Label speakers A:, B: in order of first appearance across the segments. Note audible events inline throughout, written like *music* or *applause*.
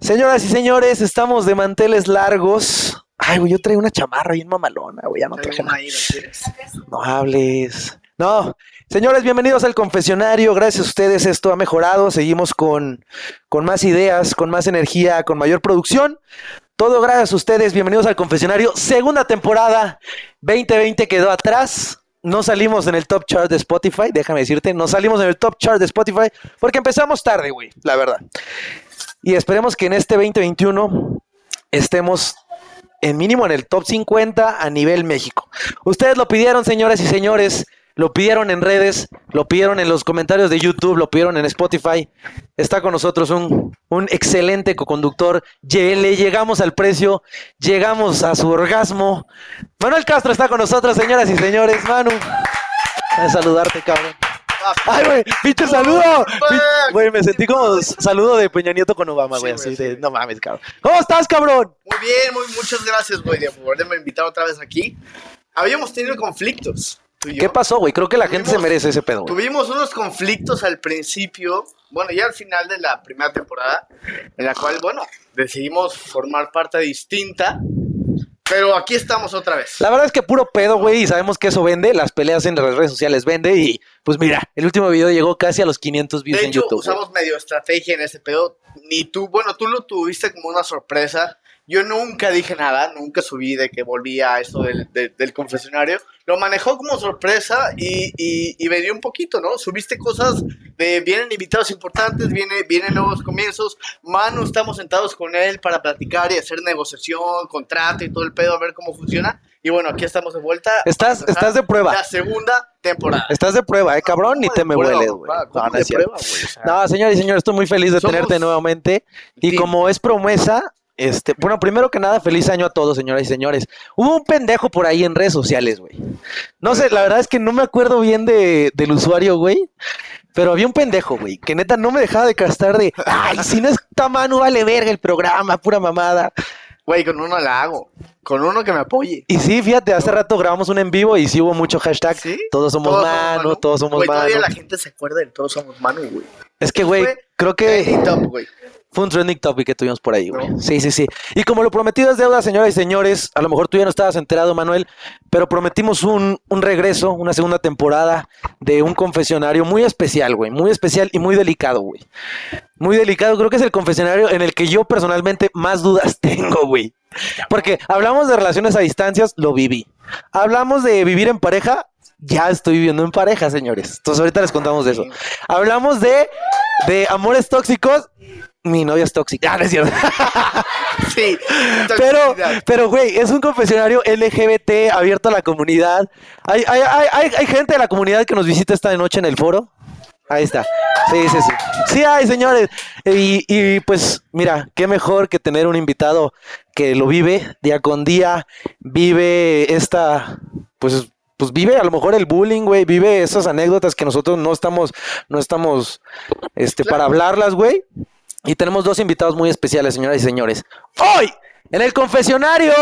A: Señoras y señores, estamos de manteles largos. Ay, güey, yo traigo una chamarra bien mamalona, güey, ya no traje nada. No hables. No, señores, bienvenidos al confesionario. Gracias a ustedes esto ha mejorado. Seguimos con, con más ideas, con más energía, con mayor producción. Todo gracias a ustedes. Bienvenidos al confesionario. Segunda temporada 2020 quedó atrás. No salimos en el top chart de Spotify, déjame decirte, no salimos en el top chart de Spotify porque empezamos tarde, güey, la verdad. Y esperemos que en este 2021 estemos en mínimo en el top 50 a nivel México. Ustedes lo pidieron, señoras y señores. Lo pidieron en redes, lo pidieron en los comentarios de YouTube, lo pidieron en Spotify. Está con nosotros un, un excelente coconductor. Ye- Le llegamos al precio, llegamos a su orgasmo. Manuel Castro está con nosotros, señoras y señores. Manu, a saludarte, cabrón. *laughs*
B: *laughs*
A: ¡Ay, güey! ¡Pinche saludo! Pin- Güey, me sentí como saludo de Peña Nieto con Obama,
B: Sí,
A: güey.
B: güey,
A: así
B: sí,
A: de,
B: güey.
A: no mames, cabrón. ¿Cómo estás, cabrón?
B: Muy bien, muy muchas gracias, güey, de- por haberme invitado otra vez aquí. Habíamos tenido conflictos, tú y yo.
A: ¿Qué pasó, güey? Creo que la gente se
B: Tuvimos-
A: merece ese pedo, güey.
B: Tuvimos unos conflictos al principio, bueno, ya al final de la primera temporada, en la cual, bueno, decidimos formar parte distinta, pero aquí estamos otra vez.
A: La verdad es que puro pedo, güey, y sabemos que eso vende, las peleas en las redes sociales vende y pues mira, el último video llegó casi a los 500 views
B: De
A: en
B: hecho,
A: YouTube. güey.
B: usamos medio estrategia en este pedo. Ni tú, bueno, tú lo tuviste como una sorpresa. Yo nunca dije nada, nunca subí de que volvía a esto del, de- del confesionario. Lo manejó como sorpresa y, y, y vendió un poquito, ¿no? Subiste cosas de vienen invitados importantes, viene, vienen nuevos comienzos. Manu, estamos sentados con él para platicar y hacer negociación, contrato y todo el pedo, a ver cómo funciona. Y bueno, aquí estamos de vuelta.
A: Estás,
B: Ajá.
A: estás de prueba,
B: La segunda temporada.
A: estás de prueba, eh, cabrón, ni
B: ¿Cómo
A: te
B: de
A: me
B: prueba,
A: hueles, güey.
B: papá?
A: No,
B: ¿Cómo
A: no
B: de
A: es cierto.
B: prueba, güey? O sea,
A: No, señores y señores, estoy muy feliz de
B: Somos-
A: tenerte nuevamente. Y
B: Sí.
A: como es promesa, este, bueno, primero que nada, feliz año a todos, señoras y señores. Hubo un pendejo por ahí en redes sociales, güey. No sé, la verdad es que no me acuerdo bien de, del usuario, güey. Pero había un pendejo, güey, que neta no me dejaba de castar de, ay, si no está Manu, vale verga el programa, pura mamada.
B: Güey, con uno la hago. Con uno que me apoye.
A: Y sí, fíjate, hace rato grabamos un en vivo y sí hubo mucho hashtag,
B: ¿Sí?
A: todos somos Manu, todos somos
B: Güey,
A: Manu.
B: todavía la gente se acuerda del Todos Somos Manu, güey.
A: Es que, güey,
B: Fue-
A: creo que...
B: Trending top, güey.
A: Fue un trending topic que tuvimos por ahí, güey.
B: ¿No?
A: Sí, sí, sí. Y como lo prometido es deuda, señoras y señores, a lo mejor tú ya no estabas enterado, Manuel, pero prometimos un, un regreso, una segunda temporada de un confesionario muy especial, güey. Muy especial y muy delicado, güey. Muy delicado. Creo que es el confesionario en el que yo personalmente más dudas *laughs* tengo, güey. Porque hablamos de relaciones a distancias, lo viví. Hablamos de vivir en pareja, ya estoy viviendo en pareja, señores. Entonces ahorita les contamos de eso. Hablamos de, de amores tóxicos. Mi novia es tóxica. Ah, no es cierto.
B: Sí.
A: Pero,
B: Toxicidad.
A: pero, güey, es un confesionario LGBT abierto a la comunidad. Hay, hay, hay, hay, hay gente de la comunidad que nos visita esta noche en el foro. Ahí está. Sí, sí, sí. Sí, hay, señores. Eh, Y, y pues, mira, qué mejor que tener un invitado que lo vive día con día, vive esta, pues, pues vive a lo mejor el bullying, güey, vive esas anécdotas que nosotros no estamos, no estamos, este, para hablarlas, güey. Y tenemos dos invitados muy especiales, señoras y señores. Hoy, en el confesionario,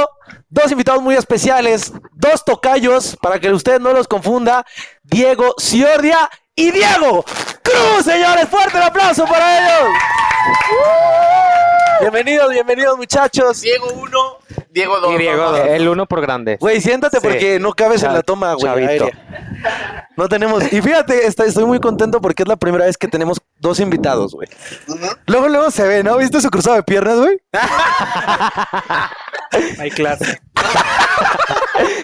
A: dos invitados muy especiales, dos tocayos, para que usted no los confunda, Diego Ciordia y Diego Cruz, señores. Fuerte el aplauso para ellos. Bienvenidos, bienvenidos, muchachos.
B: Diego 1, Diego 2.
C: El uno por grande.
A: Güey, siéntate
C: Sí.
A: porque no cabes en
C: Chav-
A: la toma, güey.
C: chavito.
A: aérea. No tenemos. Y fíjate, está- estoy muy contento porque es la primera vez que tenemos dos invitados, güey. Luego, luego se ve, ¿no? ¿Viste su cruzado de piernas, güey?
C: Hay clase.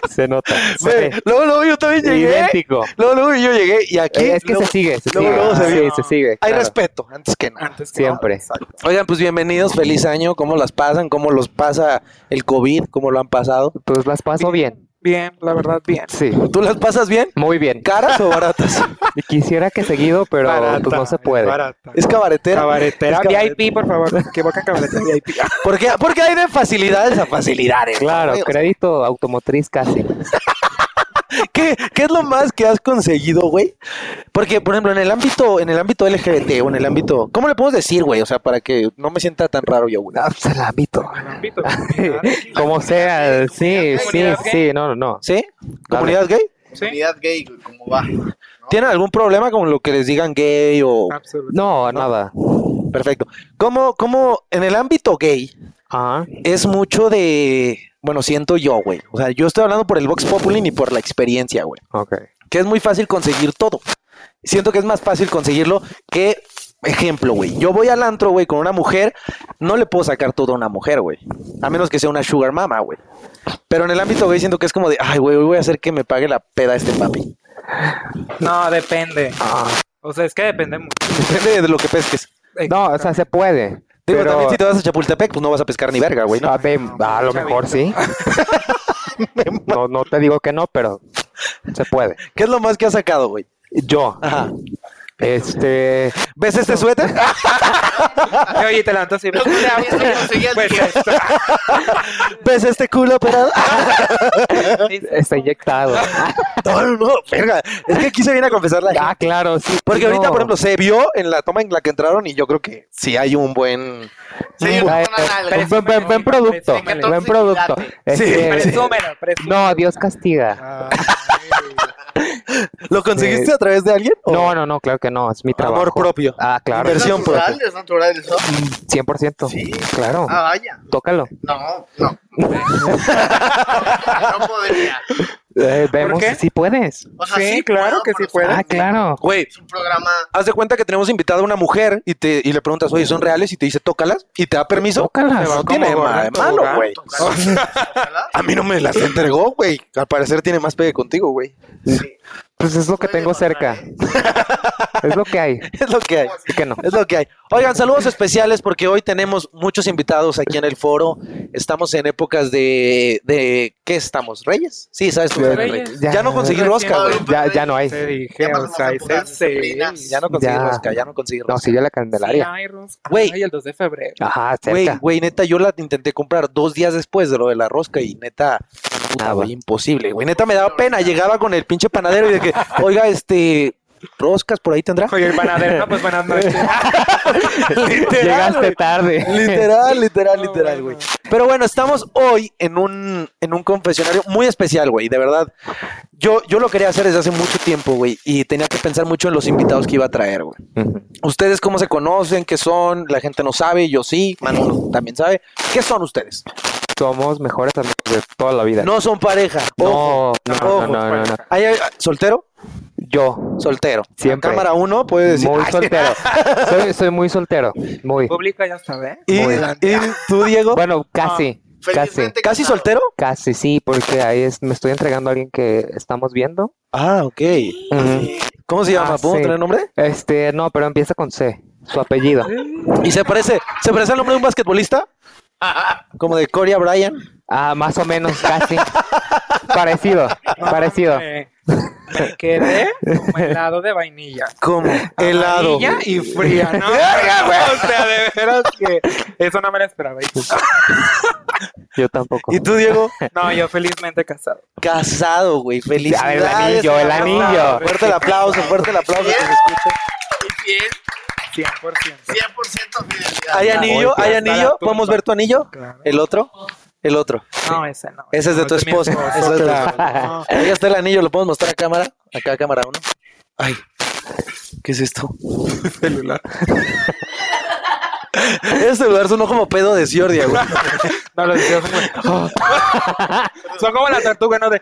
C: se nota. se
A: *laughs* Güey,
C: ve.
A: Luego, luego yo también llegué.
C: Idéntico.
A: Luego, luego yo llegué y aquí.
C: Eh, Es que
A: luego-
C: se sigue, se
A: luego,
C: sigue.
A: luego se
C: Sí,
A: ve.
C: se sigue.
A: Hay
C: claro.
A: respeto, antes que nada.
C: Siempre.
A: Oigan, pues bienvenidos, feliz año. ¿Cómo las pasan? ¿Cómo los pasa el COVID? ¿Cómo lo han pasado?
C: Pues las paso bien.
D: Bien, la verdad, bien.
C: Sí.
A: ¿Tú las pasas bien? *laughs*
C: Muy bien.
A: ¿Caras o baratas?
C: Y Quisiera que seguido, pero pues no se puede.
D: Barata.
A: ¿Es cabaretera?
D: Cabaretera
A: Es cabaret-
D: VIP, por favor. Que vaca
A: *laughs*
D: cabaretera VIP.
A: ¿Por qué? Porque hay de facilidades a facilidades.
C: Claro,
A: güey. O sea,
C: crédito automotriz casi.
A: ¿Qué, qué es lo más que has conseguido, güey? Porque, por ejemplo, en el ámbito, en el ámbito LGBT o en el ámbito, ¿cómo le podemos decir, güey? O sea, para que no me sienta tan raro yo, güey.
C: Salamito.
D: Ámbito, comunidad, aquí.
C: Como sea, sí, sí,
D: Comunidad gay.
C: sí, no, no, no.
A: ¿Sí? ¿Comunidad gay?
D: Sí,
B: Comunidad gay, güey, ¿cómo va?
E: Ah.
A: ¿Tienen algún problema con lo que les digan gay o
D: absolutamente.
C: No, nada.
A: Perfecto. ¿Cómo, cómo en el ámbito gay
C: Ajá.
A: es mucho de. Bueno, siento yo, güey. O sea, yo estoy hablando por el Vox Populi ni por la experiencia, güey.
C: Ok.
A: que es muy fácil conseguir todo. Siento que es más fácil conseguirlo que, ejemplo, güey. Yo voy al antro, güey, con una mujer, no le puedo sacar todo a una mujer, güey. A menos que sea una sugar mama, güey. Pero en el ámbito, güey, siento que es como de, ay, güey, hoy voy a hacer que me pague la peda este papi. *laughs*
E: No, depende.
C: Ah.
E: O sea, es que depende mucho.
A: Depende de lo que pesques.
C: No, o sea, se puede.
A: Digo,
C: pero-
A: también si te vas a Chapultepec, pues no vas a pescar ni verga, güey, ¿no?
C: A, ver, a lo mejor sí. *laughs* No, no te digo que no, pero se puede.
A: ¿Qué es lo más que has sacado, güey?
C: Yo,
A: Ajá.
C: este,
A: ¿Ves este suéter?
E: Y oye, te levantas y ves.
C: *laughs*
E: Pues, esto.
A: ¿Ves este culo operado? *laughs*
C: está inyectado.
A: No, no, no, verga. Es que aquí se viene a confesar la
C: Ah, claro, sí.
A: Porque ahorita,
C: no.
A: por ejemplo, se vio en la toma en la que entraron y yo creo que sí hay un buen...
B: Sí,
C: Mm,
B: una
C: eh,
B: nalga.
C: buen, buen- buen producto,
E: Presúmelo.
C: buen producto. Este,
E: Presúmelo, presúmelo.
C: No, Dios castiga.
A: ¿Lo conseguiste a través de alguien? ¿O
C: No, no, no, claro que no, es mi trabajo.
A: Amor propio.
C: Ah,
A: Oh.
C: claro.
A: Inversión.
B: Versión
A: propia.
B: natural, es natural eso.
C: 100%.
B: Sí.
C: Claro.
B: Ah, vaya.
C: Tócalo.
B: No,
A: *laughs*
B: no. no podría.
C: Eh, vemos
E: qué?
C: si sí puedes.
B: O sea,
E: Sí, claro que
B: pero
E: sí puedo.
B: es un-
C: Ah, claro.
A: Güey,
B: Es un
A: *laughs*
B: programa.
A: haz de cuenta que tenemos invitada a una mujer y, te, y le preguntas, oye, ¿son reales? Y te dice, tócalas y te da permiso.
C: Tócalas.
A: No tiene nada de malo, güey.
B: ojalá.
A: A mí no me las entregó, güey. Al parecer tiene más pegue contigo, güey. *laughs*
B: Sí.
C: Pues es lo que
B: Puede
C: tengo
B: pasar,
C: cerca.
B: ¿eh?
C: Es lo que hay.
A: Es lo que hay.
C: Así que no.
A: Es lo que hay. Oigan, saludos especiales porque hoy tenemos muchos invitados aquí en el foro. Estamos en épocas de... de ¿Qué estamos? ¿Reyes? Sí, sabes tú.
C: Reyes.
A: Reyes. Ya no conseguí rosca, güey.
C: Ya, ya no hay.
E: Te dije,
B: Ya
E: o
B: pasamos
E: sea, es
B: temporadas
E: ese.
B: decembrinas.
A: Ya no conseguí
C: Ya.
A: rosca, ya no conseguí
C: No,
A: rosca.
C: sí, yo la
E: Sí,
C: Candelaria.
E: ay, Rosca.
A: Güey.
E: Ay, el 2 de febrero.
C: Ajá,
A: Güey,
C: cerca.
A: güey, neta, yo la intenté comprar dos días después de lo de la rosca y neta, puta,
C: Ah,
A: güey,
C: va.
A: imposible, güey. Neta me daba pena, llegaba con el pinche panadero y
C: *laughs*
A: de que, oiga, este, roscas por ahí tendrá.
E: Oye, el panadero, no, pues buenas noches.
C: *laughs*
A: *laughs*
C: Llegaste tarde.
A: Literal, literal,
E: No,
A: literal, güey.
E: bueno.
A: Pero bueno, estamos hoy en un, en un confesionario muy especial, güey. De verdad, yo, yo lo quería hacer desde hace mucho tiempo, güey. Y tenía que pensar mucho en los invitados que iba a traer, güey. ¿Ustedes cómo se conocen? ¿Qué son? La gente no sabe, yo sí, Manolo también sabe. ¿Qué son ustedes?
C: *laughs* Somos mejores amigos de toda la vida.
A: No son pareja. Ojo.
C: no, no,
A: ojo.
C: no, no, no, no.
A: Ay, ay, ay, ¿Soltero?
C: Yo,
A: Soltero.
C: Siempre.
A: Cámara uno puede decir.
C: muy
A: Ay, *laughs*
C: soltero. Soy, soy muy soltero. Muy.
E: Público ya sabe.
A: ¿Y,
C: Muy.
A: y tú, Diego?
C: Bueno, casi.
A: Ah.
C: Casi.
B: Felizmente
A: *laughs* ¿Casi
B: casado.
A: soltero?
C: Casi sí, porque ahí es, me estoy entregando a alguien que estamos viendo.
A: Ah, ok.
C: Ujú.
A: ¿Cómo se llama?
C: Ah,
A: ¿Puedo
C: sí.
A: tener nombre?
C: Este, no, pero empieza con C, su apellido.
A: ¿Y se parece, se parece al nombre de un basquetbolista? Como de Coria Bryan.
C: Ah, más o menos, casi.
A: *laughs*
C: parecido, parecido.
E: Me, me quedé como helado de vainilla.
A: Como helado.
E: Vainilla
A: *laughs*
E: y fría, ¿no? o sea, de veras que eso no me lo esperaba. Y- pues,
C: Yo tampoco.
A: ¿Y tú, Diego?
E: No, yo felizmente casado.
A: Casado, güey.
C: A ver,
A: Felicidades.
C: el anillo, el anillo.
A: Fuerte el aplauso, fuerte el aplauso. que se escuche.
B: Y fiel,
E: 100%.
B: 100% fidelidad.
A: ¿Hay anillo?
E: Hoy te
A: ¿Hay
E: hasta la
A: anillo?
E: tumba.
A: ¿Podemos ver tu anillo?
E: Claro.
A: ¿El otro? El otro.
E: No, ese no.
A: Eh, Ese es de
E: No,
A: tu
E: ese es mi
A: esposo. Ese es de tu esposo.
E: No.
A: Ahí está el anillo, lo podemos mostrar a cámara. Acá a cámara uno. Ay, ¿qué es
E: *laughs*
A: esto? celular. Ese celular sonó como pedo de Ciordia, güey.
E: No, los tíos son
A: *laughs*
E: como... son como la tortuga, ¿no? De...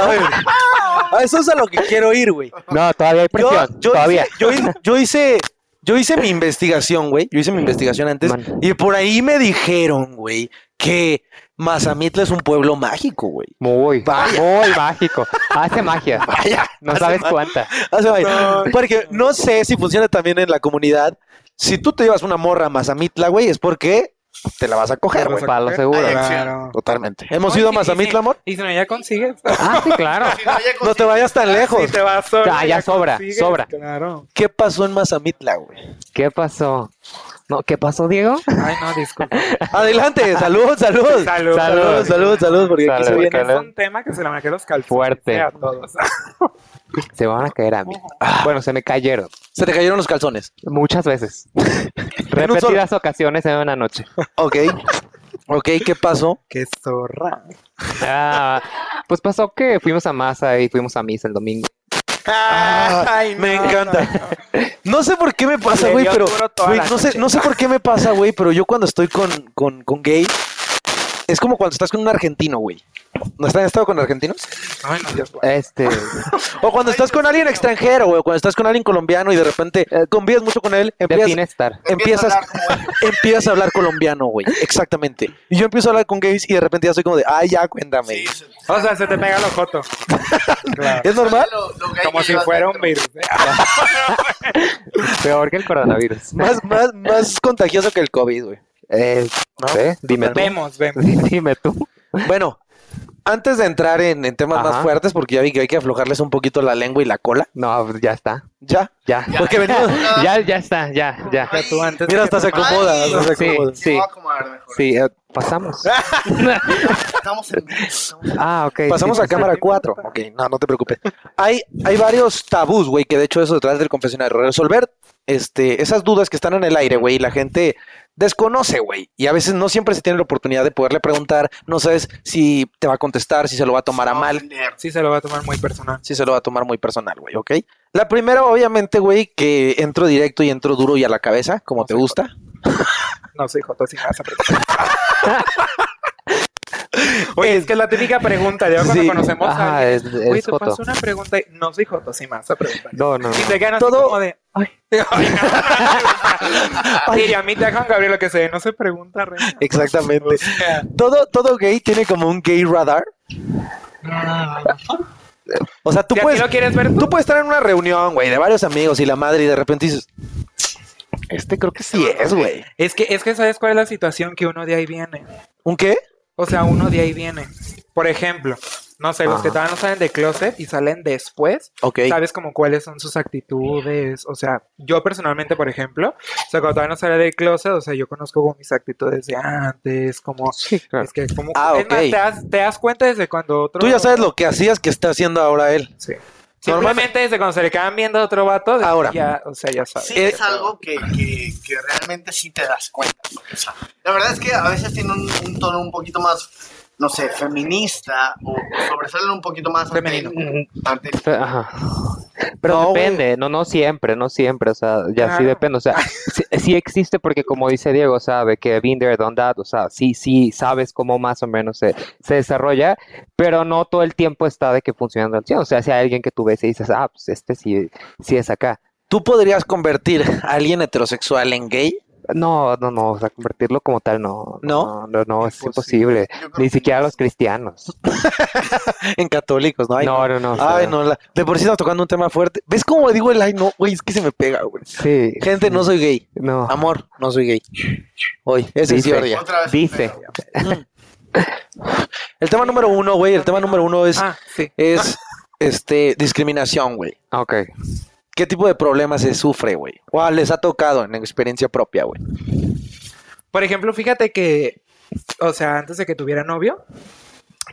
A: A
E: *laughs*
A: ver. A eso es a lo que quiero ir, güey.
C: No, todavía hay
A: Yo,
C: presión,
A: yo
C: todavía.
A: hice, yo, hice- yo hice. Yo hice mi investigación, güey. Yo hice mi investigación antes.
C: Man.
A: Y por ahí me dijeron, güey, que Mazamitla es un pueblo mágico, güey.
C: Muy,
A: Vaya.
C: muy mágico. Hace magia.
A: Vaya.
C: No sabes cuánta.
A: O sea, vaya, Porque no sé si funciona también en la comunidad. Si tú te llevas una morra a Mazamitla, güey, es porque te la vas a coger, güey.
C: Para lo seguro.
B: Ay,
A: Totalmente. Hemos ido a
E: Oye, y si-
A: Mazamitla, amor.
E: Y si no,
A: *laughs*
E: ya consigues.
C: Ah, sí, claro.
B: Si no, ya
A: No te
B: consigo-
A: vayas tan lejos.
E: Si te vas sola,
C: Ah, ya sobra,
E: consigues,
C: sobra.
E: Claro.
A: ¿Qué pasó en Mazamitla, güey?
C: ¿Qué pasó? No, ¿qué pasó, Diego?
E: Ay, no, disculpa.
A: Adelante, salud, *laughs* salud.
E: Salud.
A: Salud, salud, salud, porque aquí
C: Salud,
A: se viene.
E: Es un tema que se la manejé los calzones.
C: Fuerte.
E: A todos. *laughs*
C: Se van a caer a mí. Bueno, se me cayeron.
A: Se te cayeron los calzones.
C: Muchas veces.
A: En un solo-
C: Repetidas ocasiones en una noche.
A: Ok. Ok, ¿qué pasó?
E: Qué zorra.
C: Ah, pues pasó que fuimos a masa y fuimos a misa el domingo.
E: Ay,
A: me
E: no,
A: encanta. *laughs* No sé por qué me pasa,
E: Le
A: güey,
E: dio
A: pero.
E: duro toda
A: güey,
E: la
A: no, sé, no sé por qué me pasa, güey, pero yo cuando estoy con, con, con gay. Es como cuando estás con un argentino, güey. ¿No están estado con argentinos?
D: Ay, no, Dios, güey.
C: Este,
A: O cuando estás con alguien extranjero, güey. o Cuando estás con alguien colombiano y de repente eh, convives mucho con él,
C: define
A: empiezas,
C: estar.
A: empiezas, *laughs* empiezas a hablar colombiano, güey. Exactamente. Y yo empiezo a hablar con gays y de repente ya soy como de, ay, ya, cuéntame.
B: Sí, se-
E: O sea, se te pega
A: *laughs*
E: el ojoto. Claro.
A: ¿Es normal?
B: lo- lo gay
E: Como
B: que
E: si
B: llevas
E: fuera un
B: dentro.
E: virus. ¿eh?
C: Peor que el coronavirus.
A: Más, más, más contagioso que el COVID, güey.
C: Eh,
A: No,
C: ¿eh? Dime tú.
E: Vemos, vemos.
C: Dime tú.
A: Bueno, antes de entrar en, en temas más
C: Ajá.
A: fuertes, porque ya vi que hay que aflojarles un poquito la lengua y la cola.
C: No, pues ya está.
A: Ya.
C: Ya.
B: Ya.
A: Porque venimos.
C: *laughs* Ya, ya está, ya, ya.
B: Ay,
E: Tú antes
A: Mira,
E: de
A: hasta
E: que-
A: se acomoda.
B: Ay.
A: hasta se
C: Sí.
A: acomoda.
B: Sí. Ah,
C: Sí.
B: me voy a acomodar mejor.
C: Sí, eh, pasamos.
A: *laughs*
B: Estamos en. estamos
C: *laughs*
B: en-
C: Ah, ok.
A: Pasamos
C: sí,
A: a
C: sí, sí.
A: cámara 4. Ok, no, no te preocupes. Hay, hay varios tabús, güey, que de hecho eso detrás del confesionario. Resolver este, esas dudas que están en el aire, güey, y la gente desconoce, güey. Y a veces no siempre se tiene la oportunidad de poderle preguntar. No sabes si te va a contestar, si se lo va a tomar a
B: estamos
A: mal.
B: en nerd.
E: Sí, se lo va a tomar muy personal.
A: sí se lo va a tomar muy personal, güey, ¿ok? La primera, obviamente, güey, que entro directo y entro duro y a la cabeza, como
E: No
A: te
E: sé,
A: gusta.
E: No soy Joto, si me vas a preguntar.
A: *laughs*
E: Oye, es que es la típica pregunta. Ya cuando
A: Sí.
E: conocemos a
C: Ajá,
E: alguien.
C: es,
E: Oye,
C: es
E: te paso
C: Joto.
E: una pregunta. y- No soy Joto, si me vas a preguntar.
C: No, no, no.
E: Y te quedan así
A: Todo-
E: como de. Ay, *laughs* ay, no, no, no. Y a mí te dejan Gabriel lo que se ve, no se
A: *laughs*
E: pregunta reina.
A: Exactamente.
E: O sea,
A: Todo, todo gay tiene como un gay radar. O sea, tú
E: si
A: puedes,
E: así lo quieres ver
A: Pues tú puedes estar en una reunión, güey, de varios amigos y la madre y de repente dices, este creo que sí es, güey.
E: Es que, es que sabes cuál es la situación que uno de ahí viene.
A: ¿Un qué?
E: O sea, uno de ahí viene. Por ejemplo, no sé, los
C: Ajá.
E: que todavía no salen de closet y salen después,
A: Ok.
E: sabes como cuáles son sus actitudes. O sea, yo personalmente, por ejemplo, o sea, cuando todavía no sale del closet, o sea, yo conozco como mis actitudes de antes, como...
C: Sí, claro.
E: Es que como...
A: Ah,
E: es
A: ok.
E: más, te, das, te das cuenta desde cuando otro...
A: Tú ya sabes lo que hacías que está haciendo ahora él.
E: Sí.
A: Normalmente-
E: Normalmente desde cuando se le quedan viendo a otro vato, desde
A: Ahora.
E: ya, o sea, ya sabes.
B: Sí,
A: Eh,
B: es algo que, que, que realmente sí te das cuenta. O sea, la verdad es que a veces tiene un, un tono un poquito más, no sé, feminista o sobresalen un poquito más ante-
E: Femenino.
B: ante-
C: Ajá. Pero
A: No, güey.
C: depende, no, no siempre, no siempre, o sea, ya sí
E: Claro.
C: depende,
A: *laughs*
C: o sea, sí, sí existe porque como dice Diego, sabe que been there, done that, o sea, sí, sí sabes cómo más o menos se, se desarrolla, pero no todo el tiempo está de que funcionando al 100, o sea, si hay alguien que tú ves y dices, ah, pues este sí, sí es acá.
A: ¿Tú podrías convertir a alguien heterosexual en gay?
C: No, no, no, o sea, convertirlo como tal, no,
A: ¿No?
C: no, no, no, es
E: Imposible.
C: imposible,
B: yo creo
C: ni
B: que
C: siquiera
B: no.
C: los cristianos.
A: En católicos, ¿no? Ay,
C: No, no, no. o sea,
A: Ay, no. la- De por sí estamos tocando un tema fuerte. ¿Ves cómo digo el ay, no? Güey, es que se me pega, güey.
C: Sí.
A: Gente, no soy gay.
C: No.
A: Amor, no soy gay. Hoy, ese es
C: Dice.
A: Georgia.
B: Otra vez.
C: Dice.
A: El tema número uno, güey, el tema número uno es,
E: Ah, sí.
A: es este, discriminación, güey.
C: Ok.
A: ¿Qué tipo de problemas se sufre, güey? ¿O les ha tocado en experiencia propia, güey?
E: Por ejemplo, fíjate que, o sea, antes de que tuviera novio,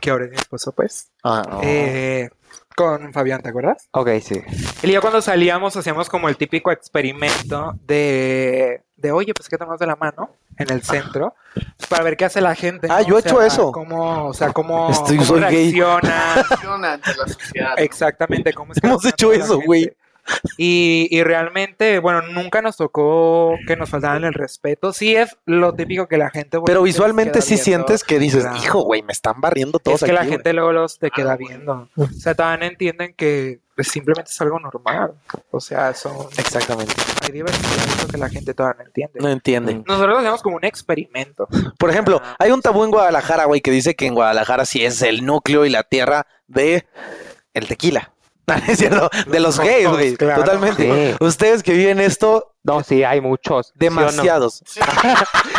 E: que ahora es mi esposo, pues,
A: Ah, no.
E: eh, con Fabián, ¿te acuerdas?
C: Ok, sí.
E: Él y yo cuando salíamos hacíamos como el típico experimento de, de oye, pues, ¿qué tomas de la mano? En el centro, para ver qué hace la gente.
A: Ah, yo he
E: O sea,
A: hecho eso.
E: Cómo, o sea, cómo,
A: *laughs* Estoy-
E: cómo
A: soy gay. *laughs*
E: reacciona.
B: Funciona ante la
E: *laughs*
B: sociedad.
E: Exactamente, cómo está
A: Hemos
E: tratando
A: hecho
E: a la
A: eso,
E: gente.
A: güey.
E: Y, y realmente, bueno, nunca nos tocó que nos faltaran el respeto. Sí es lo típico que la gente... bueno,
A: Pero
E: te
A: visualmente
E: queda
A: sí
E: viendo.
A: sientes que dices,
E: Claro.
A: hijo, güey, me están barriendo todos
E: es que la
A: aquí,
E: gente luego los te queda
B: Ah, güey.
E: viendo. O sea, todavía no entienden que pues, simplemente es algo normal. O sea, son,
A: güey". Exactamente.
E: hay diversidad en eso que la gente todavía no entiende.
A: No entienden.
C: Mm.
E: Nosotros lo hacemos como un *laughs* experimento.
A: Por ejemplo,
E: Ah.
A: hay un tabú en Guadalajara, güey, que dice que en Guadalajara sí es el núcleo y la tierra de el tequila. *laughs* No, no es cierto, de los
E: Los
A: gays,
E: cocos,
A: güey.
E: claro.
A: Totalmente.
C: Sí.
A: Ustedes que viven esto,
C: No, sí, hay muchos. ¿sí o no?
A: demasiados.
B: Sí,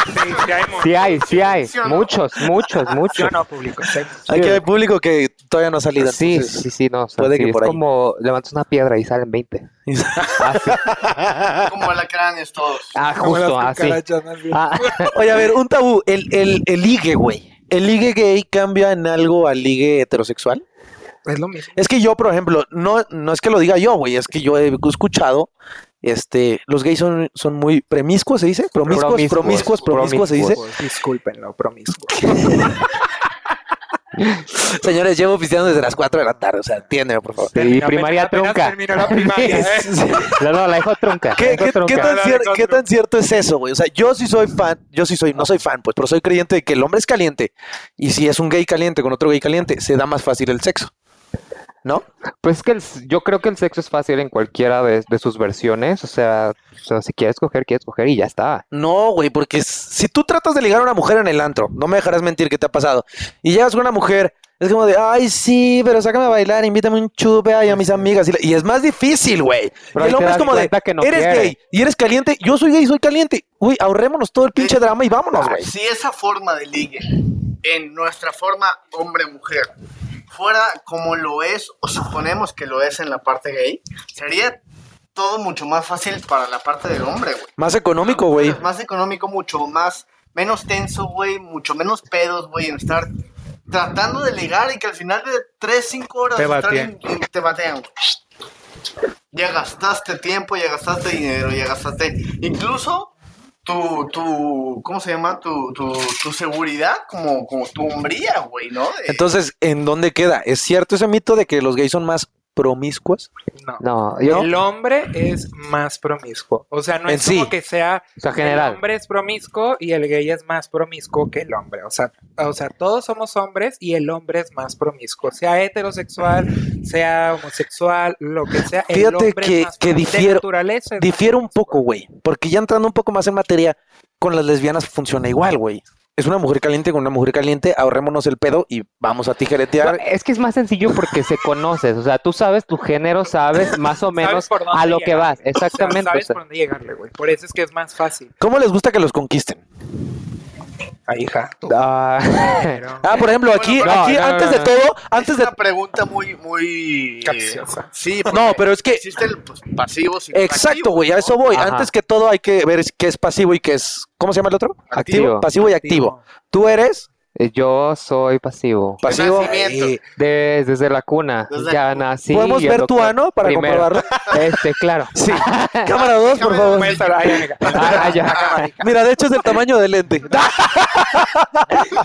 E: Sí, sí hay mucho.
C: Sí hay, sí hay.
B: ¿Sí o no?
C: Muchos,
A: *laughs*
C: muchos,
E: Yo
C: muchos.
E: no público. sí hay mucho.
A: Aquí hay público que todavía no ha salido.
C: Sí,
A: entonces-
C: sí, sí, no. o sea,
A: puede
C: sí,
A: que
C: es
A: por ahí.
C: como levantas una piedra y
A: *laughs*
C: salen 20. Así.
B: como alacranes todos.
A: *laughs*
C: Ah,
E: *laughs* Como las
C: justo, así.
E: cucarachas, más bien.
C: Ah,
A: Oye, a ver, un tabú. El, el, el ligue, güey. ¿El ligue gay cambia en algo al ligue heterosexual?
E: Es lo mismo.
A: Es que yo, por ejemplo, no, no es que lo diga yo, güey. Es que yo he escuchado, este, los gays son, son muy promiscuos, ¿se dice? Promiscuos, promiscuos,
C: Promiscuos,
A: promiscuos, se dice.
E: Disculpenlo, promiscuo.
A: Señores, llevo pisteando desde las 4 de la tarde, o sea, entiéndeme, por favor.
C: Sí, primaria trunca.
E: Terminó la primaria. ¿eh?
C: No, no, la dejo trunca.
A: ¿Qué,
C: la dejo
A: qué-
C: trunca.
A: qué tan
E: Cada
A: cier-
E: vez
A: qué
E: otro.
A: tan cierto es eso, güey? O sea, yo sí soy fan, yo sí soy, no soy fan, pues, pero soy creyente de que el hombre es caliente y si es un gay caliente con otro gay caliente, se da más fácil el sexo. ¿No?
C: Pues es que el s- yo creo que el sexo es fácil en cualquiera de, de sus versiones. O sea, o sea, si quieres coger, quieres coger y ya está.
A: No, güey, porque s- si tú tratas de ligar a una mujer en el antro, no me dejarás mentir que te ha pasado, y llegas con una mujer, es como de, ay, sí, pero sácame a bailar, invítame un chupe ay, a mis amigas, y, la- y es más difícil, güey.
C: Pues
A: Y
C: Pero
A: el
C: ahí te
A: hombre es
C: das
A: como de,
C: cuenta que no
A: eres
C: quiere".
A: gay y eres caliente, yo soy gay y soy caliente. Uy, ahorrémonos todo el pinche drama y vámonos, güey.
B: Si esa forma de ligue, en nuestra forma hombre-mujer, fuera como lo es, o suponemos que lo es en la parte gay, sería todo mucho más fácil para la parte del hombre, güey.
A: Más económico, güey.
B: Es Más económico, mucho más, menos tenso, güey, mucho menos pedos, güey, en estar tratando de ligar y que al final de 3, 5 horas
E: Te
B: estar
E: batean.
B: en- en- te batean. güey. Ya gastaste tiempo, ya gastaste dinero, ya gastaste incluso tu, tu ¿cómo se llama? Tu, tu, tu seguridad como, como tu hombría, güey, ¿no? Eh, De-
A: Entonces, ¿en dónde queda? ¿Es cierto ese mito de que los gays son más promiscuos?
E: No.
C: No, yo,
E: El hombre es más promiscuo. O sea, no
A: En
E: es como
A: sí.
E: que sea.
C: o sea,
E: El
C: general.
E: hombre es promiscuo y el gay es más promiscuo que el hombre. O sea, o sea, todos somos hombres y el hombre es más promiscuo. Sea heterosexual, sea homosexual, lo que sea. El
A: Fíjate
E: hombre
A: que-
E: es más
A: que
E: promiscuo. De
A: difiero-
E: naturaleza es
A: Difiere un poco, güey. Porque ya entrando un poco más en materia, con las lesbianas funciona igual, güey. Es una mujer caliente con una mujer caliente, ahorrémonos el pedo y vamos a tijeretear.
C: No, Es que es más sencillo porque se conoces. O sea, tú sabes, tu género *laughs* sabes más o menos
E: por dónde
C: a lo que
E: llegar.
C: vas.
E: O sea,
C: Exactamente.
E: sabes
C: o sea.
E: por dónde llegarle, güey. Por eso es que es más fácil.
A: ¿Cómo les gusta que los conquisten?
E: Ahí, hija. tú.
C: Ah,
E: Pero-
A: Ah, por ejemplo, aquí,
C: Bueno,
A: aquí,
C: no, no,
A: antes
C: no,
A: de
C: no.
A: todo,
B: es
A: antes de...
B: una pregunta muy, muy...
E: Capciosa.
B: Sí,
A: No, pero es que...
B: Existe el pues, pasivo. sin-
A: Exacto,
B: activo,
A: güey, a
B: ¿no?
A: eso voy.
C: Ajá.
A: Antes que todo hay que ver qué es pasivo y qué es... ¿Cómo se llama el otro?
C: Activo.
A: Pasivo y activo. Tú eres
C: *laughs* Yo soy pasivo.
A: pasivo.
B: nacimiento.
A: y-
C: De- desde la cuna.
B: Desde
C: ya
B: la cuna.
C: nací.
A: ¿Podemos
C: y el
A: ver tu
C: doctor-
A: ano para
C: primero.
A: comprobarlo?
C: Este, claro.
A: Sí. Cámara 2, por
B: Cámara
A: favor.
C: Pues,
E: Vuelta, ay, amiga.
C: *laughs* Ah, ya.
A: Mira, de hecho es del tamaño del lente.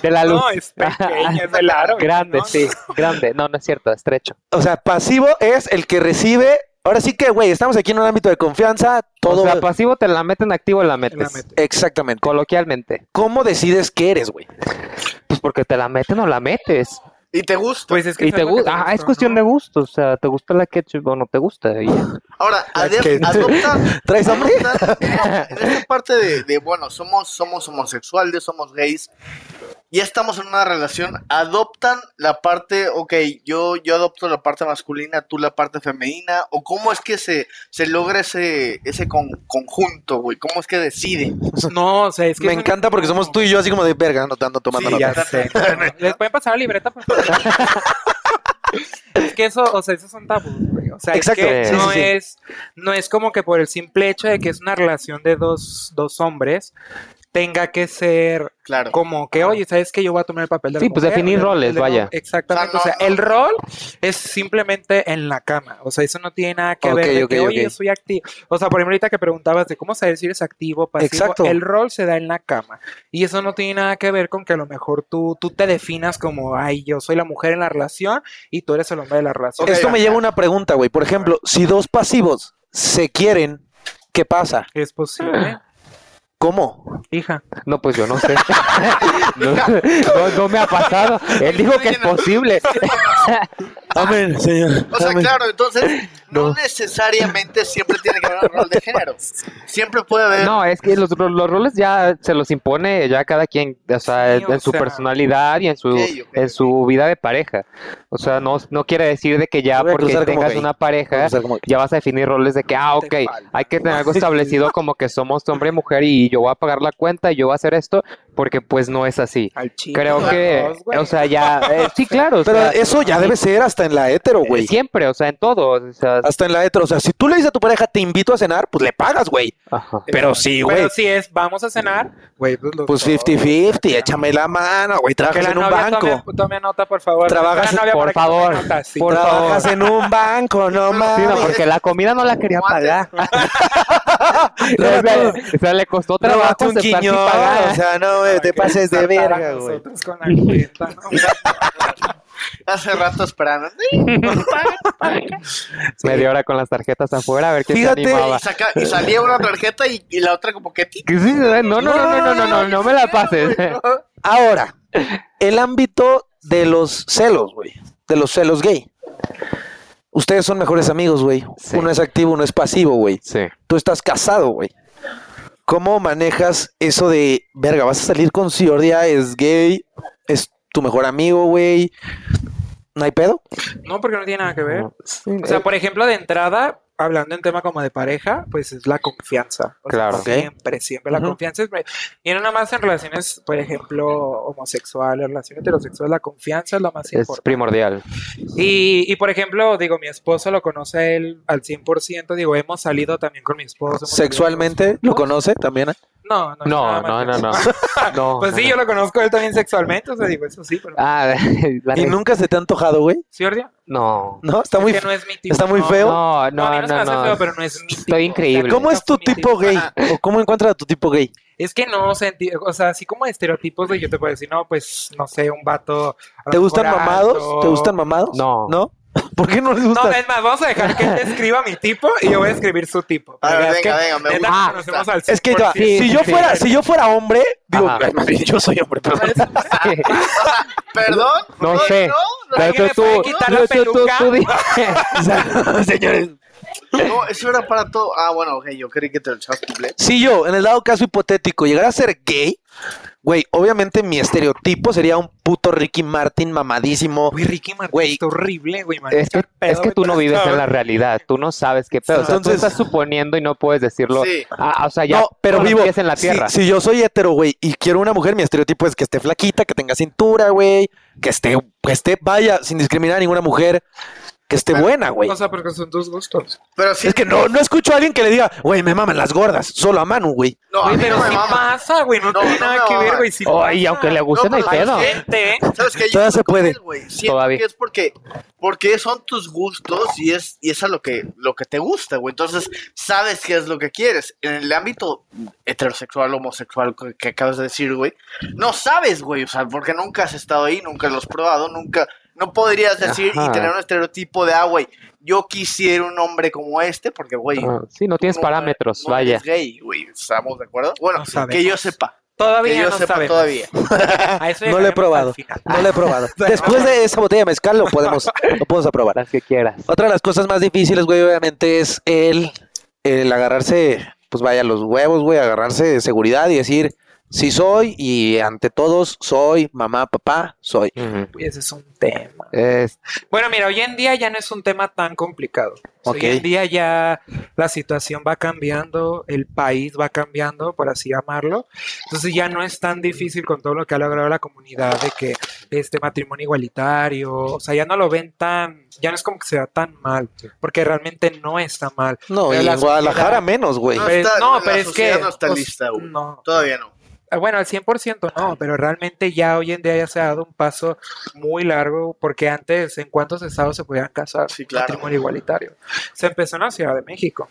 C: De la luz.
E: No, es pequeña, es del aro.
C: grande,
E: ¿no?
C: sí. Grande. No, no es cierto, estrecho.
A: O sea, pasivo es el que recibe. Ahora sí que, güey, estamos aquí en un ámbito de confianza. Todo.
C: o sea, pasivo te la meten, activo la
E: La
C: metes.
E: mete.
A: Exactamente.
C: Coloquialmente.
A: ¿Cómo decides que eres, güey?
C: Pues porque te la meten o la metes.
B: Y te gusta.
E: Pues es que
C: y te gusta. Ah, es cuestión de gusto. O sea, te gusta la ketchup o no te gusta. y ya.
B: Ahora, ade-
A: que- *laughs*
B: adoptan.
A: ¿Traes hambre?
B: adoptan esta parte de, de, bueno, somos, somos homosexuales, somos gays. Ya estamos en una relación. Adoptan la parte, ok, yo, yo adopto la parte masculina, tú la parte femenina. ¿O cómo es que se, se logra ese, ese con- conjunto, güey? ¿Cómo es que deciden?
E: No, o sea, es que.
A: Me
E: es un-
A: encanta porque somos tú y yo así como de verga, anotando, tomando
B: Sí,
A: nota.
E: Ya sé. *laughs* ¿Les pueden pasar la libreta, por favor? *laughs* Es que eso, o sea, esos son tabús, güey. O sea, es
A: Exacto.
E: que
C: Sí,
E: no,
A: sí, sí.
E: Es, no es como que por el simple hecho de que es una relación de dos, dos hombres tenga que ser
B: Claro.
E: como
A: Ah.
E: que, oye, ¿sabes que Yo voy a tomar el papel de la
C: Sí, pues
E: mujer,
C: definir
E: el del
C: roles,
E: hombre".
C: vaya.
E: Exactamente.
B: O
E: O
B: sea,
E: sea,
B: no,
E: el
B: no.
E: rol es simplemente en la cama. O sea, eso no tiene nada que ver
A: Ok,
E: de
A: ok,
E: que,
A: ok.
E: oye, yo soy activo. O sea, por ejemplo, ahorita que preguntabas de cómo saber si eres activo, pasivo.
A: Exacto.
E: El rol se da en la cama. Y eso no tiene nada que ver con que a lo mejor tú, tú te definas como, ay, yo soy la mujer en la relación y tú eres el hombre de la relación.
B: Ok.
A: Esto me lleva a una pregunta, güey. Por ejemplo, si dos pasivos se quieren, ¿qué pasa?
E: Es posible,
A: ¿Cómo?
E: hija.
C: No, pues yo no
E: *laughs*
C: sé. no, no- no me ha pasado. Él dijo que es posible.
A: Amén, señor.
B: O sea,
A: Amén.
B: claro,
A: *laughs*
B: entonces no,
A: No.
B: necesariamente siempre tiene que haber un rol de género. Siempre puede haber.
C: No, es que los, los- los roles ya se los impone ya cada quien, o sea,
E: Sí,
C: en
E: o
C: su
E: sea.
C: personalidad y en su
B: Ok, ok,
C: en su vida de pareja. O sea, no, no quiere decir de que ya
A: Voy a
C: porque
A: cruzar como
C: tengas
A: gay.
C: una pareja
A: O sea, como-
C: ya vas a definir roles de que, ah, ok,
E: Te falta.
C: hay que tener
E: *laughs*
C: algo establecido como que somos hombre y mujer y yo voy a pagar la cuenta y yo voy a hacer esto, porque pues no es así.
E: Al chico.
C: Creo
E: a
C: que,
E: los, güey.
C: o sea, ya, eh, *laughs* sí, claro, o
A: Pero
C: sea, eh,
A: eso ya debe ser hasta en la hetero, güey.
C: siempre, o sea, en todo, o sea,
A: Hasta en la hetero. O sea, si tú le dices a tu pareja, te invito a cenar, pues le pagas, güey.
C: ajá.
A: Pero sí, güey.
E: Pero si es, vamos a cenar, güey, pues los
A: Pues
E: dos.
A: 50-50, échame la mano, güey.
E: Que
A: Trabajas
E: la
A: en un
E: novia
A: banco.
E: tome, tome nota, por favor.
A: Trabajas-
E: La novia
C: por
E: para que tome
C: favor,
E: nota, sí.
C: por
A: Trabajas en un banco, no
B: Sí, no,
C: Sí, no,
A: mames.
C: porque la comida no la quería
B: Como antes.
C: pagar. *laughs* o, sea, o sea, le costó trabajo
A: Trabajo un
C: aceptar sin
A: quiñón,
C: pagar.
A: o
C: *laughs*
A: sea, no, güey, te pases de verga, güey.
E: Con la cuenta, ¿no?
C: *laughs*
B: Hace rato esperando.
C: Media hora con las tarjetas afuera a ver quién
A: Fíjate,
C: se
B: Y,
C: animaba.
B: saca- y salía una tarjeta y, y la otra como que... ti-
C: Que sí, No, no, no, no, no, no, no, no me la pases.
A: Ahora, el ámbito de los celos, güey. De los celos gay. Ustedes son mejores amigos, güey.
C: Sí.
A: Uno es activo, uno es pasivo, güey.
C: Sí.
A: Tú estás casado, güey. ¿Cómo manejas eso de, verga, vas a salir con Ciordia, es gay, es tu mejor amigo, güey? ¿No hay pedo?
E: No, porque no tiene nada que ver.
C: Sí,
E: O sea, pues,
C: eh,
E: por ejemplo, de entrada, hablando en tema como de pareja, pues es la confianza. O sea,
C: Claro.
E: siempre, siempre la
A: Ujú.
E: confianza es... Y no nada más en relaciones, por ejemplo, homosexuales, relaciones heterosexuales, la confianza es lo más
C: es
E: importante.
C: primordial.
E: Y, y, por ejemplo, digo, mi esposo lo conoce a él al 100%, digo, hemos salido también con mi esposo. hemos salido
A: ¿Sexualmente?
E: con-
A: ¿Lo conoce también? eh?
E: No, no,
C: No,
E: nada más
C: no, no, no.
E: sexual. *laughs*
C: No,
E: Pues
C: no,
E: sí,
C: no.
E: yo lo conozco a él también sexualmente, o sea, digo, eso sí, pero...
C: Ah, *laughs* la
A: ¿Y
C: neta,
A: nunca se te ha antojado, güey?
E: ¿Sí, Ordia?
C: No.
A: ¿No? Está
E: Es
A: muy...
E: que no es mi tipo.
A: está muy
E: no.
A: feo.
C: No,
E: No,
C: no,
E: a mí no, se me
C: no,
E: hace feo,
C: no.
E: pero no es mi
C: Estoy increíble.
A: ¿Cómo es tu
E: Fue mi
A: tipo
E: tipo.
A: gay? ¿O cómo encuentras a tu tipo gay?
E: Es que no, sentí- o sea, así como estereotipos de yo te puedo decir, no, pues, no sé, un vato. a lo
A: ¿Te gustan
E: mejor alto.
A: mamados? ¿Te gustan mamados?
C: No.
A: ¿No? *laughs* ¿Por qué no les
E: No,
A: gustan?
E: es más, vamos a dejar que él describa mi tipo y yo voy a escribir su tipo.
B: A ver,
E: Pero es
B: venga,
E: que,
B: venga, me
E: neta,
B: gusta.
E: nos conocemos al
A: Ah, es que yo-
E: 100%.
A: si yo
C: sí.
A: fuera, si yo fuera hombre, digo,
C: Ajá.
A: "Ay, más bien, yo soy
C: *laughs*
A: hombre, perdón.
B: ¿Perdón?
C: No
B: Ay,
C: sé. Pero
E: ¿Alguien
C: tú,
E: me puede quitar la
C: tú- tú- tú- tú di- *laughs*
A: Señores,
B: No, eso era para todo. Ah, bueno, ok, yo creí que te lo echabas completo.
A: si yo, en el dado caso hipotético, llegara a ser gay, güey, obviamente mi estereotipo sería un puto Ricky Martin mamadísimo.
E: Güey, Ricky Martin
A: Güey.
E: está horrible, güey. man.
C: Es que,
E: pedo,
C: es que tú
E: güey,
C: no
E: pero
C: vives
E: está-
C: en la realidad, tú no sabes qué pedo. O sea, tú
A: Entonces-
C: estás suponiendo y no puedes decirlo.
B: Sí.
C: Ah, o sea, ya
A: no, pero
C: con los
A: vivo.
C: pies en la
A: Si-
C: tierra.
A: Si, yo soy hetero, güey, y quiero una mujer, mi estereotipo es que esté flaquita, que tenga cintura, güey, que esté, que esté, vaya, sin discriminar a ninguna mujer, que esté buena, güey.
E: O sea, porque son tus gustos.
B: Pero sí.
A: Es que no, no escucho a alguien que le diga, güey, me maman las gordas, solo a Manu, güey.
B: No, a
E: Güey,
B: mí
E: pero
B: no me
E: sí
B: mama.
E: pasa, güey. No,
B: No,
E: tiene
B: no
E: nada
B: me
E: que ver,
B: mama.
E: güey. sí
C: Ay,
E: pasa.
C: aunque le guste, no, hay
B: No, pero
C: pedo.
B: es
E: Gente, ¿eh?
B: ¿Sabes qué? Yo
A: Todavía se
B: estoy con
A: puede.
B: él, güey. Siento
C: Todavía.
B: que es porque, porque son tus gustos y es, y es a lo que, lo que te gusta, güey. Entonces, sabes qué es lo que quieres. En el ámbito heterosexual, homosexual que, que acabas de decir, güey, no sabes, güey. O sea, porque nunca has estado ahí, nunca lo has probado, nunca. No podrías decir
C: Ajá.
B: y tener un estereotipo de, ah, güey, yo quisiera un hombre como este, porque, güey.
C: Ah, sí, no tienes
B: no-
C: parámetros,
B: no
C: vaya.
B: eres gay, güey. ¿Estamos de acuerdo? Bueno,
E: No sabemos.
B: que yo sepa.
E: Todavía
B: Que yo
E: no
B: sepa
E: sabemos.
B: todavía.
E: A eso
A: No lo he
E: llegaremos al
A: probado.
E: final.
A: No lo he probado. Después de esa botella de mezcal lo podemos, lo podemos aprobar.
C: Las que quieras.
A: Otra de las cosas más difíciles, güey, obviamente es el, el agarrarse, pues vaya, los huevos, güey, agarrarse de seguridad y decir, sí soy y ante todos soy, mamá, papá, soy.
C: Ujú.
E: Güey, ese es un tema.
C: Es-
E: Bueno, mira, hoy en día ya no es un tema tan complicado. O sea,
A: Ok.
E: Hoy en día ya la situación va cambiando, el país va cambiando, por así llamarlo. Entonces ya no es tan difícil con todo lo que ha logrado la comunidad de que este matrimonio igualitario, o sea, ya no lo ven tan, ya no es como que sea tan mal, porque realmente no está mal.
A: No,
E: Pero
A: y
E: la
A: en Guadalajara
E: sociedad- Ah,
A: menos, güey.
B: No
E: Pero-
B: está-
E: no,
B: la
E: pero es
B: sociedad
E: que
B: no está
E: pues,
B: lista, güey.
E: no.
B: Todavía no.
E: Ah, Bueno, al 100% no, pero realmente ya hoy en día ya se ha dado un paso muy largo porque antes, ¿en cuántos estados se podían casar?
B: Sí, claro.
E: Matrimonio igualitario. Se empezó en la Ciudad de México.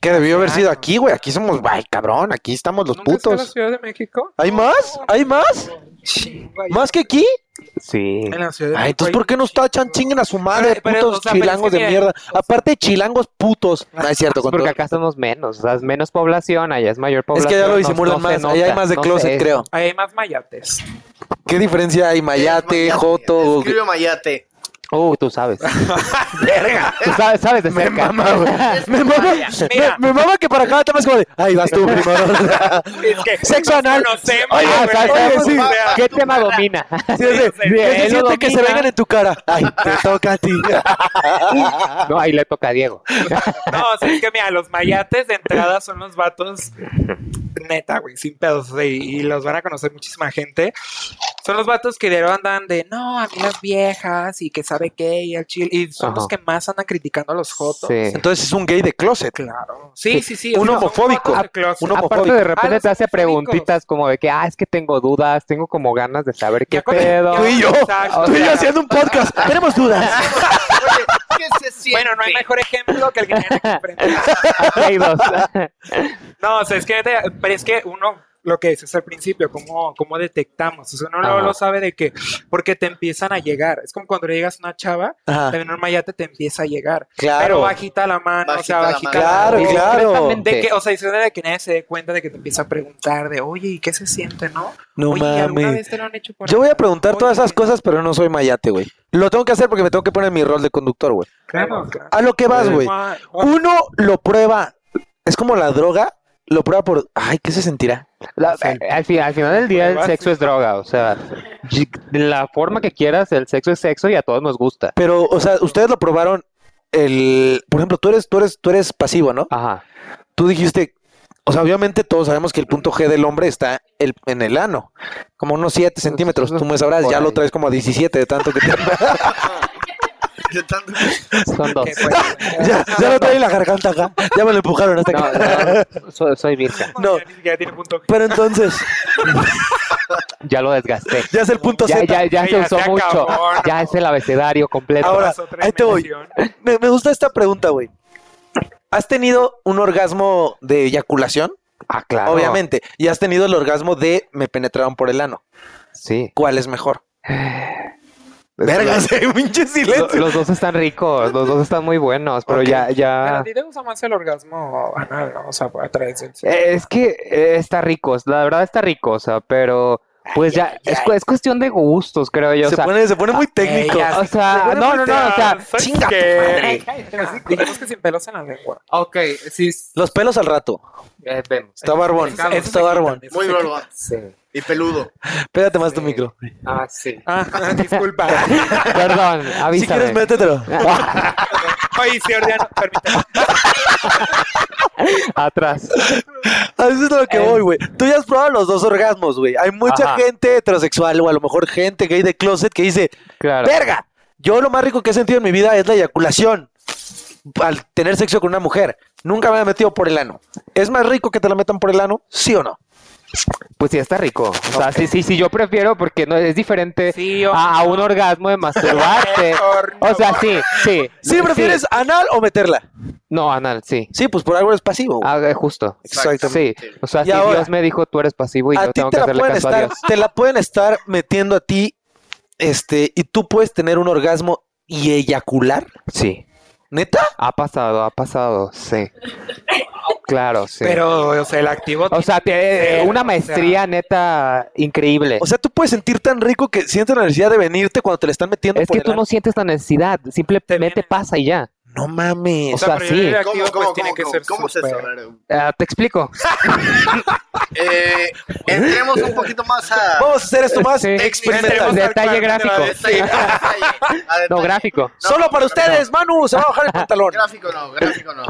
A: Que debió haber sido
E: Ay, no.
A: aquí, güey. Aquí somos, ay, cabrón, aquí estamos los
E: ¿Nunca has estado en la
A: putos.
E: Ciudad de México?
A: ¿Hay más? ¿Hay más?
E: Chinga, ya.
A: ¿Más que aquí?
C: sí.
E: En la Ciudad de
A: Ay,
E: México
A: Ah, entonces,
E: hay
A: ¿por qué
E: un
A: nos tachan?
E: chingo.
A: Chinguen a su madre,
E: pues, Pero, pero,
A: putos
E: o sea, pero es
A: chilangos de
E: que mira,
A: mierda.
E: o sea- Ah,
A: Aparte, chilangos putos. No es cierto, con todo
C: Porque acá somos menos, o sea, es menos población, allá es mayor
A: Es
C: población.
A: que ya lo
C: no-
A: disimulan
C: no se
A: más. Allá hay
C: nota,
A: más de
C: no
A: closet,
C: sé.
A: creo.
E: Ahí hay más mayates.
A: ¿Qué diferencia hay? Mayate,
B: Es
A: Joto.
B: Escribe Mayate.
C: Uh,
A: *laughs*
C: tú sabes.
A: Verga.
C: Tú sabes, sabes de
A: Me
C: cerca.
A: mama, güey. Me mama,
E: Mira.
A: me, me mama que para cada tema es como de, ay, vas tú primero.
E: Es que
A: Sexo anal.
E: conocemos,
C: Oye,
E: güey,
C: o sea,
E: pero-
C: sabemos
A: sí.
E: o
C: *laughs*
E: sea,
C: ¿Qué
A: *laughs*
C: tema domina? *laughs*
A: Sí, es de,
E: *laughs* sí,
A: ¿Qué se
C: él lo
A: siente que se
C: domina.
A: vengan en tu cara? Ay, te toca a
E: *laughs*
A: ti.
C: No, ahí le toca a Diego.
E: No, o sea, es que mira, los mayates de entrada son los vatos neta, güey, sin pedos, o sea, y, y los van a conocer muchísima gente. Son los vatos que de verdad andan de, no, a mí las viejas y que sabe qué y al chile. Y son los
C: Ajá.
E: que más andan criticando a los jotos.
C: Sí.
A: Entonces es un gay de closet.
E: Claro. Sí, sí, sí.
A: Un
E: o sea, son
A: homofóbico.
E: vatos de closet.
A: Un
C: Aparte
A: homofóbico.
C: de
E: Ah,
C: repente
E: los
C: te hace
E: homofóbicos.
C: preguntitas como de que, ah, es que tengo dudas, tengo como ganas de saber
E: Ya
C: qué
E: con- *laughs*
C: pedo.
A: Tú y yo,
E: Exacto.
A: tú y yo
E: O sea, *laughs*
A: haciendo un podcast. Tenemos dudas.
B: Oye, *laughs* que se siente.
E: Bueno, no hay mejor ejemplo que el que tienen
A: *laughs*
E: aquí enfrente.
C: *laughs* Hay dos.
E: No, o sea, es que, te- pero es que uno, lo que dices al principio, cómo, cómo detectamos. O sea, uno no
C: Ajá.
E: lo sabe de qué, porque te empiezan a llegar. Es como cuando le llegas a una chava,
A: Ajá,
E: también un mayate te empieza a llegar. Pero
A: Ah. claro.
E: bajita la mano, o sea,
B: Bajita la
E: bajita la
A: Claro,
E: mano.
A: claro.
C: Discretamente.
E: De que, o sea, diciendo de que nadie se dé cuenta de que te empieza a preguntar de, oye, ¿y qué se siente, no?
A: No
E: oye, ¿y ¿alguna
A: mames.
E: vez te lo han hecho por
A: Yo voy a
E: acá?
A: preguntar todas
E: Oye,
A: esas cosas, pero no soy mayate, güey. Lo tengo que hacer porque me tengo que poner mi rol de conductor, güey.
E: Claro, claro.
A: A lo que vas, güey.
E: Ma- oh,
A: Uno lo prueba. Es como la droga. Lo prueba por. Ay, ¿qué se sentirá?
C: La-
E: O sea, el-
C: al, fi- al final del día, el
E: pruebas.
C: sexo es droga. O sea, y- la forma que quieras, el sexo es sexo y a todos nos gusta.
A: Pero, o sea, ustedes lo probaron. El, por ejemplo, tú eres, tú eres, tú eres pasivo, ¿no?
C: Ajá.
A: Tú dijiste, o sea, obviamente todos sabemos que el punto G del hombre está el, en el ano, como unos 7 centímetros. Tú me sabrás,
C: Pues Por
A: ya lo
C: ahí.
A: traes como a 17 de tanto que te,
C: *laughs*
A: *laughs*
B: De tanto-
C: Son dos.
E: qué fuerte.
A: *laughs* ya, ya
E: *laughs*
A: lo traes en la garganta acá. Ya me lo empujaron hasta
C: No,
A: acá.
C: no, soy, soy virgen.
A: No.
E: Ya ni siquiera tiene punto G.
A: Pero entonces,
C: Ya lo desgasté.
A: ya es el punto
C: Ya,
A: Z.
C: ya, ya se
E: Ya
C: usó
E: se acabó,
C: mucho.
E: no.
C: Ya es el abecedario completo.
E: *laughs*
A: Ahora,
E: Pasó otra
A: ahí te voy.
E: dimensión.
A: Me, me gusta esta pregunta, güey. ¿Has tenido un orgasmo de eyaculación?
C: ah, claro.
A: Obviamente. Y has tenido el orgasmo de me penetraron por el ano.
C: Sí.
A: ¿Cuál es mejor? *laughs* Vergas, pinche
C: Lo-
A: silencio.
C: los dos están ricos, los dos están muy buenos, pero
A: Ok.
C: ya,
E: Pero
C: ya.
E: a ti te gusta más el orgasmo anal, ¿no? O sea, a través del sexo.
C: Eh, Es que eh, está rico, la verdad está rico, o sea, pero pues ya, es, cu- es cuestión de gustos, creo yo. O
A: se,
C: sea, ah, eh.
A: pone, se pone muy técnico. Eh,
E: ya.
C: o sea, no, no, no, o sea,
A: chinga tu madre.
E: Dijimos que sin pelos en la lengua.
C: ok, sí, eh,
A: Los pelos al rato.
C: vemos.
A: Está barbón.
E: Eso- eso
A: Está
E: se
A: barbón.
E: quitan,
B: *laughs*
E: eso
B: Muy
E: se
B: bárbaro.
C: Sí.
B: Y peludo.
A: Pégate más tu micro.
C: Ah, *laughs* sí.
E: Ah, *laughs* disculpa.
C: Perdón, avísame.
A: Si quieres, métetelo.
E: Oye, sí, Ordeano, permítame.
C: *laughs* Atrás.
A: A veces es lo que
C: Eh.
A: voy, güey. Tú ya has probado los dos orgasmos, güey. Hay mucha
C: Ajá.
A: gente heterosexual o a lo mejor gente gay de closet que dice,
C: Claro.
A: verga, yo lo más rico que he sentido en mi vida es la eyaculación. Al tener sexo con una mujer. Nunca me ha metido por el ano. ¿Es más rico que te la metan por el ano? ¿Sí o no?
C: Pues sí, está rico. O sea, sí, sí, sí, yo prefiero porque no es diferente
E: Sí, o-
C: a, a un orgasmo
A: *laughs*
C: de masturbarte. o sea, sí, sí.
A: ¿Sí prefieres anal o meterla?
C: No, anal, sí.
A: Sí, pues por algo eres pasivo. güey.
C: Ah, eh, justo. Sí,
B: Exactamente.
C: o sea,
A: Y
C: si
A: ahora,
C: Dios me dijo tú eres pasivo y
A: a ti
C: yo tengo
A: te
C: que
A: la
C: hacerle
A: pueden
C: caso a
A: estar,
C: Dios.
A: te la pueden estar metiendo a ti, este, y tú puedes tener un orgasmo y eyacular,
C: Sí,
A: neta.
C: ha pasado, ha pasado, sí. Claro, sí.
E: Pero, o sea, el activo.
C: o sea, te- eh, una
E: o sea-
C: maestría neta increíble.
A: O sea, tú puedes sentir tan rico que sientes la necesidad de venirte cuando te la están metiendo.
C: es
A: por
C: que
A: el
C: tú no
A: ano.
C: sientes la necesidad, simplemente
E: viene-
C: pasa y ya.
A: no mames.
C: O sea,
E: pero
C: sí.
E: El activo,
B: ¿Cómo,
E: pues,
B: cómo,
E: tiene
B: cómo,
E: que
B: cómo,
E: ser
B: cómo es eso?
E: súper-
B: A ver,
C: Ah, te explico.
B: eh, entremos un poquito más
E: *laughs*
B: a...
A: Vamos a hacer esto más
C: Sí. Este
A: experimental.
E: Tenemos al
C: Detalle
E: cuarto,
C: gráfico.
E: a ver.
B: detalle,
E: *laughs*
B: a detalle, a
C: No,
B: detalle.
C: gráfico.
B: No,
A: Solo
B: no,
A: para
B: no,
A: ustedes, Manu, se va a bajar el pantalón.
B: Gráfico no, gráfico no.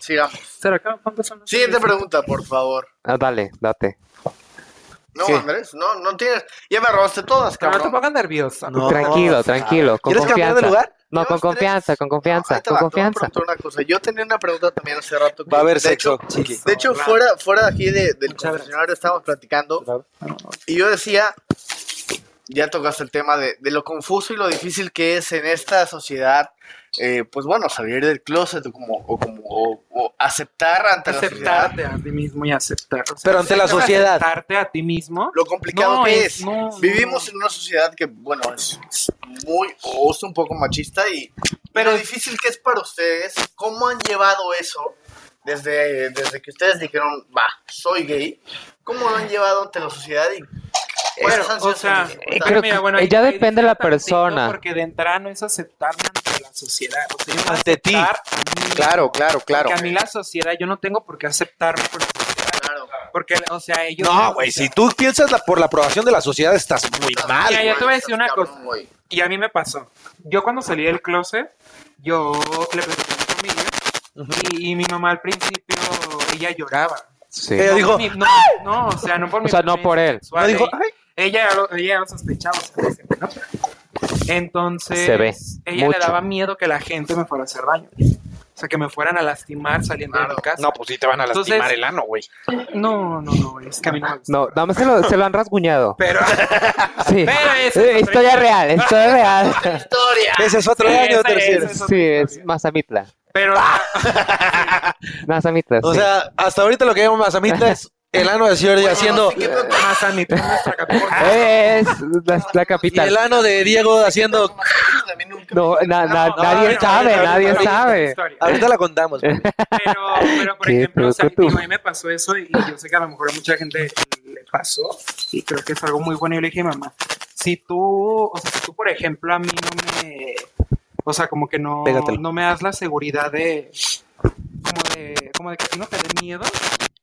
B: Sigamos.
E: ¿Será que cuántos son los-
B: Siguiente pregunta, por favor.
C: Ah, dale, date.
B: No,
C: Sí.
B: Andrés, no, no tienes... Ya me robaste todas,
E: No te
B: cabrón.
E: pongas nervioso.
A: No.
C: tranquilo, tranquilo. Con
A: ¿Quieres cambiar
C: confianza.
A: de lugar?
B: Llevas
C: No, con
B: tres.
C: confianza, con confianza,
B: Ahí te
C: con
B: va, te voy a
C: confianza.
B: preguntar una cosa. Yo tenía una pregunta también hace rato. que-
A: Va a haber
B: de
A: sexo.
B: hecho- pues,
A: chiqui.
B: de hecho,
E: Claro.
B: fuera, fuera de aquí de- del
E: Muchas
B: confesionario estábamos platicando y yo decía, ya tocaste el tema de, de lo confuso y lo difícil que es en esta sociedad, eh, pues bueno, salir del closet o como, o como o- o aceptar ante la sociedad
E: Aceptarte a ti mismo y aceptar. o sea,
A: Pero ante la
E: aceptar-
A: sociedad.
E: Aceptarte a ti mismo.
B: lo complicado
E: No,
B: que
E: es-
B: es.
E: no, no,
B: Vivimos
E: no.
B: en una sociedad que, bueno, es es muy, o es un poco machista y pero lo difícil que es para ustedes, ¿cómo han llevado eso desde, desde que ustedes dijeron, va, soy gay? ¿Cómo lo han llevado ante la sociedad? Y,
E: Bueno,
B: cuáles han sido
E: o
B: sus
E: sea, eh,
B: dificultades?
C: creo que
E: ahí-
C: ya
E: ahí
C: depende de la
E: difiere tantito
C: persona.
E: Porque de entrada no es aceptarme ante la sociedad. O sea, yo me
C: Ah,
E: voy a
A: Ante ti.
E: aceptar a mí
A: Claro, claro, claro.
E: Porque a mí la sociedad, yo no tengo por qué aceptarme por la sociedad.
B: Claro.
E: Porque, o sea, ellos.
A: No, güey, si tú piensas la- por la aprobación de la sociedad, estás muy mal.
E: Mira, yo te voy a decir una
B: Cabrón,
E: cosa.
B: güey.
E: Y a mí me pasó. Yo cuando salí del closet, yo le presenté a mi familia. y, y mi mamá al principio, ella lloraba.
C: Sí.
A: Ella
E: No
A: dijo,
E: por mi- no, no, o sea, no por mi
C: ¡Ah! O sea, no por él.
A: No
E: sexual,
A: dijo,
E: ella-
A: ay,
E: ella, ya lo- ella ya lo sospechaba. o sea, decía, "No". Entonces,
C: Se ve
E: ella
C: mucho.
E: le daba miedo que la gente me fuera a hacer daño. O sea, que me fueran a lastimar saliendo de mi casa.
F: No, pues sí te van a
E: Entonces-
F: lastimar el ano, güey.
E: No, no, no, es que a mí no me gusta.
C: No, nada más se lo, se lo han rasguñado.
E: Pero,
A: *laughs*
C: Sí.
E: pero es...
C: Eh, historia real,
E: *laughs*
C: historia real.
B: Historia.
A: Ese es otro
E: Sí,
A: año,
E: esa
A: tercero.
E: es.
C: Sí, es Mazamitla.
E: Pero
C: Mazamitla.
A: O
C: sí.
A: sea, hasta ahorita lo que vemos Mazamitla es el ano de Ciordi haciendo.
E: más a mi nuestra capital.
C: Eh, es la, la
A: Y
C: capital.
A: el ano de Diego haciendo.
C: No, na- na-
E: No,
C: nadie
E: no,
C: sabe,
E: no, no,
C: nadie
E: no, no,
C: sabe.
E: historia.
A: Ahorita la contamos. güey.
E: Pero, pero por
C: Qué
E: ejemplo, o sea,
C: bruto tú.
E: digo, a mí me pasó eso y yo sé que a lo mejor a mucha gente le pasó y creo que es algo muy bueno. Y le dije, mamá, si tú, o sea, si tú, por ejemplo, a mí no me, o sea, como que no,
A: Pégatelo.
E: no me das la seguridad de, como de, como de que a ti no te dé miedo,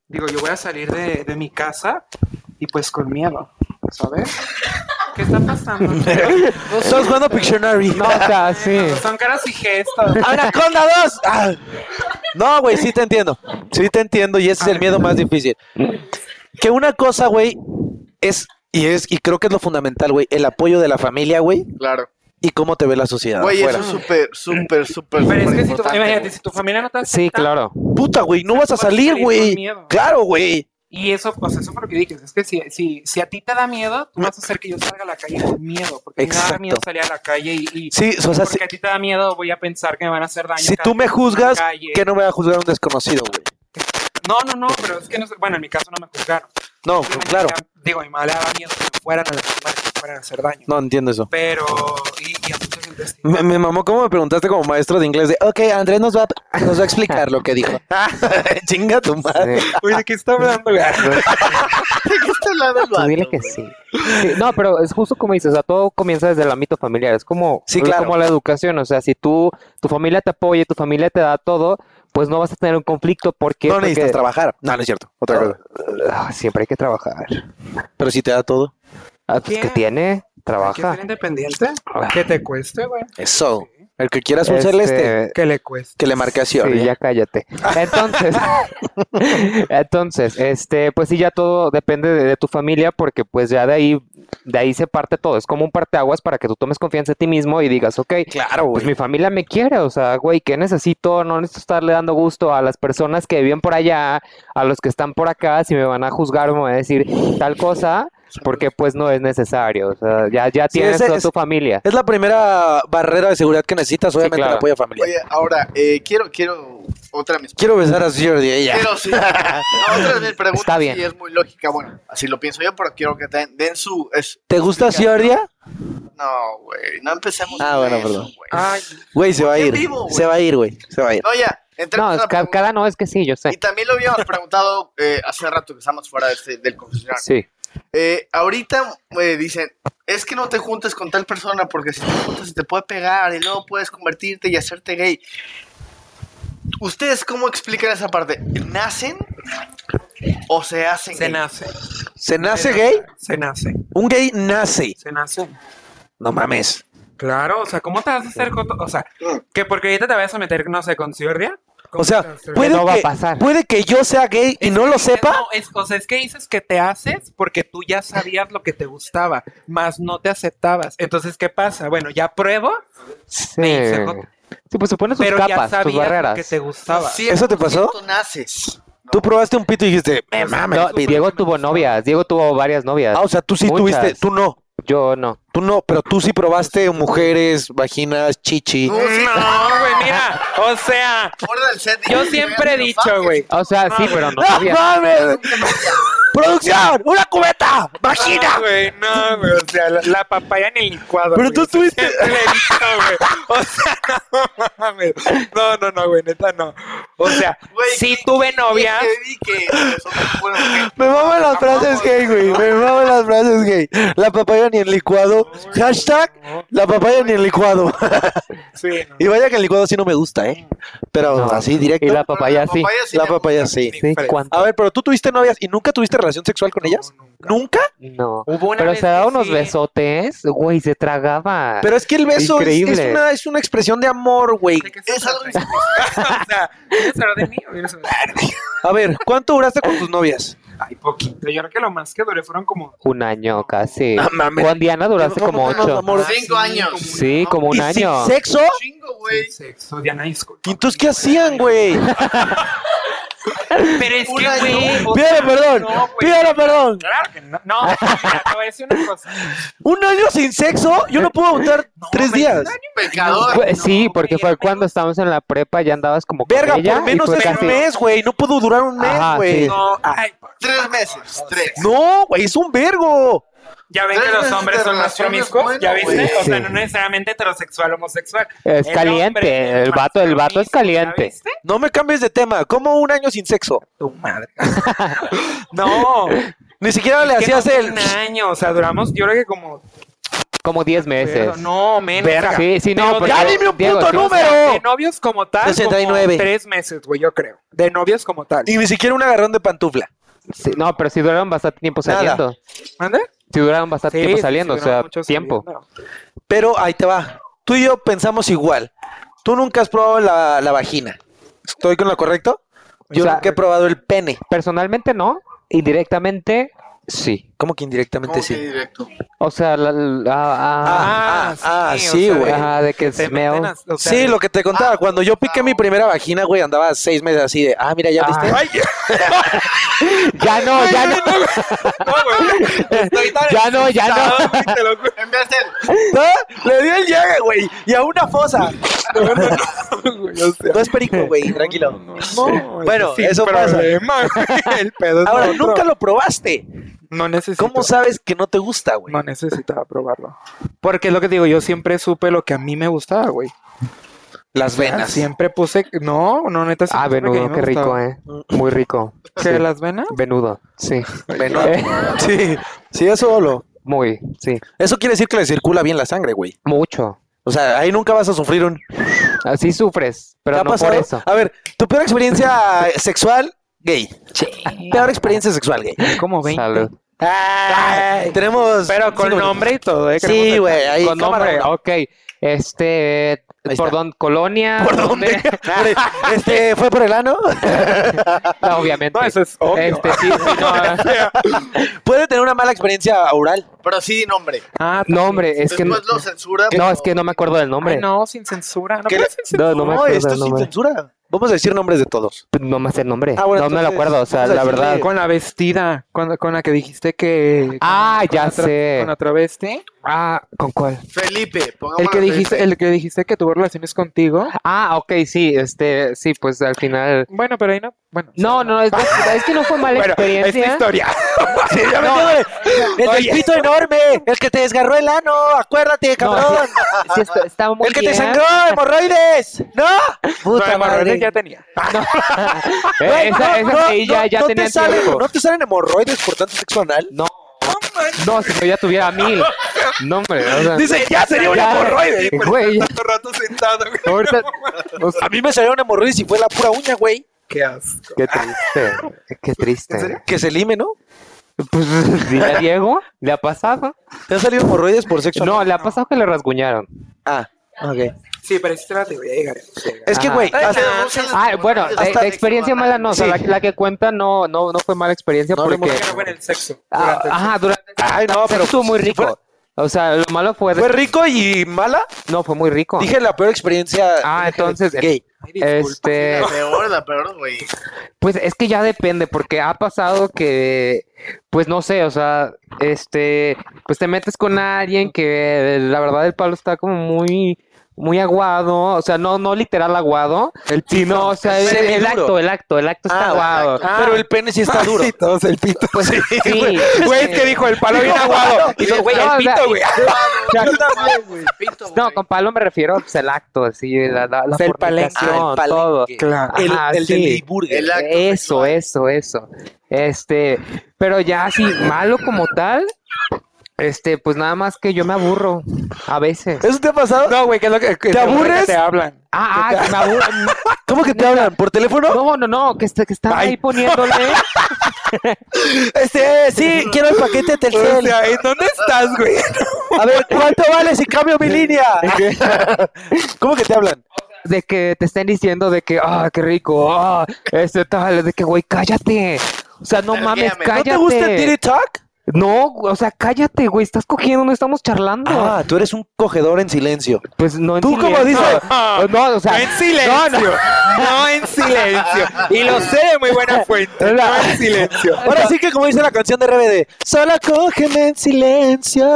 E: digo, yo voy a salir de, de mi casa y pues con miedo, ¿sabes? ¿Qué está pasando?
A: Estamos jugando Pictionary.
C: No, o sea, sí.
E: Son caras y gestos.
A: ¡Anaconda 2! Ah. No, güey, sí te entiendo. Sí te entiendo y ese es el miedo más difícil. Que una cosa, güey, es y es y creo que es lo fundamental, güey, el apoyo de la familia, güey,
B: Claro.
A: y cómo te ve la sociedad.
B: Güey,
A: afuera.
B: eso es súper, súper, súper,
E: Pero
B: súper
E: es que si tu,
B: Pues, importante,
E: imagínate,
B: güey.
E: si tu familia no te acepta,
C: Sí, claro.
A: Puta, güey, no vas a
E: Vas a
A: salir,
E: salir con
A: güey.
E: miedo.
A: Claro, güey.
E: Y eso, pues eso fue lo que dije, es que si, si, si a ti te da miedo, tú vas a hacer que yo salga a la calle con miedo, porque me da
A: Exacto.
E: miedo salir a la calle y, y
A: Sí, o sea,
E: porque
A: si,
E: a ti te da miedo voy a pensar que me van a hacer daño.
A: si
E: cada
A: tú
E: vez
A: me
E: que salgo a la
A: juzgas,
E: calle.
A: que no me va a juzgar un desconocido, güey.
E: No, no, no, pero es que no sé, bueno, en mi caso no me juzgaron.
A: No,
E: Simplemente
A: claro,
E: ya- Digo, mi madre daba miedo que me fueran a lastimar, que me fueran a hacer daño.
A: no entiendo eso.
E: Pero, y, y a mucha
A: *laughs*
E: gente sí.
A: Me, me mamó cómo me preguntaste como maestro de inglés de, ok, Andrés nos va, a- nos va a explicar lo que
B: *laughs*
A: dijo. Chinga tu madre.
C: Sí.
E: Uy, ¿de qué está hablando? güey?
B: ¿De qué está hablando el
C: Tú
B: vato,
C: dile que
B: güey?
C: sí. Sí, No, pero es justo como dices, o sea, todo comienza desde el ámbito familiar, es como,
A: Sí,
C: es
A: claro.
C: como la educación, o sea, si tú, tu familia te apoya, tu familia te da todo, pues no vas a tener un conflicto porque...
A: No
C: porque-
A: necesitas trabajar. No, no es cierto. Otra cosa.
C: Ah, siempre hay que trabajar.
A: Pero si te da todo.
C: Ah, pues,
E: ¿Qué?
C: ¿Qué tiene?
E: Hay que
C: Trabaja.
E: ser independiente, que te cueste, güey,
A: Eso. El que quieras un
C: Este,
A: celeste,
E: que le cueste.
A: que le marque a ¿eh? Cior.
C: Sí, ya cállate.
A: *laughs*
C: Entonces, entonces, este, pues sí, ya todo depende de, de tu familia, porque pues ya de ahí, de ahí se parte todo. Es como un parteaguas para que tú tomes confianza en ti mismo y digas, ok,
A: Claro,
C: pues
A: güey.
C: mi familia me quiere, o sea, güey, ¿qué necesito? No necesito estarle dando gusto a las personas que viven por allá, a los que están por acá, si me van a juzgar, me van a decir tal cosa, porque pues no es necesario. O sea, ya, ya
A: Sí,
C: tienes
A: ese
C: a
A: es-
C: tu familia.
A: Es la primera barrera de seguridad que necesitas, obviamente,
C: claro.
A: el apoyo familiar.
B: Oye, ahora, eh, quiero, quiero otra de mis
A: Quiero besar a Jordi, ella.
B: Pero sí, no, otra de mis preguntas
C: Está bien.
B: sí es muy lógica. Bueno, así lo pienso yo, pero quiero que den, den su. es-
A: ¿Te gusta Jordi?
B: no, güey, no empecemos.
A: Ah,
B: con
A: bueno,
B: eso,
A: perdón.
B: güey.
E: Ay,
A: Güey, se va a
B: qué
A: ir.
B: vivo, güey?
A: se va a ir, güey. Se va a ir.
B: No, ya, entremos
C: No,
B: a
C: es
B: la
C: ca-
B: pregunta.
C: cara no, es que sí, yo
B: Y
C: sé.
B: también lo habíamos preguntado eh, hace rato que estamos fuera de este- del concesionario.
C: Sí.
B: Eh, ahorita eh, dicen, es que no te juntes con tal persona porque si te juntas se te puede pegar y luego puedes convertirte y hacerte gay. ¿Ustedes cómo explican esa parte? ¿Nacen o se hacen
E: se
B: gay?
E: nace,
A: ¿Se nace gay?
E: se nace,
A: Un gay nace.
E: se nace.
A: No mames.
E: Claro, o sea, ¿cómo te vas a hacer con to- O sea, que porque ahorita te vayas a meter, no sé, con Ciordia. ¿Cómo
A: O sea,
E: te vas a-
A: puede
C: Ah, no va a
A: que,
C: pasar.
A: puede que yo sea gay y no lo sepa.
E: No, es, o sea, es que dices que te haces porque tú ya sabías lo que te gustaba, más no te aceptabas. Entonces, ¿qué pasa? Bueno, ya pruebo,
C: Sí.
E: Me hice joto.
C: Sí, pues supones tus
E: pero ya
C: capas, tus
E: sabías lo
C: barreras.
E: que te
C: Pues
E: gustaba.
A: ¿Eso te pasó?
B: 100% naces.
A: Tú probaste un pito y dijiste, me mames.
C: No,
A: pito".
C: Diego tuvo novias, Diego tuvo varias novias.
A: Ah, o sea, tú sí
C: Muchas.
A: tuviste, tú no.
C: Yo no.
A: Tú no, pero tú sí probaste mujeres, vaginas, chichi.
B: No, sí,
E: No, güey, mira, o sea,
B: fuera del set,
E: yo
B: dicen,
E: siempre he
B: "Vean,
E: dicho, güey.
C: O sea,
E: Ah.
C: sí, pero no
A: *laughs*
C: sabía.
A: mames! ¡Producción! ¡Una cubeta!
E: No, güey, no, güey, o sea, la, la papaya en el licuado.
A: Pero
E: güey,
A: tú
E: o sea,
A: tuviste-
E: siempre *laughs* le he dicho, güey. O sea, *laughs* no mames. No, no, no, güey, neta no. O sea,
B: Güey,
E: sí
B: ¿qué-
E: tuve
B: no,
E: novia.
B: que vi que los hombres fueron gay".
A: Me maman las frases gay, güey. Me maman las frases gay. La papaya ni el licuado. Hashtag la papaya ni el licuado.
E: Sí, no.
A: Y vaya que el licuado sí no me gusta, ¿eh? Pero
C: No.
A: así directo.
C: Y la
A: La,
C: papaya
B: Pero
C: sí.
B: me
A: papaya sí.
C: Sí, ¿cuánto?
A: A ver, pero tú tuviste novias y nunca tuviste relación sexual con ellas. ¿Nunca?
C: No.
E: Hubo una
C: Pero
E: vez
C: se daba
E: que
C: unos
E: sí.
C: besotes, güey, se tragaba.
A: Pero es que el beso es,
C: Increíble.
A: es una, es una expresión de amor, güey.
E: ¿De qué se
B: Es
E: trata
B: algo
E: esto? *laughs* o sea, ¿quieres hablar de mí o quieres hablar de mí?
A: A ver, ¿cuánto duraste con tus novias?
E: Ay, poquito. Yo creo que lo más que duré fueron como.
C: Un año casi.
A: No Ah, mames.
C: Con Diana duraste
A: No,
C: como
A: no, no,
C: ocho.
A: amor.
B: Cinco años.
C: Sí, como
A: ¿Y
C: un
A: sin
C: año.
A: sexo?
B: Chingo, güey. güey.
E: Sexo, Diana, disculpa.
A: Entonces, ¿qué hacían, güey?
E: Pero es
B: Un año.
E: güey, o sea,
A: Pídale perdón,
E: no, güey.
A: pídale perdón.
E: Claro que no. No, mira, te voy a decir una cosa.
A: ¿Un año sin sexo? Yo
C: Eh,
A: no puedo aguantar
E: *laughs* No,
A: tres
E: hombre,
A: días.
E: un año,
B: Pecador.
C: Fue- sí,
E: no,
C: porque
E: güey,
C: fue
E: amigo.
C: cuando estábamos en la prepa, ya andabas como con
A: Verga,
C: ella
A: por
C: y
A: menos
C: fue
A: es
C: casi-
A: un mes, güey. No puedo durar un mes,
C: Ajá,
A: güey.
C: sí.
E: No, ay,
B: Tres meses, tres.
A: No, güey, es un vergo.
E: ya ven que
B: Tres
E: los
B: meses
E: hombres
B: de
E: son más
B: relación es
E: promiscuos,
B: bueno,
E: ya viste,
C: güey.
E: o sea,
C: Sí.
E: no necesariamente heterosexual, homosexual.
C: Es
E: El
C: caliente,
E: hombre
C: el
E: más
C: vato- el vato es
E: promiscuo, ¿ya
C: caliente.
E: viste?
A: No me cambies de tema. ¿Cómo un año sin sexo?
E: Tu
C: *laughs*
E: madre. no,
A: Ni siquiera le
E: es que no
A: hacías
E: fue
A: el...
E: un año, o sea, duramos, yo creo que como
C: Como 10 meses.
E: no, menos.
A: Verga.
C: Sí, sí, no,
E: Pero
C: porque-
E: ya
A: dime un
C: Diego,
A: puto
C: sí,
E: O sea,
A: número.
E: de novios como tal,
A: 69.
E: como tres meses, güey, yo creo. De novios como tal.
A: Y ni siquiera un agarrón de pantufla.
C: sí, no, pero sí duraron bastante tiempo
A: Nada.
C: saliendo.
E: ¿Mande?
C: Sí duraron bastante
E: Sí,
C: tiempo
E: sí,
C: saliendo,
E: sí,
C: o sea,
E: duramos mucho
C: tiempo.
E: saliendo.
A: Pero ahí te va. Tú y yo pensamos igual. Tú nunca has probado la, la vagina. ¿Estoy con lo correcto? Yo
C: O sea,
A: nunca he probado el pene.
C: Personalmente no, indirectamente sí.
A: ¿Cómo que indirectamente
B: ¿Cómo que
A: sí?
B: directo?
C: O sea, la, la- ah,
A: Ah, ah,
E: o
A: ah,
E: sea,
A: sí, güey.
C: ajá, de que
E: te
C: smell.
E: meten a- o sea,
A: Sí,
E: *laughs*
A: lo que te contaba. Cuando yo piqué mi primera vagina, güey, andaba seis meses así de... Ah, mira, ya
C: Ah.
A: viste. Ay,
C: ya no, ya no,
E: No, güey, estoy tan
C: ya no, ya no.
E: excitado, güey, te lo juro.
B: Enviaste
A: *laughs*
B: el.
A: ¿Ah? Le dio el llegue, güey. Y a una fosa. No es perico, güey. Tranquilo. Bueno, eso pasa.
E: eh, pasa. El pedo es
A: Ahora,
E: otro.
A: nunca lo probaste.
E: No necesito.
A: ¿Cómo sabes que no te gusta, güey?
E: No necesitaba probarlo. Porque es lo que te digo, yo siempre supe lo que a mí me gustaba, güey. Ah,
A: Las venas.
E: Siempre puse. No, no, neta.
C: Ah,
E: siempre supe que
C: venudo,
E: a mí me
C: qué rico,
E: gustaba.
C: eh. Muy rico.
E: ¿Que
C: Sí.
E: las venas?
C: Venudo, sí.
A: Bueno,
C: Eh,
A: sí. Sí, eso lo.
C: *laughs* muy, sí.
A: Eso quiere decir que le circula bien la sangre, güey.
C: Mucho.
A: O sea, ahí nunca vas a sufrir un.
C: Así sufres,
A: ¿Te
C: pero
A: ha
C: no por
A: pasado?
C: eso.
A: A ver, tu peor experiencia sexual gay. Peor experiencia sexual gay.
E: Como 20.
C: Salud.
A: Ay, tenemos.
E: Pero con
A: cinco minutos.
E: nombre y todo, ¿eh?
A: Sí,
E: Queremos-
A: güey. Ahí,
C: Con
A: cámara *laughs*
C: nombre,
A: uno.
C: ok. Este,
A: está.
C: por don Colonia.
A: *laughs* ¿Por dónde? este, ¿Fue por el ano?
C: *laughs* No, obviamente.
E: No, eso es obvio.
C: Este, sí, sí,
A: *laughs*
C: no.
A: Puede tener una mala experiencia oral.
B: Pero sí, nombre.
E: Ah,
C: No, hombre, es que no,
B: Después lo censura.
C: no, es que no me acuerdo del nombre.
E: Ay, no, sin censura. No,
A: ¿Qué
E: pero
A: le-
E: sin
C: No,
E: censura.
C: no me
A: No,
C: acuerdo
A: esto
C: del
A: es sin
C: nombre. Pues,
A: censura. Vamos a decir nombres de todos.
C: No me hace el nombre.
A: Ah, bueno,
C: no me lo
A: entonces,
C: acuerdo, o sea,
A: vamos a
C: la
A: decirle-
C: verdad.
E: Con la vestida, con, con la que dijiste que. con-
C: Ah,
E: con
C: ya
E: la tra-
C: sé.
E: Con la travesti.
C: Ah, ¿con cuál?
B: Felipe, pongamos.
E: El que dijiste, el que dijiste que tuvo relaciones contigo.
C: Ah, ok, sí, este, sí, pues al final.
E: Bueno, pero ahí no. Bueno.
C: No, no, es, es que no
A: *laughs*
C: fue mala experiencia.
E: historia.
A: Sí, *laughs* ya me entiendo, güey. El del pito enorme, el que te desgarró el ano, acuérdate,
C: No,
A: cabrón.
C: sí, sí, está, está muy
A: el que te
C: bien.
A: sangró, hemorroides, ¿no? Puta madre.
E: ya tenía.
C: Eh,
A: Güey,
C: *laughs* esa esa
A: no,
C: sí, ya,
A: no,
C: ya
A: no
C: tenía
A: te salen,
C: tiempo.
A: ¿No te salen hemorroides por tanto sexo anal?
C: No, no, si yo ya tuviera mil. No, hombre. o sea,
A: Dice, ya sería un
C: ya,
A: hemorroide.
C: Güey,
E: Tanto rato sentado.
C: ahorita. o sea,
A: A mí me salió un hemorroide si fue la pura uña, güey.
E: Qué asco.
C: Qué triste. Qué triste.
A: Que se lime, ¿no?
C: Pues, dile a Diego, ¿le ha pasado?
A: ¿Te han salido hemorroides por sexo
C: No,
A: anal?
C: le ha pasado que le rasguñaron.
A: Ah, ok.
E: Sí, pero este rato voy a llegar.
A: Es que,
C: Ajá.
A: güey,
B: Ay,
A: hasta-
B: no, sí,
C: Ah, bueno, de-
B: hasta-
C: de experiencia mala no, o sea,
A: Sí.
C: la, la que cuenta no, no, no fue mala experiencia
A: No hablemos
C: porque...
A: de
E: en el sexo.
C: Ah, ajá, durante...
A: Ay, no, pero
C: estuvo muy
A: si
C: rico.
A: fuera-
C: O sea, lo malo fue... de-
A: ¿Fue rico y mala?
C: No, fue muy rico.
A: Dije la peor experiencia.
C: Ah, entonces,
A: Gay.
C: este...
B: La peor, la peor, güey.
C: Pues es que ya depende, porque ha pasado que, pues no sé, o sea, este, pues te metes con alguien que eh, la verdad el palo está como muy, muy aguado, o sea, no, no literal aguado, sino, o sea, el,
A: Semiduro.
C: el acto, el acto, el acto está
A: Ah,
C: aguado.
B: exacto.
A: Pero el pene sí está duro.
E: todos el pito.
C: Pues sí,
E: *laughs* Güey, es
C: sí.
E: que dijo el palo bien aguado. Y dijo, güey,
C: No,
E: el
C: o sea,
E: pito, güey.
B: Yo también, güey. Pito,
C: No,
B: güey.
C: con palo me refiero, pues el acto, así, la, la, la
A: pues,
E: O sea, el palenque.
C: fornicación,
A: Ah, el
C: todo.
A: palenque.
E: Claro.
A: El,
C: Ajá,
A: el del
C: sí.
A: Liburger.
B: El acto
C: Eso,
B: sexual.
C: eso, eso. Este, pero ya así malo como tal, este, pues nada más que yo me aburro a veces.
A: ¿Eso te ha pasado?
E: No, güey, que es lo que. que-
A: ¿Te
E: que
A: aburres?
E: Te hablan.
C: Ah, ah, que me aburro.
A: ¿Cómo que te hablan? ¿Por teléfono?
C: No, no, no, que, está, que están
E: Ay.
C: ahí poniéndole.
A: Este, sí, quiero el paquete de
E: O
A: Telcel.
E: sea, ¿en dónde estás, güey?
A: A ver, ¿cuánto vale si cambio mi línea? ¿Cómo que te hablan?
C: De que te estén diciendo de que, ah, qué rico, ah, este tal, de que, güey, cállate. O sea, no mames,
B: Verguéame.
C: cállate.
A: ¿No te gusta el Tiri Talk?
C: No, o sea, cállate, güey, estás cogiendo, no estamos charlando.
A: Ah, tú eres un cogedor en silencio.
C: pues no en
A: Tú como
C: silencio.
A: dices,
C: No, no, o sea,
E: en silencio. No, en silencio. Y lo sé de
A: *laughs*
E: muy buena fuente. No en silencio.
C: *laughs*
A: ahora sí que como dice la canción de RBD, solo cógeme en silencio.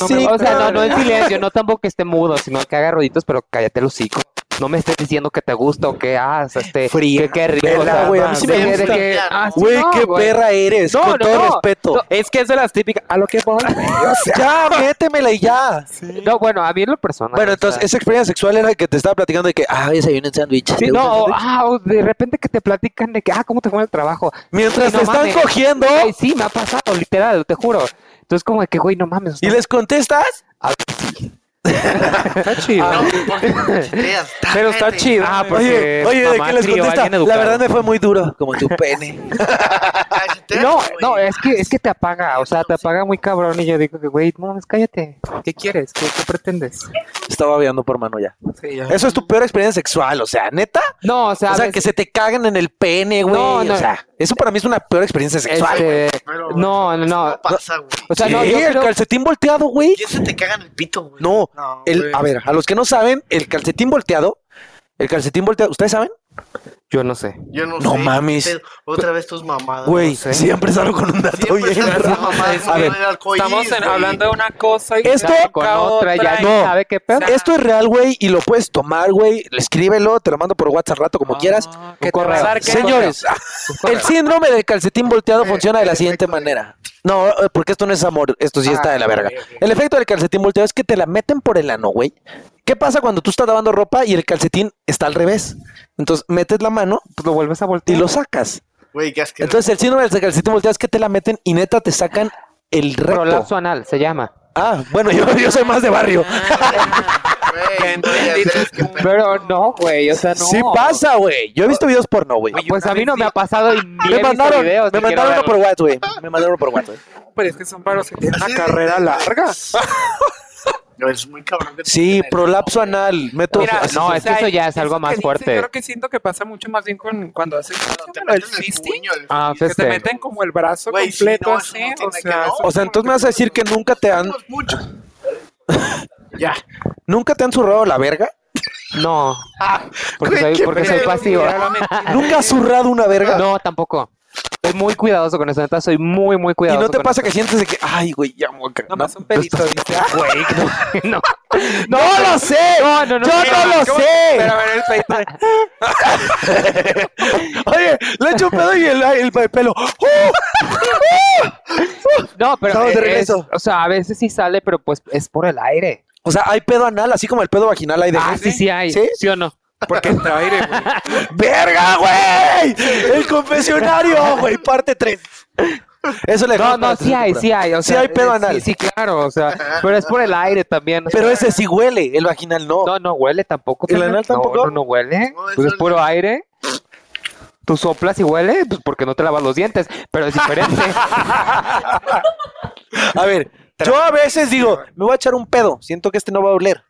C: No,
A: sí,
C: o sea,
A: *laughs*
C: no, no en
A: claro".
C: silencio, no tampoco que esté mudo, sino que haga ruiditos, pero cállate el hocico. No me estés diciendo que te gusta o que haces, este,
A: Fría,
C: que qué rico.
A: vela,
C: o sea,
A: güey, a mí sí me
C: de- de
A: gusta.
C: que, ah, sí,
A: Güey,
C: no,
A: qué
C: güey.
A: perra eres,
C: No,
A: con
C: no,
A: todo
C: no.
A: respeto.
C: No.
E: Es que es de las típicas. A lo que voy. güey, o sea,
A: *laughs* Ya, métemela y ya.
C: No, bueno, a mí en lo personal.
A: Bueno,
C: o
A: entonces,
C: sea,
A: esa experiencia sexual era la que te estaba platicando de que, ah, desayuné un sándwich.
C: sí,
A: ¿te gusta el
C: no, o,
A: sándwich?
C: ah, o de repente que te platican de que, ah, ¿cómo te fue en el trabajo?
A: Mientras
C: no
A: te están
C: mames.
A: cogiendo
C: Güey, sí, me ha pasado, literal, te juro. Entonces, como de que, güey, no mames.
A: y
C: está- *laughs*
A: les contestas,
C: Ah,
E: está chido.
B: No, porque chisteas,
E: Pero está
B: cállate.
E: chido.
C: Ah, pues,
A: oye,
C: eh,
A: oye, ¿de
C: mamá
A: qué les
C: crío,
A: contesta?
C: alguien
A: La
C: educado.
A: verdad me fue muy duro, como tu pene.
B: Cállate,
C: No,
B: güey.
C: no, es que, es que te apaga, o sea, te apaga muy cabrón y yo digo que, güey, no, mames, cállate. ¿Qué quieres? ¿Qué, qué pretendes?
A: Estaba viendo por mano ya.
E: Sí, ya.
A: Eso es tu peor experiencia sexual, o sea, neta.
C: No, o sea,
A: O
C: a
A: sea,
C: veces-
A: que se te cagan en el pene, güey.
C: No, no.
A: O sea, eso para mí es una peor experiencia sexual. güey.
C: Este,
B: Pero-
C: no, no, no.
B: No pasa, güey.
C: O sea, no,
A: Sí,
C: yo
A: el
C: creo-
A: calcetín volteado, güey.
B: ¿Quién se te caga en el pito, güey?
A: No,
E: No,
A: el-
E: güey.
A: a ver, a los que no saben, el calcetín volteado, el calcetín volteado, ¿ustedes saben?
C: Yo no sé.
B: Yo no,
A: No
B: sé.
A: mames.
B: Pero Otra vez tus
C: Ah,
B: mamadas.
A: Güey,
B: no sé.
A: siempre salgo con un dato
B: Siempre
A: bien
B: son tus
A: raro.
B: mamadas,
A: A
B: güey,
A: ver,
B: del arcoíris,
E: Estamos en-
B: güey.
E: hablando de una cosa y
A: Esto-
E: ya
C: Con
E: toca
C: otra ya
E: y-
A: no.
C: sabe qué pedo.
E: sea,
A: Esto es real, güey, y lo puedes tomar, güey. Escríbelo, te lo mando por WhatsApp rato como
E: Ah,
A: quieras.
E: que te
C: correo.
E: va a dar que-
A: Señores, *laughs* el síndrome del calcetín volteado funciona de la siguiente manera. No, eh, porque esto no es amor, esto sí está de la verga. El efecto del calcetín volteado es que te la meten por el ano, güey. ¿Qué pasa cuando tú estás lavando ropa y el calcetín está al revés? Entonces metes la mano
C: Pues lo vuelves a
A: y
C: voltear.
A: lo sacas.
B: Güey, qué asqueroso.
A: Entonces el síndrome del calcetín volteado es que te la meten y neta te sacan el recto.
C: Prolapso anal se llama.
A: Ah, bueno, yo, yo soy más de barrio.
B: Güey, no, ya sabes que-
C: Pero no, güey, o sea, no.
A: Sí pasa, güey. Yo he visto videos porno, güey.
C: Pues a mí no me ha pasado y ni
A: Me
C: he
A: mandaron,
C: visto videos.
A: me
C: ni quiero
A: mandaron uno por
C: verlos.
A: WhatsApp, güey. Me mandaron uno por WhatsApp.
E: Pero es que son paros que tienen
B: Sí,
E: una carrera
B: güey.
E: larga.
B: No, es muy cabrón. que te
A: Sí,
B: quiten el-
A: prolapso anal. Meto.
E: Mira,
A: así.
C: no, es que eso ya es
E: eso
C: algo
E: que
C: más
E: dices,
C: fuerte.
E: Yo creo que siento que pasa mucho más bien con cuando hacen
B: No, te
E: el
B: meten el
E: fisting,
B: puño, el-
C: Ah,
E: que
A: este.
E: te
C: feste.
E: meten como el brazo
B: Güey, sí,
E: completo
B: no, eso
E: así,
B: no tiene
E: o
B: que
E: sea,
B: no.
E: eso
A: O sea,
E: es como
A: entonces me vas a decir que nunca te han,
B: mucho. Ya.
A: nunca te han zurrado la verga.
C: No.
A: Ah,
C: Porque
B: güey, qué
C: soy, porque soy
B: pedo,
C: pasivo.
E: que era mentira.
A: Nunca has zurrado una verga.
C: No, tampoco. Soy muy cuidadoso con eso, neta, soy muy, muy
A: y
C: cuidadoso.
A: no te
C: con
A: pasa que sientes de que, ay, güey, ya me voy a cagar".
E: Nomás un pedito, dice. ah,
C: Güey, no.
A: No, lo sé.
C: No, no, no.
A: Yo
E: pero,
A: no lo
E: ¿cómo?
A: sé.
E: Pero a ver el pedito. de-
A: Oye, le echo un pedo y el, el, el pelo. ¡Oh!
C: No, pero
A: Estamos de
C: es-
A: regreso.
C: o sea, a veces sí sale, pero pues es por el aire.
A: O sea, hay pedo anal, así como el pedo vaginal hay de
C: Ah, sí, sí hay.
A: ¿Sí?
C: ¿Sí? o no?
E: Porque entra aire, güey.
A: ¡Verga, güey! El confesionario,
C: *laughs*
A: güey, parte 3. Eso le
C: No,
A: dejamos
C: no,
A: para
C: sí hay,
A: tercera
C: sí hay. O
A: Sí
C: sea,
A: hay pedo
C: eh,
A: anal.
C: Sí, sí, claro, o sea, pero es por el aire también. o sea,
A: Pero ese sí huele, el vaginal no.
C: No, no huele tampoco.
A: ¿El
C: pendejo.
A: anal tampoco?
C: No, no, no huele.
B: No, eso
C: pues es
B: no.
C: puro aire. Tú soplas y huele, pues porque no te lavas los dientes, pero
A: *laughs*
C: es diferente. *laughs*
A: A ver, yo a veces digo, me voy a echar un pedo, siento que este no va a oler.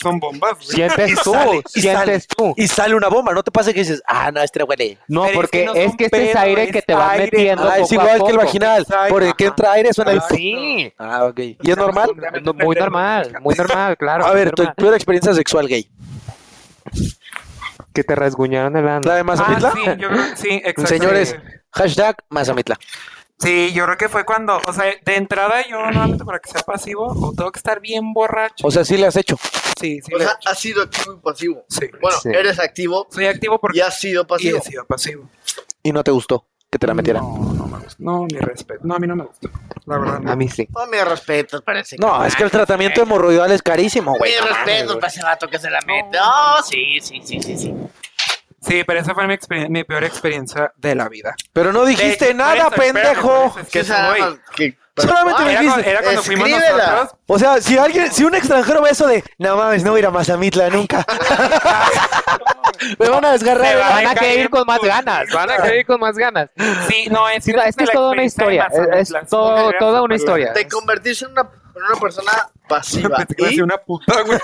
E: Son bombas,
A: Y
E: güey.
C: sientes tú,
A: sale, y
C: sientes tú.
A: Y sale una bomba, no te pasa que dices, ah, no, este no huele.
C: No,
E: Pero es
C: porque
E: que
C: es
E: no
C: que,
E: son
C: este es
E: pedo,
C: aire que
E: es
C: te vas
E: aire.
C: metiendo.
A: Ah, es
C: poco a
A: igual que el
C: poco.
A: vaginal,
E: Exacto,
A: por el que
E: ajá.
A: entra aire suena el...
C: Sí,
A: Ah, ok. ¿Y es normal?
C: no, muy normal, muy normal, claro.
A: A
C: muy
A: ver, tu
C: normal.
A: peor experiencia sexual gay.
C: que te rasguñaron el ano.
A: ¿La de Mazamitla?
E: Ah, sí, yo creo, sí, exacto.
A: Señores, hashtag Mazamitla.
E: Sí, yo creo que fue cuando, o sea, de entrada yo normalmente para que sea pasivo, o tengo que estar bien borracho.
A: O sea, sí le has hecho.
E: Sí, sí.
B: O
E: le-
B: sea, has sido activo y pasivo.
E: sí.
B: Bueno,
C: Sí.
B: eres activo
E: Soy activo porque
B: y has sido pasivo.
E: Y he sido pasivo.
A: Y no te gustó que te la metieran.
E: No, no me gustó. No, mi respeto. No, a mí no me gustó. La verdad.
C: A mí sí.
B: No, mi respeto para ese
A: No,
B: cabrón.
A: es que el tratamiento hemorroidal es carísimo, güey.
B: Mi
A: No mames,
B: respeto
A: güey.
B: para ese vato que se la mete. Ah,
E: No.
B: No, sí, sí, sí, sí, sí.
E: Sí, pero esa fue mi, experien- mi peor experiencia de la vida.
A: Pero no dijiste nada, pendejo.
E: que
B: O sea, nada más que-
A: Solamente me
E: era, cu-
A: dijiste.
E: era cuando fuimos
B: Escríbela.
E: nosotros.
A: O sea, si alguien, si un extranjero ve eso de, no mames, no voy a ir a Mazamitla
E: *laughs*
A: nunca. Me van a desgarrar. ¿eh?
E: Se
A: ¿verdad?
C: Van a
E: Ay,
C: querer ir con más
E: cabrón.
C: ganas, van a querer ir con más ganas.
E: Sí, no, es,
C: Sí, no, es que es toda una historia, es, es todo, toda una historia.
B: Te convertiste en una, en una persona
A: *laughs*
B: pasiva.
E: Es
B: Y
E: una puta, güey.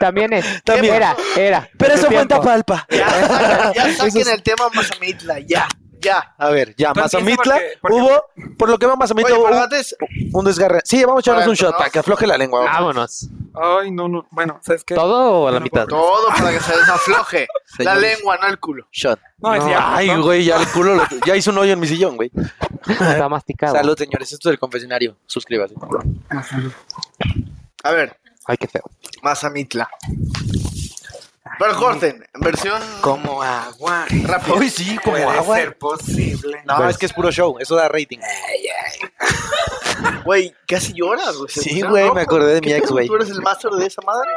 C: También es,
A: También.
C: era, era.
A: Pero
C: en su
A: eso fue en
C: tiempo.
A: Tapalpa. *laughs*
B: ya, ya
A: Eso
B: saquen
A: es-
B: el tema Mazamitla, ya. Ya.
A: A ver, ya,
E: Tú empieza
A: Mazamitla
E: porque- porque-
A: hubo, por lo que va Mazamitla
B: Oye,
A: hubo
B: pero
A: un,
B: antes,
A: un desgarre. Sí, vamos a echarnos
B: Para
A: un shot
B: esto, ¿no?
A: para que afloje la lengua. vamos.
C: Vámonos.
E: Ay, no, no. Bueno, ¿sabes qué?
C: ¿Todo o la
E: Bueno,
C: mitad?
B: todo para que se
A: *laughs*
B: desafloje. la
A: Señores.
B: lengua, no el culo.
A: Shot.
E: No, es
A: No,
E: ya,
A: ay,
E: ¿no?
A: güey, ya el culo, *laughs* lo- ya hizo un hoyo en mi sillón, güey.
C: Está masticado.
A: Salud, señores, esto es el confesionario. Suscríbase.
B: A ver,
C: Ay, qué feo.
B: Mazamitla. Pero corten, en versión
E: Como agua.
B: rápida.
A: Uy, sí, como
E: Puede
A: agua.
E: ser posible.
A: No,
C: Pues-
A: es que es puro show, eso da rating.
B: Güey, casi lloras, güey. Se
A: Sí,
B: pusieron
A: güey, me
B: rojos.
A: acordé de
B: ¿Qué
A: mi ex,
B: pedo?
A: güey.
B: ¿Tú eres el máster de esa madre?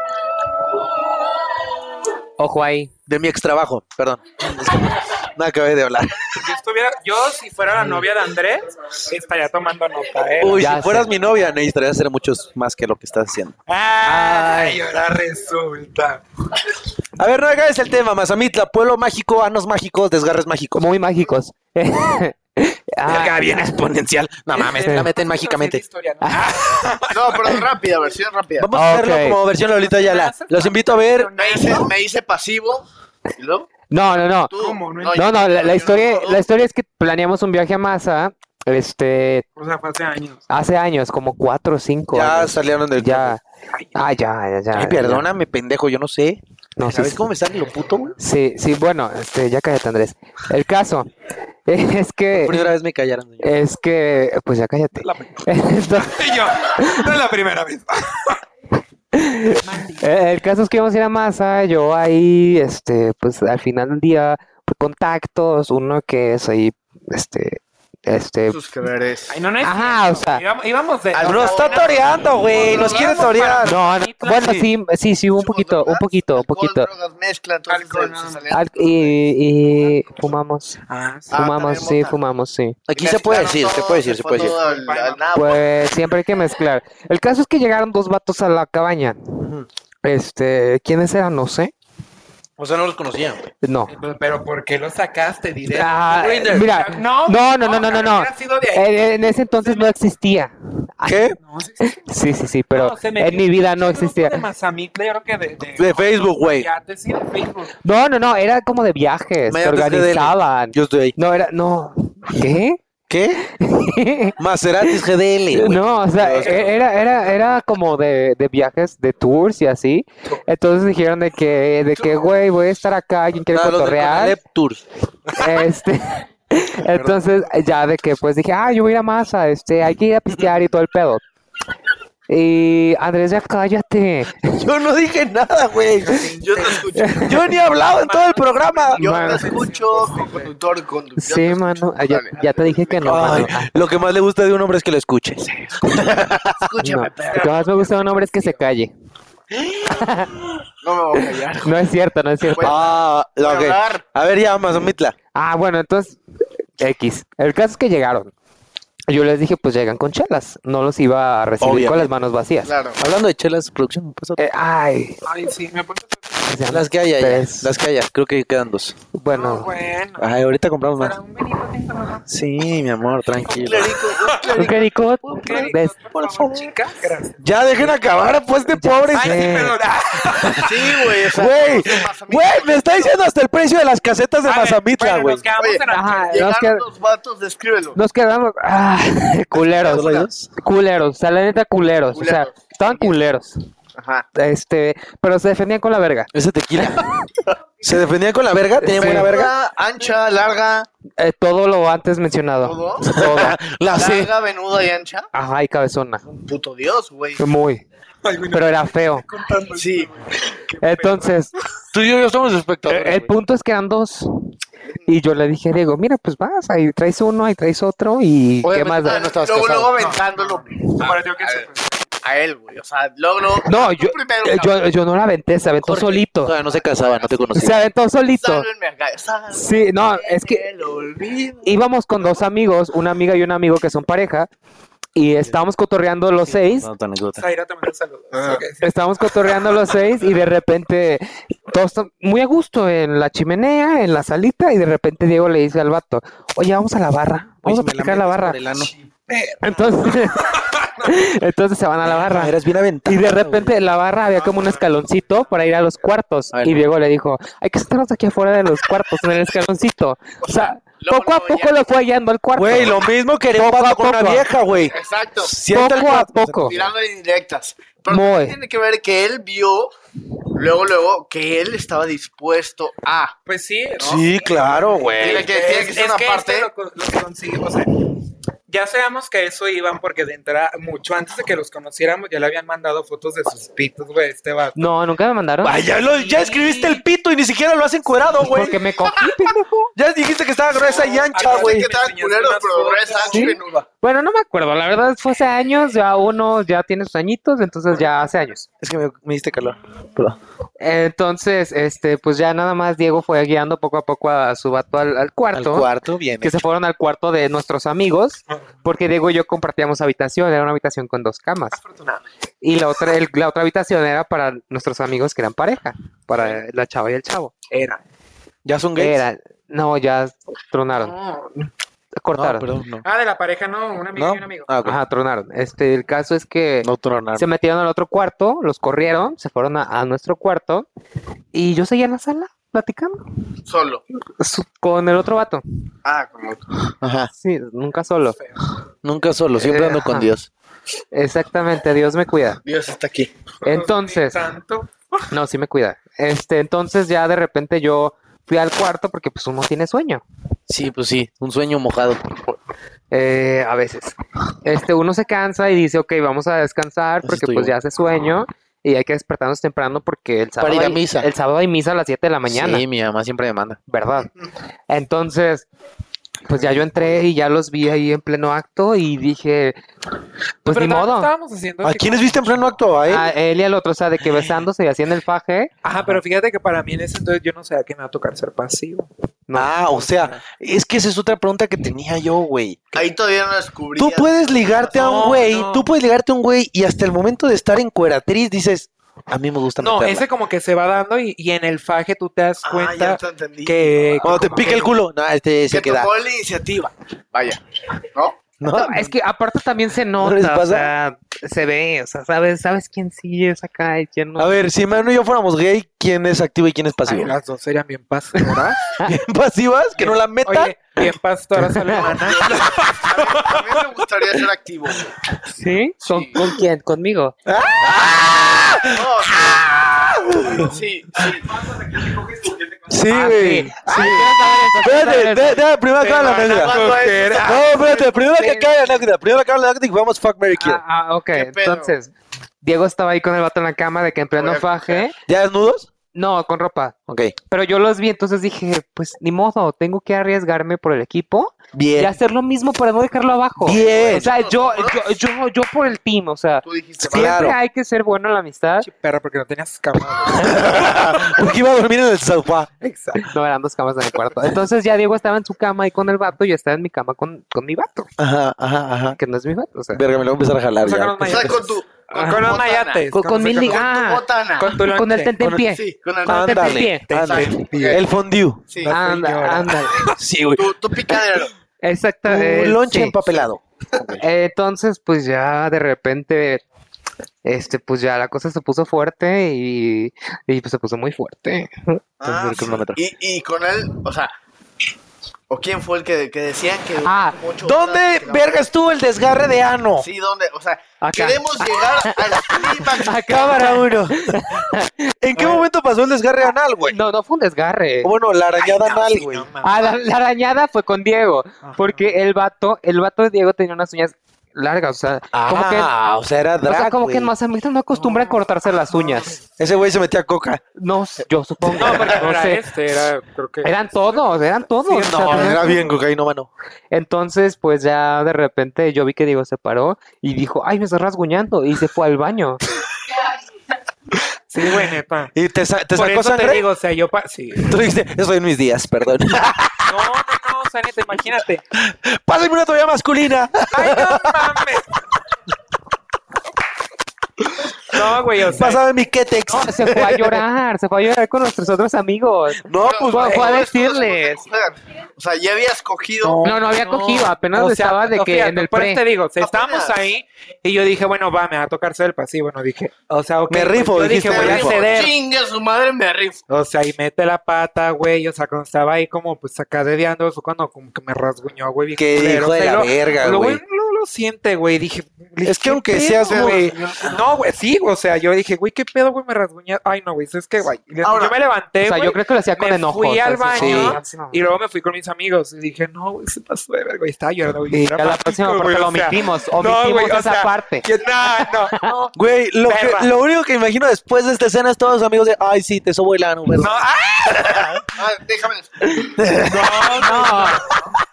C: Ojo ahí.
A: De mi ex trabajo, perdón. Es que no acabé de hablar.
E: Yo, estuviera, yo, si fuera la novia de Andrés, estaría tomando nota, ¿eh?
A: *laughs* Uy,
C: Ya
A: si fueras
C: sé.
A: mi novia, necesitarías hacer muchos más que lo que estás haciendo.
E: Ay, ahora resulta.
A: A ver, no hagas el tema, Mazamitla, pueblo mágico, anos mágicos, desgarres mágicos.
C: Muy mágicos.
A: Verga,
C: *laughs* Ah,
A: bien exponencial. No mames, la meten
E: Es
A: mágicamente.
E: historia, ¿no?
B: No, pero rápida, versión rápida.
A: Vamos
C: Ah,
A: a verlo
C: ok.
A: como versión Lolita Ayala. Los invito a ver.
B: Me hice, me hice pasivo. ¿Y luego?
C: no, no, no.
B: Tú.
E: ¿Cómo? No
C: No,
B: yo-
C: no, la, la
B: yo
C: historia,
B: todo.
C: la historia es que planeamos un viaje a Massa, este,
E: O sea, fue hace años.
C: hace años, como cuatro o cinco
A: Ya
C: años.
A: salieron del
C: Ya. Ah, ya, ya, ya.
A: Ay, perdóname, pendejo, yo no sé.
C: ya. No, sí,
A: ¿Sabes
C: sí.
A: cómo me sale lo puto, güey?
C: Sí, sí, bueno, este, ya cállate, Andrés. El caso *laughs* es que,
A: Primera vez me callaron. señor.
C: es que, pues ya cállate. *laughs* Entonces,
E: Y yo, no es la primera vez.
C: Eh, El caso es que íbamos a ir a masa, yo ahí, este, pues al final del día, por contactos, uno que es ahí, este, este,
B: Tus quereres.
E: Ay, no, no es
C: ajá, o sea,
E: Íbamos, íbamos de.
A: Nos está toreando, güey. Nos quiere torear.
C: no, no, bueno, sí, sí, sí, un
B: Hicimos
C: poquito, un
B: drogas,
C: poquito, un
B: alcohol,
C: poquito,
B: drogas, mezcla, entonces
E: Alcohol,
B: se-
E: nada
B: se
E: más.
B: salían-
C: Al- y, y fumamos,
E: Ah, sí.
B: Ah,
C: fumamos,
B: también
C: sí,
B: mota.
C: fumamos, sí,
A: Aquí se puede decir,
B: Mezclaron
A: se puede
B: todo,
A: decir, se puede
B: fue
A: decir.
B: todo al- al nabo.
C: pues siempre hay que mezclar. El caso es que llegaron dos vatos a la cabaña, este, ¿quiénes eran? No sé,
A: O sea, no los conocían, güey.
C: no,
E: Pero ¿por qué lo sacaste, diré?
C: Ah, mira,
E: no,
C: no, no, no, no, no, Eh, no.
E: hubiera sido de ahí.
C: en, en ese entonces no existía.
A: ¿Qué?
E: No, sí, sí, sí.
C: Sí, sí, sí, pero
E: No, se metió
C: en mi vida no
E: un grupo
C: existía.
E: De Mazamitla, yo creo que de. De,
A: De Facebook, güey.
E: Ya, te sí, de Facebook.
C: No, no, no, era como de viajes,
A: Me
C: se
A: antes que dele.
C: organizaban.
A: Yo estoy ahí.
C: No, era, no, ¿qué?
A: ¿Qué? Maseratis GDL, *laughs* güey.
C: no, o sea,
A: Dios.
C: e- era, era, era como de, de viajes, de tours y así. Entonces dijeron de que, de que, güey, voy a estar acá, ¿quién quiere
A: Ah, los del
C: cotorrear?
A: Conalep Tours.
C: Este, *laughs* entonces ya de que pues dije, ah, yo voy a ir a masa, este, hay que ir a pistear y todo el pedo. Y Andrés, ya cállate.
A: *laughs* Yo no dije nada, güey.
B: Yo te
C: *laughs*
B: escucho.
A: Yo ni he hablado en todo el programa.
B: Yo
C: Mano.
B: te escucho, conductor, conductor.
C: Sí, mano, ah, ya, ya te dije que no,
A: Ay,
C: mano. Ah.
A: lo que más le gusta de un hombre es que lo escuches.
C: No,
B: Escúchame,
C: Lo
B: perro.
C: que más me gusta de un hombre es que se calle.
B: No me voy a callar.
C: No es cierto, no es cierto.
B: Bueno.
A: Ah,
B: Voy a
A: ok.
B: hablar.
A: A ver, ya, Mazamitla.
C: Ah, bueno, entonces, X. El caso es que llegaron. Yo les dije, pues llegan con chelas. No los iba a recibir
A: Obviamente.
C: con las manos vacías.
B: Claro.
A: Hablando de chelas, producción, ¿me pasa?
C: Eh, ay,
E: Ay, sí, me apunto.
C: o sea,
A: Ah, Las que hay allá,
C: tres.
A: las Ah, que hay allá, creo que quedan dos.
E: No,
C: Bueno,
E: bueno.
A: Ay, ahorita compramos
E: Para
A: más.
E: un vinito tinto, ¿no?
A: Sí, mi amor,
B: Un
A: tranquilo.
B: clerico, un
C: un
B: clerico.
C: clericot
E: Clérigo,
C: des-
E: por favor, chicas. Gracias.
A: Ya dejen acabar, pues, de pobres.
E: Ay,
C: sé.
E: sí, perdón.
B: Sí, güey, o sea,
A: Güey,
B: pasa a mí.
A: güey, me está diciendo hasta el precio de las casetas de
E: A ver,
A: Mazamitla,
E: bueno,
A: güey.
E: Nos quedamos
B: Oye,
E: en la
C: Ajá, nos,
B: Llegaron
C: qued-
B: los vatos, descríbelo.
C: nos quedamos. Ah, *laughs* culeros.
A: ¿Solo hay dos?
C: Culeros, o sea, la neta, culeros. O sea,
B: Culeros.
C: estaban culeros.
B: Ajá.
C: Este, pero se defendían con la verga.
A: Ese tequila. *laughs* ¿Se defendían con la verga? ¿Tenía
C: Sí.
A: buena verga?
B: Larga, ancha, larga,
C: Eh, todo lo antes mencionado.
B: todo.
C: Todo.
A: La sé.
B: Larga, venuda y ancha.
C: Ajá, y cabezona.
B: Un puto dios, güey.
C: Muy. Pero era feo.
B: Sí.
C: Entonces, eh,
A: Tú y yo ya somos espectadores.
C: el punto es que eran dos. Y yo le dije, Diego, mira, pues vas, ahí traes uno, ahí traes otro y qué más da?".
A: ah, no estabas
B: Ah, luego,
A: casado.
B: luego aventándolo
E: Ahora tengo que
B: A ver. a él, güey. O sea, luego. luego-
C: No,
B: tú
C: yo,
B: primero,
C: eh,
B: cabrón.
C: yo, yo no la aventé, se aventó
A: Jorge,
C: solito.
A: Todavía no se casaba, no te
C: Se
A: conocía.
C: aventó solito.
B: Sálvenme acá. sálvenme
C: Sí, no, es que
B: del olvido.
C: íbamos con dos amigos, una amiga y un amigo que son pareja, y estábamos cotorreando los seis.
A: No, tu anécdota.
E: Zaira te mando saludos.
B: Ah.
E: Ok, sí.
C: Estábamos cotorreando los seis y de repente todos tam- muy a gusto en la chimenea, en la salita y de repente Diego le dice al vato, oye, vamos a la barra, vamos
A: Oye,
C: a
A: me
C: platicar la
A: metes *laughs*
C: barra.
A: por el ano.
C: Entonces, Entonces se van a la barra.
A: Eres bien aventado.
C: Y de repente en la barra había como un escaloncito para ir a los cuartos.
B: A ver.
C: y Diego le dijo, hay que estarnos aquí afuera de los cuartos, en el escaloncito. O sea,
B: Luego,
C: poco a
B: luego
C: poco
B: ya-
C: lo fue hallando al cuarto.
A: Güey, lo mismo quería un
C: Poco a
A: vato con una
C: poco.
A: vieja, güey.
B: Exacto.
A: Sienta el
C: Poco a
A: cuerpo.
C: poco.
B: Tirando indirectas. Pero
C: Muy.
B: también tiene que ver que él vio, luego, luego, que él estaba dispuesto a.
E: Pues sí, ¿no?
A: Sí, claro, güey.
B: Tiene que, tiene que ser una parte.
E: este lo, con- lo consigue, o sea, ya sabemos que a eso iban porque de entrada, mucho antes de que los conociéramos, ya le habían mandado fotos de sus pitos, güey, este vato.
C: No, nunca me mandaron.
A: Ay, ya, lo- ya escribiste el pito y ni siquiera lo has encuerado, güey.
C: Porque me cogí, *laughs* pendejo.
A: Ya dijiste que estaba gruesa y ancha,
B: Parece
E: Acuérdate
A: Ah, güey.
B: que estaba
E: enseñaste
B: culero,
E: unas
B: pero
E: fotos.
B: es ancho y
C: Sí.
B: venuda.
C: Bueno, no me acuerdo, la verdad fue hace años, ya uno ya tiene sus añitos, entonces ya hace años.
A: Es que me, me diste calor.
C: Entonces, este, pues ya nada más Diego fue guiando poco a poco a su vato al, al cuarto.
A: Al cuarto, bien.
C: que se fueron al cuarto de nuestros amigos, porque Diego y yo compartíamos habitación, era una habitación con dos camas. Y la otra, el- la otra habitación era para nuestros amigos que eran pareja, para la chava y el chavo.
E: Era.
A: Ya son gays. Ah.
C: Era, no, ya tronaron, cortaron.
A: No, perdón, no.
E: Ah, de la pareja, no, un amigo
A: ¿No?
E: y un amigo.
A: Ah, ok.
C: Ajá, tronaron. Este, el caso es que
A: No tronaron.
C: se metieron al otro cuarto, los corrieron, se fueron a, a nuestro cuarto, y yo seguía en la sala platicando
B: Solo.
C: su- con el otro vato.
B: Ah, como otro.
A: Ajá.
C: Sí, nunca solo.
A: Nunca solo, siempre
C: Eh,
A: ando con
C: ajá.
A: Dios.
C: Exactamente, Dios me cuida.
B: Dios está aquí.
C: Entonces,
E: Tanto.
C: No, sí me cuida. Este, entonces ya de repente yo fui al cuarto porque pues uno tiene sueño.
A: Sí, pues sí, un sueño mojado.
C: eh, a veces. Este, uno se cansa y dice, ok, vamos a descansar
A: Así
C: porque
A: estoy
C: pues
A: yo.
C: ya hace sueño y hay que despertarnos temprano porque el sábado,
A: ir a
C: hay,
A: misa.
C: el sábado hay misa a las 7 de la mañana,
A: Sí, mi mamá siempre me manda.
C: ¿verdad? Entonces, pues ya yo entré y ya los vi ahí en pleno acto y dije, pues
E: Pero
C: ni
E: no,
C: modo.
E: estábamos haciendo?
A: ¿A
E: que-
A: quiénes viste en pleno acto? ¿A él?
C: A él y al otro, o sea, de que besándose y haciendo el faje.
E: Ajá, pero fíjate que para mí en ese entonces yo no sabía que me va a tocar ser pasivo.
C: No.
A: Ah, o sea, es que esa es otra pregunta que tenía yo, güey.
B: Ahí todavía no descubrí.
A: Tú puedes ligarte a un
E: No,
A: güey,
E: no.
A: tú puedes ligarte a un güey y hasta el momento de estar en cueratriz dices, a mí me gusta
E: No,
A: meterla".
E: ese como que se va dando y, y en el faje tú te das
B: Ah,
E: cuenta
B: ya te entendí.
E: que...
A: Cuando te
E: como
A: pica
E: que-
A: el culo, no, este se
B: que
A: queda.
B: tomó la iniciativa. Vaya. ¿No?
A: No,
C: No, es que aparte también se
A: ¿No
C: nota,
A: les pasa?
C: o sea, se ve, o sea, sabes, sabes quién sí es acá y quién no.
A: A ver, si Manu y yo fuéramos gay, ¿quién es activo y quién es
E: Ay,
A: pasivo?
E: las dos serían bien
B: *laughs*
E: pastoras.
A: ¿Bien pasivas? ¿Que no la metan?
E: Oye, bien pastoras alemanas.
B: *laughs* A mí me gustaría ser activo.
C: ¿Sí? ¿Con,
B: Sí.
C: con quién? ¿Conmigo?
B: No, sí. sí, sí.
A: Sí,
C: Ah,
A: güey.
C: sí. Ah, Ay, quiero saber eso, quiero
A: Espérate,
C: saber eso.
A: espérate, primero acaba la anécdota.
B: Cuando es-
A: No, espérate, primero que acabe la anécdota. Primero acaba la anécdota y vamos fuck, Mary Kill.
C: Ah, ah, ok,
B: ¿Qué pedo?
C: entonces, Diego estaba ahí con el vato en la cama de que en pleno
B: Oye,
C: faje,
A: ¿Ya desnudos?
C: no, con ropa,
A: Ok.
C: pero yo los vi, entonces dije, pues ni modo, tengo que arriesgarme por el equipo y
A: Bien.
C: hacer lo mismo para no dejarlo abajo.
A: Bien.
C: O sea, yo, yo, yo, yo por el team, o sea,
B: Tú dijiste,
A: Sí.
B: va.
C: siempre
A: Claro.
C: hay que ser bueno en la amistad.
E: Pinche perra, porque no tenías cama.
A: Ah, Porque iba a dormir en el sofá.
E: Exacto.
C: No, eran dos camas en el cuarto. Entonces ya Diego estaba en su cama y con el vato, y yo estaba en mi cama con, con mi vato,
A: Ajá, ajá, ajá.
C: que no es mi vato, o sea.
A: Verga, me lo voy a empezar a jalar
E: O sea,
A: ya.
E: con los
B: O sea,
E: mayates.
B: con tu.
E: Con,
B: tu
E: con los
B: botana.
E: mayates.
C: Con, con mi
E: con-
C: liga,
B: Con tu
C: ah,
B: botana.
E: Con tu lonche.
C: con el tente en pie.
B: Sí, con el
C: Con Ah. el tente en
A: Ándale.
C: pie.
A: ándale.
B: pie.
A: El fondue.
B: Sí.
C: Anda, ándale.
A: Sí, güey.
B: Tu, tu picadero. *laughs*
C: Exacto. eh,
A: Un lonche
C: sí.
A: empapelado.
C: Eh, Entonces, pues ya de repente, este, pues ya la cosa se puso fuerte y, y pues se puso muy fuerte.
B: Ah,
A: Entonces, el cronómetro.
B: y, y con él, o sea. ¿O quién fue el que, que decían que.
C: Ah,
B: mucho-
A: ¿Dónde,
B: que la-
A: verga, estuvo el desgarre de ano?
B: Sí, ¿dónde? O sea,
C: Acá.
B: queremos llegar al clímax.
A: Cámara uno. ¿En qué momento pasó el desgarre anal, güey?
C: No, no fue un desgarre.
A: O Bueno, la arañada
E: Ay, no,
A: anal,
E: sí,
A: güey.
E: no mames.
C: Ah, la, la arañada fue con Diego,
E: Ajá.
C: porque el vato, el vato de Diego tenía unas uñas largas, o sea, como que
A: Ah, o sea, era
C: O
A: drag,
C: sea, como que en
A: güey.
C: Mazamitla no acostumbra a cortarse las uñas.
A: Ese güey se metía coca.
C: No, sé, yo supongo.
E: No, porque
C: no
E: era
C: sé.
E: este, era, creo que...
C: Eran todos, eran todos. o sea,
A: No,
C: tenían-
A: era bien cocaína, mano.
C: Entonces, pues ya de repente yo vi que Diego se paró y dijo, ay, me estás rasguñando. Y se fue al
E: *laughs*
C: baño.
E: Sí, güey, neta.
A: ¿Y te, sa- te
E: Por
A: sacó
E: eso
A: sangre?
E: te digo, o sea, yo... pa- Sí.
A: Tú dijiste, estoy en mis días, perdón.
E: No, no, no, o sea, neta, imagínate.
A: *laughs* Pásame una toalla masculina.
E: Ay, no mames. No, güey, o sea,
A: Pásame mi Ketex.
C: No, se fue a llorar, se fue a llorar con nuestros otros amigos.
A: *laughs* No, pues güey.
C: fue- fue a
B: Todos estos
C: decirles.
B: cosas que juegan. O sea, ya habías cogido.
C: No, no había
E: No.
C: cogido, apenas
E: o sea,
C: estaba de
E: no,
C: que
E: fíjate,
C: en el
E: por
C: pre.
E: eso te digo, o sea, estábamos
B: Apenas.
E: ahí y yo dije, bueno, va, me va a tocar selpa. Sí, bueno, dije, o sea, ok, pues,
A: Me rifo,
E: yo dije,
A: dijiste,
E: voy
A: me
E: a
A: rifo.
E: ceder.
B: Chinga su madre, me rifo.
E: O sea, y mete la pata, güey. O sea, cuando estaba ahí como pues acá dedeando, fue cuando como que me rasguñó, güey. bien
A: Qué
E: culero.
A: hijo de
E: O sea,
A: la
E: lo-
A: verga,
E: lo-
A: güey.
E: Lo, lo siente, güey. Dije,
A: Es que
E: ¿qué
A: aunque
E: pedo,
A: seas
E: güey. No, güey, sí, o sea, yo dije, güey, qué pedo, güey, me rasguñé. Ay, no, güey, es que, güey. Y
B: Ahora,
E: yo me levanté,
C: O sea,
E: güey,
C: yo creo que lo hacía con
E: me
C: enojo.
E: fui
C: o sea,
E: al
C: sí, sí.
E: baño y luego me fui con mis amigos. Y dije, no, güey, se pasó de verga, güey. Estaba llorando, güey.
C: Y
E: era
C: a la
E: mágico,
C: próxima
E: güey,
C: parte lo
E: o sea,
C: omitimos,
E: güey,
C: omitimos
E: o
C: esa
E: sea,
C: parte.
E: que-
C: *laughs*
E: no, no, no.
A: Güey, lo, que-
E: Perra.
A: lo único que me imagino después de esta escena es todos los amigos de, ay, sí, te sobo el ano, güey.
E: No, ah,
B: Ah, déjame.
C: No,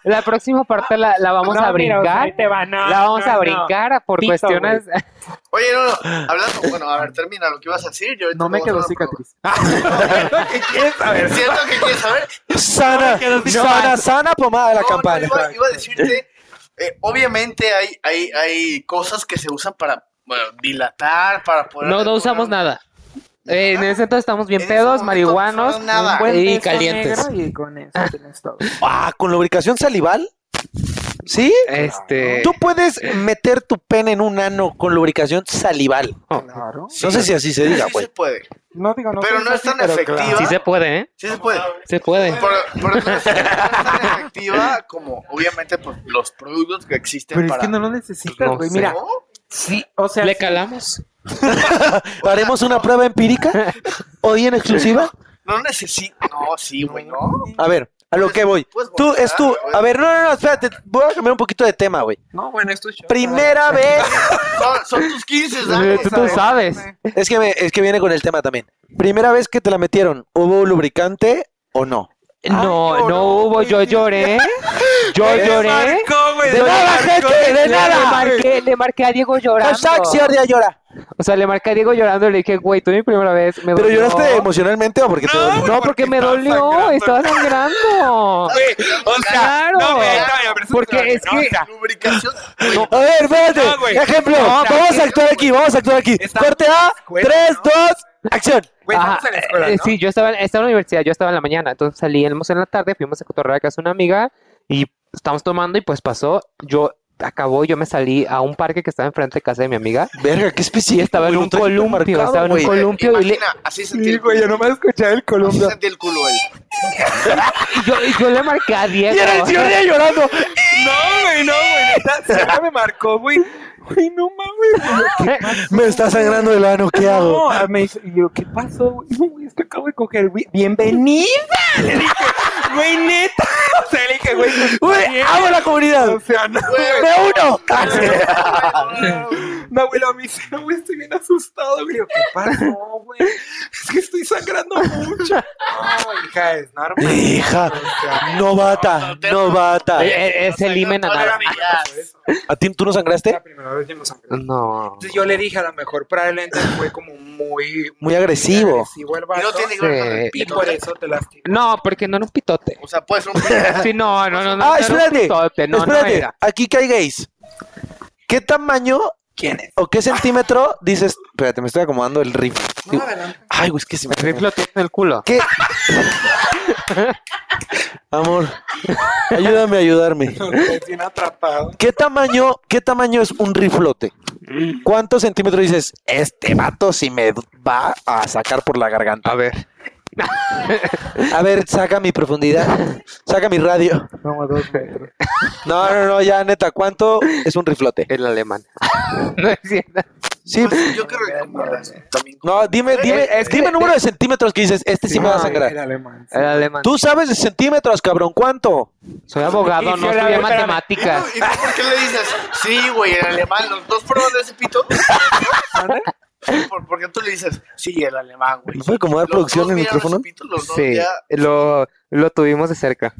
C: la próxima parte la, la vamos
E: no,
C: a brincar.
E: mira, o sea, ahí te va, no,
C: la vamos
E: no,
C: a
E: no.
C: brincar por
E: Pito,
C: cuestiones. *laughs*
B: Oye, no, no. Hablando, bueno, a ver, termina lo que ibas a decir. Yo ahorita
E: No me
B: te voy a
E: quedó
B: hacer una
E: cicatriz. ¿Qué quieres saber?
B: pregunta. Siento que quieres saber.
A: Sana, sana, sana pomada de la
B: No, no,
A: campana.
B: iba, iba a decirte, eh, obviamente hay, hay, hay cosas que se usan para bueno, dilatar, para poder.
F: No, no usamos
B: poner-
F: nada.
C: Eh, en ese entonces estamos bien
B: En ese
C: pedos,
B: momento
C: marihuanos.
B: no usamos nada.
C: un buen
F: Y
C: beso
F: calientes.
C: negro
E: Y con eso tienes todo.
A: Ah, con lubricación salival. ¿Sí?
C: y- Este.
A: Tú puedes meter tu pene en un ano con lubricación salival.
E: Claro.
A: No sé si así se diga,
B: Sí se
A: güey.
B: puede.
E: No digo, no
B: Pero
E: soy
B: no es
E: así,
B: tan
E: pero
B: efectiva.
E: claro.
F: Sí se puede, ¿eh?
B: Sí se puede.
F: Se puede.
B: Pero, pero no, es, no es tan efectiva como, obviamente, pues, los productos que existen
E: Pero es
B: para.
E: que no lo necesitas,
C: No
E: güey.
C: sé.
E: Mira,
B: ¿No?
E: sí, o sea,
F: Le calamos.
A: ¿Haremos una prueba empírica? ¿Hoy en exclusiva?
B: No necesito. No, sí, güey, no.
A: A ver, a lo que voy. Tú, es tú. A ver, no, no, no, espérate. Voy a cambiar un poquito de tema, güey.
E: no, bueno, esto es show.
A: Primera vez.
B: Son, son tus 15,
C: eh,
B: Pues ¿sabes?
C: Tú, tú sabes.
A: Es que, me- es que viene con el tema también. Primera vez que te la metieron, ¿hubo lubricante o no?
C: No, no,
E: lloró,
C: hubo. Yo
E: güey.
C: lloré. Yo
E: Me
C: lloré.
E: marcó, güey,
A: De
E: me
A: nada,
E: marcó.
A: gente, de
C: Le- Le
A: nada.
C: marqué, le marqué a Diego llorando.
A: Hashtag señor de llora.
C: O sea, le marqué a Diego llorando y le dije, güey, tú mi primera vez. Me
A: ¿Pero
C: dolió.
A: lloraste emocionalmente o porque te dolió?
C: No, porque me
E: estaba
C: dolió.
E: sangrando.
C: Estaba sangrando.
E: Güey, o sea,
C: Claro.
E: no, güey, no, pero eso
C: Porque es
E: no, o
C: que-
E: sea,
B: Lubricación. güey,
A: A ver, espérate.
E: No, güey.
A: Ejemplo,
E: No,
A: vamos
E: pero-
A: a actuar aquí, vamos a actuar aquí.
E: Está-
A: Corte A,
E: Escuela,
A: 3,
E: ¿no?
A: 2, acción.
E: güey, estamos
C: Ajá,
E: en la escuela,
C: eh,
E: ¿no?
C: Sí, yo estaba, estaba en la universidad, yo estaba en la mañana, entonces salíamos en la tarde, fuimos a cotorrear a casa de una amiga y estábamos tomando y pues pasó, yo acabó, yo me salí a un parque que estaba enfrente de casa de mi amiga
A: Verga, qué
C: y
A: especie.
C: estaba en un columpio, estaba en un columpio y, le-
B: Imagina, así sentí
E: Sí,
B: el
E: güey, yo no me escuchaba el
B: Así
E: columpio.
B: sentí el culo él.
C: y yo, y yo le marqué a Diego.
A: *laughs* Y era el señor de llorando.
E: No, güey, no, güey. neta, siempre me marcó, güey. Güey, no mames. güey.
A: Me está sangrando el ano, ¿qué hago?
E: No, ah, me dice, y yo, ¿qué pasó? güey? No, güey, es que acabo de coger, güey. Bienvenida. Le dije, güey, neta. *laughs* O sea, le dije, güey, pues,
A: Güey, amo la comunidad.
E: o sea, no.
A: Me uno.
E: No, güey, lo me dice, no, güey, estoy bien asustado, güey. Yo, ¿Qué pasó, güey? Es que estoy sangrando mucho. No, hija, es normal.
A: Hija, novata, novata.
C: Eh, eh, Es el himen
B: No, no,
C: anal.
B: no, no, no, no, no.
A: ¿A ti tú no sangraste?
E: La primera vez yo no sangré.
C: *laughs* No.
E: Entonces yo le dije, a lo mejor probablemente fue como muy...
A: Muy agresivo.
E: agresivo el
B: Y
E: vato.
B: no tiene que ver con el
C: Sí.
E: Y
B: pito. ¿eh?
E: por eso te lastimé.
C: No, porque no era un pitote.
B: O sea, puede ser un pito.
C: Sí, no, no, no, no.
A: Ah,
C: no era un
A: espérate.
C: pitote, no, no
A: Espérate,
C: era.
A: aquí que hay gays. ¿Qué tamaño
E: ¿Quién es?
A: o qué centímetro dices? Espérate, me estoy acomodando el rifle.
E: No, adelante.
A: Ay, güey, es que se me.
C: El rifle lo tiene en el culo. *laughs*
A: ¿Qué? Amor, ayúdame a ayudarme.
E: Estoy bien atrapado.
A: ¿Qué tamaño, ¿Qué tamaño es un riflote? ¿Cuántos centímetros dices, este vato si me va a sacar por la garganta?
C: A ver.
A: A ver, saca mi profundidad, saca mi radio.
E: Como dos metros.
A: No, no, no, ya neta, ¿cuánto es un riflote?
C: El alemán. *laughs* no es cierto.
A: Sí,
B: Pues, yo creo que como las- también. Eh,
A: no, dime, dime,
C: Es- es que-
A: dime número de centímetros que dices, este sí me va a sangrar.
E: Era alemán.
C: El alemán.
A: Tú sabes de centímetros, cabrón, ¿cuánto?
C: Soy abogado,
E: Y
C: no
E: yo la-
C: estudié
E: espérame.
C: matemáticas.
B: ¿Y tú por qué le dices? Sí, güey, el alemán. Los dos fueron de ese pito. ¿Por, ¿Por qué tú le dices? Sí, el alemán, güey.
A: ¿Me puede acomodar
B: Los
A: producción
B: dos
A: el
B: miraron
A: micrófono?
B: ese pito, los dos
C: Sí,
B: ya-
C: lo, lo tuvimos de cerca.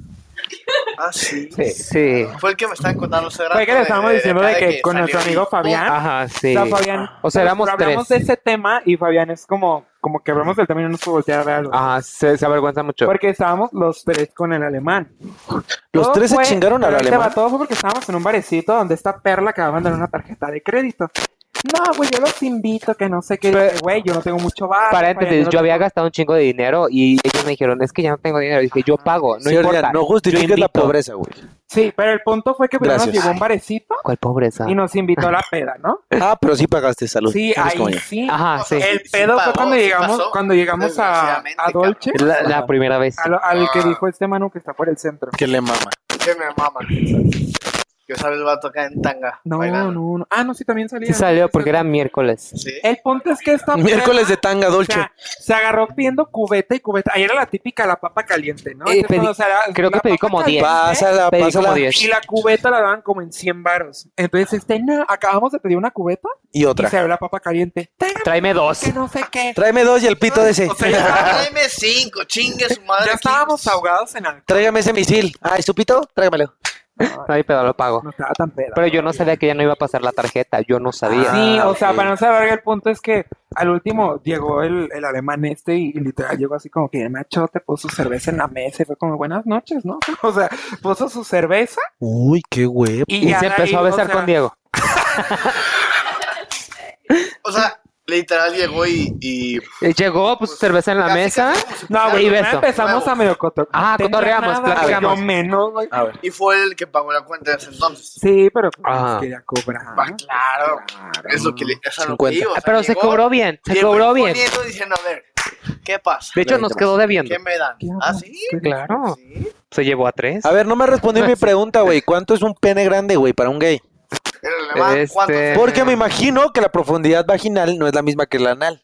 B: Ah, sí.
C: Sí.
B: Fue el que me estaban contando. ese
E: Fue que
B: rato
E: le estábamos diciendo de
B: cada
E: que con nuestro
B: salió.
E: amigo Fabián.
C: Ajá, sí.
E: ¿Ah? O sea, Fabián.
C: O sea, éramos
E: Hablamos de
C: tres.
E: ese tema y Fabián es como, como que hablamos del tema y no nos pudo voltear a ver algo.
C: Ajá, se, se avergüenza mucho.
E: Porque estábamos los tres con el alemán.
A: Los
E: Todo
A: tres se
E: fue-
A: chingaron al
E: pero ahí te va,
A: alemán.
E: Todo fue porque estábamos en un barecito donde esta perla acaba de mandar una tarjeta de crédito. No, güey, yo los invito, que no sé qué.
C: Pero-
E: Güey, yo no tengo mucho bar.
C: Paréntesis, yo había gastado un chingo de dinero y ellos me dijeron, es que ya no tengo dinero. Y dije, yo pago, no
A: Sí, Orlean,
C: importa.
A: no justifiques la
C: invito.
A: pobreza, güey.
E: Sí, pero el punto fue que primero nos
A: Gracias.
E: llegó un barecito
C: "Ah, ¿Cuál pobreza?
E: y nos invitó a la peda, ¿no?
A: Ah, pero sí pagaste salud.
E: Sí,
A: Eres como
E: ahí
A: yo.
E: sí.
C: Ajá, sí.
E: El
B: Sí
E: pedo
B: pagó,
E: fue cuando
B: sí
E: llegamos,
B: pasó.
E: cuando llegamos a,
B: Desgraciadamente, Ah.
E: a Dolce,
C: Es La, la primera vez.
E: a lo- al que dijo este Manu que está por el centro.
A: Que le mama.
B: Que me mama. Yo sabes, va a tocar en tanga.
E: No,
B: bailando.
E: no, no. Ah, no, sí, también salía.
C: Sí salió porque era miércoles.
B: Sí.
E: El punto es que esta
A: pues, Miércoles de tanga
E: O
A: dolce.
E: sea, se agarró pidiendo cubeta y cubeta. Ahí era la típica la papa caliente, ¿no?
C: Eh,
E: Ese
C: pedí-
E: pedo, o sea, la-
C: creo que
E: la
C: pedí
E: papa
C: como
A: ¿eh?
C: 10.
E: caliente
A: pásala,
C: Pedí como
A: Ah, pásala.
C: 10.
E: Y la cubeta la daban como en 100 varos. Entonces, este, no, acabamos de pedir una cubeta
A: Y
E: y se
A: otra.
E: abrió la papa caliente. Tenga,
C: Tráeme dos.
E: que no sé qué.
A: Tráeme dos y el pito de ese. *laughs*
E: O sea, ya estábamos-
B: Tráeme cinco, chingue su madre.
E: ya estábamos
B: Kings.
E: ahogados en alcohol.
A: Tráigame ese misil. Ah, ¿es tu pito? Tráigamelo.
C: No hay pedo, lo pago.
E: No estaba tan peda.
C: Pero yo no sabía que ya no iba a pasar la tarjeta. Yo no sabía.
E: Sí,
A: Ah,
E: o sea,
A: ok.
E: para no saber el punto es que al último llegó el, el alemán este y, y literal llegó así como que el macho te puso cerveza en la mesa y fue como buenas noches, ¿no? *laughs* O sea, puso su cerveza
A: Uy, qué güey.
E: y,
C: Y
E: ya
C: se
E: de ahí,
C: empezó a
E: o
C: besar
E: sea,
C: con Diego.
B: O sea, literal llegó y. y
C: Eh, Llegó,
E: Pues,
C: puso cerveza en la
B: casi,
C: mesa.
B: casi como si
E: No,
B: fuera-
E: güey,
C: Y
E: primero
C: beso.
E: empezamos a medio cotorrear.
C: Ah, cotorreamos, platicamos.
E: Yo menos, güey.
A: A ver.
B: Y fue el que pagó la cuenta de ese entonces.
E: Sí, pero pues,
C: Ah.
E: nos quería cobrar.
B: Ah, claro. Es lo que le. Es a lo que
A: 50.
B: iba, o
C: Ah,
B: sea,
C: Pero se
B: llegó,
C: cobró bien. Se
B: llegó
C: cobró bien.
B: poniendo y diciendo, a ver, ¿qué pasa?
C: De hecho, nos quedó debiendo.
B: ¿Qué me dan? ¿Ah, sí?
C: Claro.
B: Sí.
C: Se llevó a tres.
A: A ver, no me respondió mi pregunta, güey. ¿Cuánto es un pene grande, güey, para un gay?
B: Era el alemán,
C: Este-
B: ¿cuánto?
A: Porque
E: Eh.
A: me imagino que la profundidad vaginal no es la misma que la anal.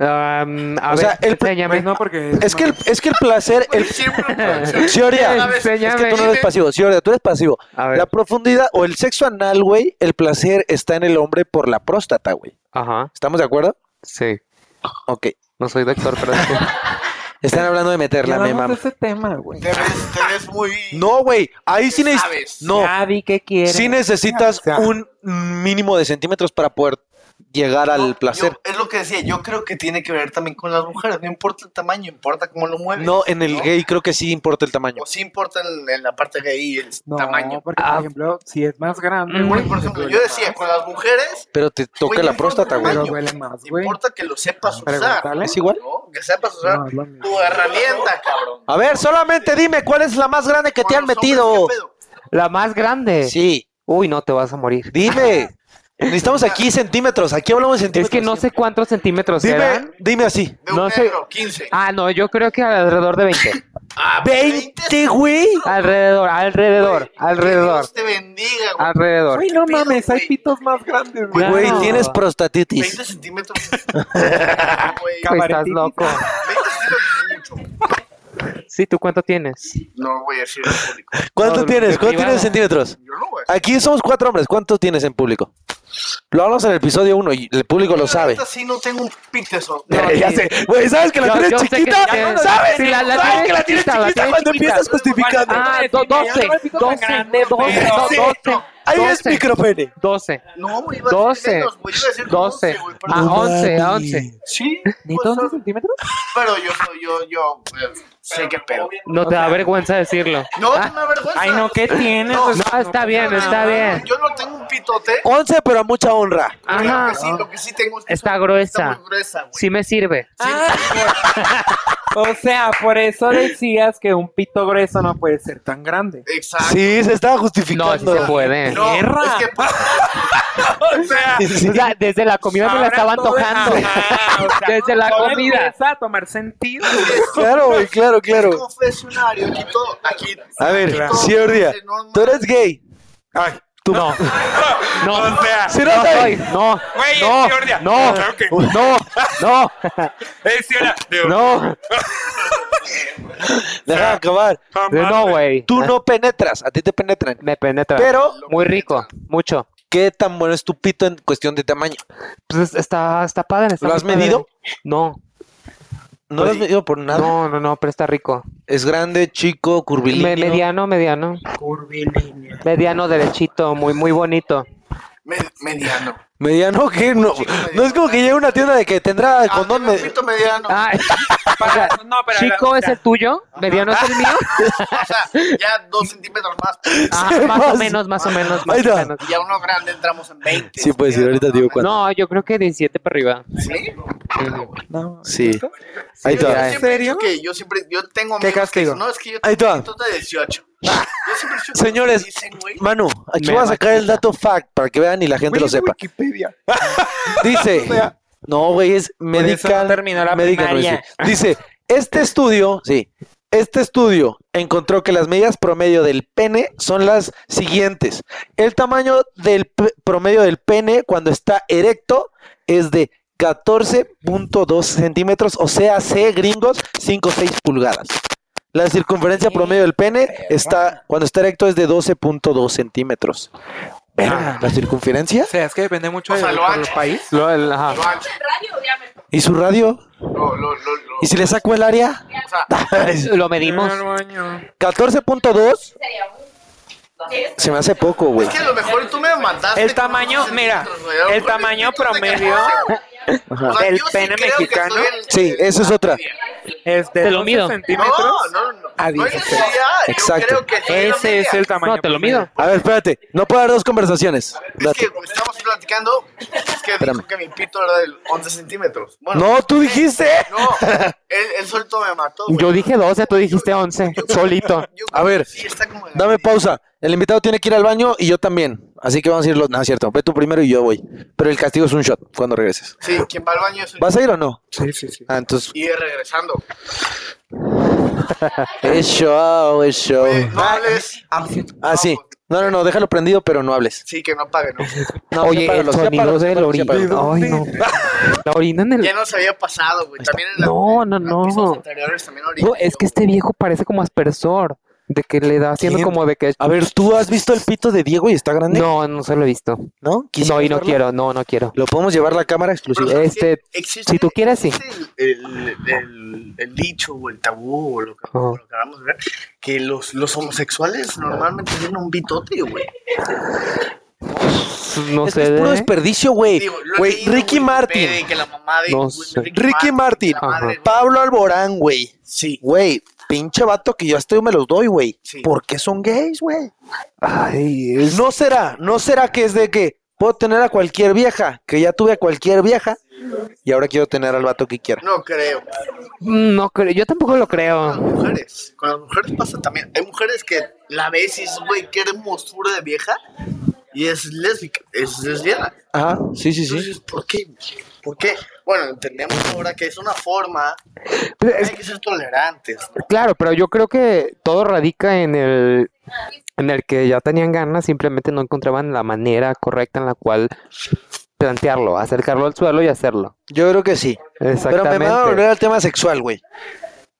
C: Um, a
A: O
C: ver,
A: sea, el pr-
C: enséñame.
E: Pues no, porque...
A: Es que el, es que el placer... El...
B: Sí, bueno,
A: Sioria,
B: Una vez,
A: es
C: enséñame.
A: que tú no eres pasivo. Sioria, tú eres pasivo.
C: A ver.
A: La profundidad o el sexo anal, güey, el placer está en el hombre por la próstata, güey.
C: Ajá.
A: ¿Estamos de acuerdo?
C: Sí.
A: Ok.
C: No soy doctor, pero es que-
A: Están hablando de meterla,
E: Ya
A: me
E: hablamos de
A: mames.
E: ese tema, güey.
B: Te ves, te ves muy.
A: No, güey. Ahí sí
B: Sabes.
A: necesitas. No.
E: Nadie que quiere.
A: Sí necesitas
E: O sea,
A: un mínimo de centímetros para poder llegar al placer.
B: Yo- es lo que decía, yo creo que tiene que ver también con las mujeres. No importa el tamaño, importa cómo lo mueves.
A: No, en el
B: ¿no?
A: gay creo que sí importa el tamaño.
B: O sí importa en, en la parte gay el
E: No,
B: tamaño.
E: porque,
C: Ah.
E: por ejemplo, si es más grande,
C: Mm.
E: güey,
B: Por ejemplo, yo decía, con las mujeres,
A: Pero te toca
B: Güey,
A: la
B: yo
A: próstata,
B: creo que
A: güey.
E: pero
B: tamaño.
E: duele más, güey.
B: importa que lo sepas usar.
E: Pregúntale.
A: ¿Es igual?
B: ¿no? Que sepas usar
E: No, es lo mismo.
B: tu herramienta, cabrón.
A: A ver, solamente dime cuál es la más grande que te
B: Con
A: han
B: los hombres,
A: metido.
B: ¿qué pedo?
C: *laughs* La más grande.
A: Sí,
C: Uy, no, te vas a morir.
A: dime. Necesitamos aquí centímetros. Aquí hablamos de
C: Es
A: centímetros.
C: que no sé cuántos centímetros
A: Dime,
C: eran.
A: dime así.
B: De un
C: No sé.
B: negro, 15.
C: Ah, no, yo creo que alrededor de 20.
B: Ah,
A: ¿20, güey?
C: alrededor, alrededor,
B: Que
C: alrededor,
B: Dios te bendiga, güey.
C: alrededor.
E: Güey, no
B: pido,
E: mames,
B: güey.
E: hay pitos más grandes, güey.
A: Güey,
C: Claro.
A: tienes
B: 20
A: prostatitis.
B: centímetros. Güey, 20
C: Pues, Estás
E: Cabaretito.
C: loco.
B: centímetros es mucho.
C: Sí, ¿tú cuánto tienes?
B: No voy a decir en público.
A: ¿Cuánto
C: No,
A: tienes?
C: de
A: ¿Cuánto
C: privado.
A: tienes centímetros?
B: Yo no voy a decir.
A: Aquí somos cuatro hombres. ¿Cuántos tienes en público? Lo hablamos en el episodio 1 y el público lo
B: Yo, la
A: sabe.
B: neta, sí no tengo un piteso.
A: *laughs*
C: No,
A: ya
C: sí.
A: sé. Güey, ¿sabes que la
C: Yo-
A: tienes
C: yo sé que
A: chiquita?
C: tienes-
A: ¿Sabes?
C: Sí, la- la
A: ¿Sabes
C: tienes
A: que la tienes
C: chiquita,
A: chiquita,
C: la tienes
A: cuando
C: chiquita.
A: empiezas justificando?
C: Ah,
E: Ay,
C: do-
E: sí, ya
C: 12,
E: no me pico tan
C: 12,
E: grande,
C: de 12,
E: pero
C: do-
A: sí.
C: 12,
A: Ahí es
C: 12,
A: micropene.
C: 12,
B: No, güey, iba a decir
C: 12,
B: menos, güey, iba a decir
C: 12,
B: 11, güey, pero-
C: a
A: No
C: 11, a
A: mames.
C: 11.
B: Sí,
E: ¿Ni
B: pues,
E: 11
B: no,
E: centímetros?
B: pero yo, soy- yo, yo, eh, sé qué pedo.
C: No te da vergüenza decirlo.
B: No, no me avergüenza.
E: Ay, no, ¿qué tienes?
B: No,
E: O sea,
C: No, está bien, está bien.
B: Yo no tengo un pitote.
A: 11, pero a mucha honra.
B: pero Lo
C: Ajá,
B: que sí, lo que sí tengo es que
C: está
B: soy-
C: gruesa.
B: muy gruesa, güey.
C: Sí me sirve.
E: *laughs* O sea, por eso decías que un pito grueso no puede ser tan grande.
B: Exacto.
A: Sí, se estaba
C: No, sí
A: justificando.
C: se puede.
B: No,
E: Perra.
B: es
A: Ah,
B: que
E: *laughs* O sea,
A: Sí.
C: O sea, desde la comida me la
E: ahora
C: estaba
E: todo-
C: antojando. *laughs*
E: Ajá, o *laughs* sea,
C: Desde la
E: todo
C: comida.
E: Empieza a tomar sentido.
A: Claro, güey, claro, Ah.
B: es
A: claro.
B: confesionario, aquí todo, aquí.
A: A ver,
B: Claro.
A: Ciordia,
B: No, no.
A: tú eres gay.
F: Ay,
A: Tú
C: No, no,
F: o sea,
A: Sí, no,
C: no
A: soy.
C: soy, no,
F: güey,
C: no,
F: es Jordi.
C: no,
F: Claro que-
C: no, no,
F: Es Jordi. Digo,
C: no, Ah.
A: Deja acabar.
F: jamás,
C: no, güey.
A: Tú no penetras, a ti te penetran.
C: Me penetra.
A: Pero,
C: Muy rico, mucho.
A: ¿qué tan bueno es tu pito en cuestión de tamaño?
C: Pues es- está, está padre. está
A: ¿Lo has
C: muy padre.
A: medido?
C: No,
A: No lo has medido por nada.
C: no, no, no, pero está rico.
A: Es grande, chico,
C: Me-
A: curvilíneo.
C: mediano, mediano.
E: Curvilíneo.
C: Mediano, derechito, muy, muy bonito.
B: Me- mediano.
A: Mediano que no.
B: Chico mediano.
A: No es como que llegue a una tienda de que tendrá
B: Ah,
A: condón.
B: tiene
A: me-
B: un pito mediano.
C: Ah,
E: Para- no, pero
C: chico
E: la-
C: es el tuyo, mediano es el mío.
B: O sea, ya dos centímetros más. pues,
C: Ah,
A: *laughs* Se
C: más o
A: pasa.
C: menos, más o menos, más
A: Ahí
C: o
A: está.
C: menos.
B: Y ya uno grande entramos en 20.
A: Sí, pues, sí, ahorita digo cuánto.
C: No, yo creo que 17 para arriba.
B: ¿Sí?
E: No,
A: Sí.
E: ¿esto?
A: Ahí
B: Yo
A: está.
B: siempre he dicho
E: serio?
B: Que yo siempre, yo tengo
E: ¿Qué
B: amigos que
E: castigo?
B: dicen, No, es que yo
A: Ahí
B: tengo
A: está.
B: amiguitos de 18. Yo siempre he dicho que
A: Señores,
B: me dicen, güey,
A: Manu, aquí
C: Me
A: voy a sacar el
C: maquilla.
A: dato fact para que vean y la gente
E: Güey,
A: lo
E: es
A: sepa.
E: Wikipedia. *laughs*
A: Dice, no, güey, es
E: Por eso no
A: medical.
E: terminó la
A: médica no
E: primaria.
A: es- Dice, este estudio, sí, este estudio encontró que las medidas promedio del pene son las siguientes. El tamaño del p- promedio del pene cuando está erecto es de 14.2 centímetros, o sea, C gringos, 5 o 6 pulgadas. La circunferencia promedio del pene está, cuando está erecto, es de 12.2 centímetros.
E: Ah.
A: Verga, ¿La circunferencia?
E: O sea, es que depende mucho
B: O sea,
E: del
B: lo
E: por el
B: ancho.
E: país.
C: Lo- el- ajá.
B: lo ancho,
A: ¿Y su radio?
B: lo, lo, lo, lo-
A: ¿Y si le saco el área?
B: o
A: *laughs*
B: sea,
C: Lo medimos.
E: En el baño.
A: 14.2 se me hace poco, güey.
B: es que a lo mejor tú me mandaste.
E: El tamaño, mira, el tamaño promedio del pene mexicano
A: Sí, eso es otra.
E: es de
C: Te lo
E: 12
C: mido.
E: centímetros.
B: No, no, no.
E: a
B: no hay
E: 16.
B: necesidad, yo
A: Exacto.
B: creo que soy la
E: Ese es
B: media.
E: el tamaño.
C: No, te lo mido.
A: A ver, espérate. No puede haber dos conversaciones.
B: Es que
A: Date.
B: como estamos platicando, es que
A: Espérame.
B: dijo que mi pito era de 11 centímetros. Bueno,
A: No, tú dijiste.
B: No, él, él solito me mató. güey.
C: Yo dije 12, tú
B: *laughs*
C: dijiste 11, solito.
B: Yo
A: A ver,
B: sí, está como en la
A: Dame
B: media.
A: pausa. El invitado tiene que ir al baño y yo también. Así que vamos a ir los. No, es cierto. Ve tú primero y yo voy. Pero el castigo es un shot cuando regreses.
B: Sí, quien va al baño es un
A: ¿Vas a Oh. ir o no?
E: Sí, sí, sí.
A: Ah, entonces.
B: Y regresando.
A: Es show, es show.
B: Oye, no hables.
A: Ah, sí. No, no, no. Déjalo prendido, pero no hables.
B: Sí, que no pague, ¿no?
A: No,
C: Oye, el
A: sepáralos,
C: sonido
A: sepáralos,
C: de la
A: sepáralos,
C: orina.
A: sepáralos.
C: Ay, no. La orina en
B: Ya
C: el.
B: nos había pasado, güey. También en la-
C: No, no,
B: en
C: no.
B: pisos anteriores también ahorita.
C: No, es que este viejo parece como aspersor. De que le da haciendo
A: ¿Quién?
C: como de que.
A: A ver, ¿tú has visto el pito de Diego y está grande?
C: No, no se lo he visto.
A: ¿No?
C: No,
A: ¿Quisieras
C: y no
A: verlo?
C: quiero, no, no quiero.
A: ¿Lo podemos llevar la cámara exclusiva?
C: Este,
B: Existe-
C: si tú quieres, sí.
B: existe El, el, el, el dicho o el tabú o lo que,
C: Ajá.
B: lo que vamos a ver, que los, los homosexuales normalmente tienen un bitote, güey. Este
A: Este
C: no
A: Es que
C: sé.
A: es puro
C: de-
A: desperdicio, güey.
B: Digo, lo he
A: Güey,
B: leído,
A: Ricky
B: güey,
A: Martin.
B: de Que la mamá de,
C: No
B: güey,
C: sé.
A: Ricky Martin.
B: la madre, güey.
A: Pablo Alborán, güey.
B: Sí.
A: Güey, pinche vato que yo hasta yo me los doy, güey.
B: Sí.
A: ¿Por qué son gays, güey? No será, no será que es de que puedo tener a cualquier vieja, que ya tuve a cualquier vieja y ahora quiero tener al vato que quiera.
B: No creo.
C: No creo, yo tampoco lo
B: Con
C: creo.
B: las mujeres. Con las mujeres pasa también. Hay mujeres que la ves y dices, güey, qué hermosura de vieja. Y es lésbica, es lesbiana.
A: Ajá, sí, sí,
B: Entonces, ¿por qué? ¿Por qué? Bueno, entendemos ahora que es una forma.
C: Pero es-
B: Hay que ser tolerantes.
C: claro, pero yo creo que todo radica en el en el que ya tenían ganas, simplemente no encontraban la manera correcta en la cual plantearlo, acercarlo al suelo y hacerlo.
A: Yo creo que sí. Pero me
C: Exactamente.
A: voy a volver al tema sexual, güey.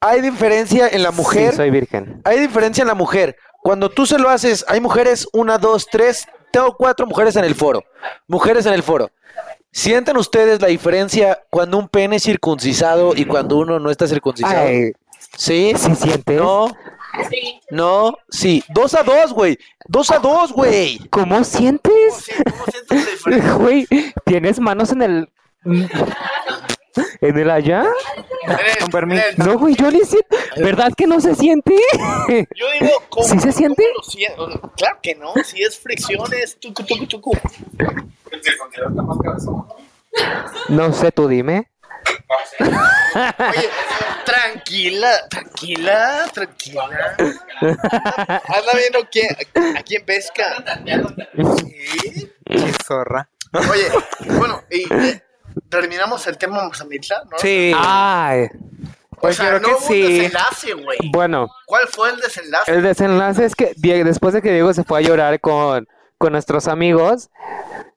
A: Hay diferencia en la
C: Sí,
A: mujer
C: soy virgen.
A: Hay diferencia en la mujer. Cuando tú se lo haces, hay mujeres, una, dos, tres, tengo cuatro mujeres en el foro. Mujeres en el foro. ¿Sienten ustedes la diferencia cuando un pene es circuncisado y cuando uno no está circuncisado?
C: Ay,
A: ¿Sí?
C: ¿sí sientes?
A: No. No, sí. Dos a dos, güey. Dos a dos, güey.
C: ¿Cómo
B: ¿Cómo,
C: sientes?
B: si- cómo sientes la diferencia?
C: Güey, ¿tienes manos en el en el allá?
B: Eres-
E: Con permiso.
B: eres-
C: No, güey, yo ni siento. ¿Verdad que no se siente? *laughs*
B: Yo digo, ¿cómo?
C: ¿Sí se
B: cómo
C: siente?
B: lo siento? Claro que no, si es fricción, es tucu, tucu, tucu.
C: No sé, tú dime.
B: Oye, tranquila, tranquila, tranquila. Anda viendo quién, a quién pesca. Sí.
E: *laughs* Qué zorra.
B: Oye, bueno, y eh, terminamos el tema Mazamitla, ¿no?
E: Sí.
C: Ay,
E: pues
B: o sea,
E: creo
B: no
E: que
B: hubo un
E: sí.
B: desenlace, güey.
C: bueno,
B: ¿Cuál fue el desenlace?
C: el desenlace es que Die- después de que Diego se fue a llorar con, con nuestros amigos,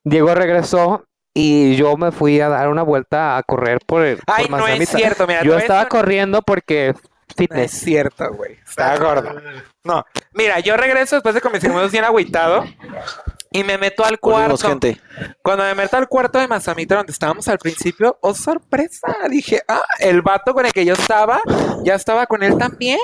C: Diego regresó y yo me fui a dar una vuelta a correr por el. por
E: Ay, no es
C: Mazamitla.
E: cierto, mira. te
C: Yo
E: voy a
C: estaba
E: decir-
C: corriendo porque
E: No es
C: fitness.
E: cierto, güey. Estaba gordo. No. Mira, yo regreso después de que me hicimos bien agüitado y me meto al
A: Volvemos,
E: cuarto.
A: gente.
E: Cuando me meto al cuarto de Mazamita donde estábamos al principio, oh sorpresa, dije, ah, el vato con el que yo estaba, ya estaba con él también.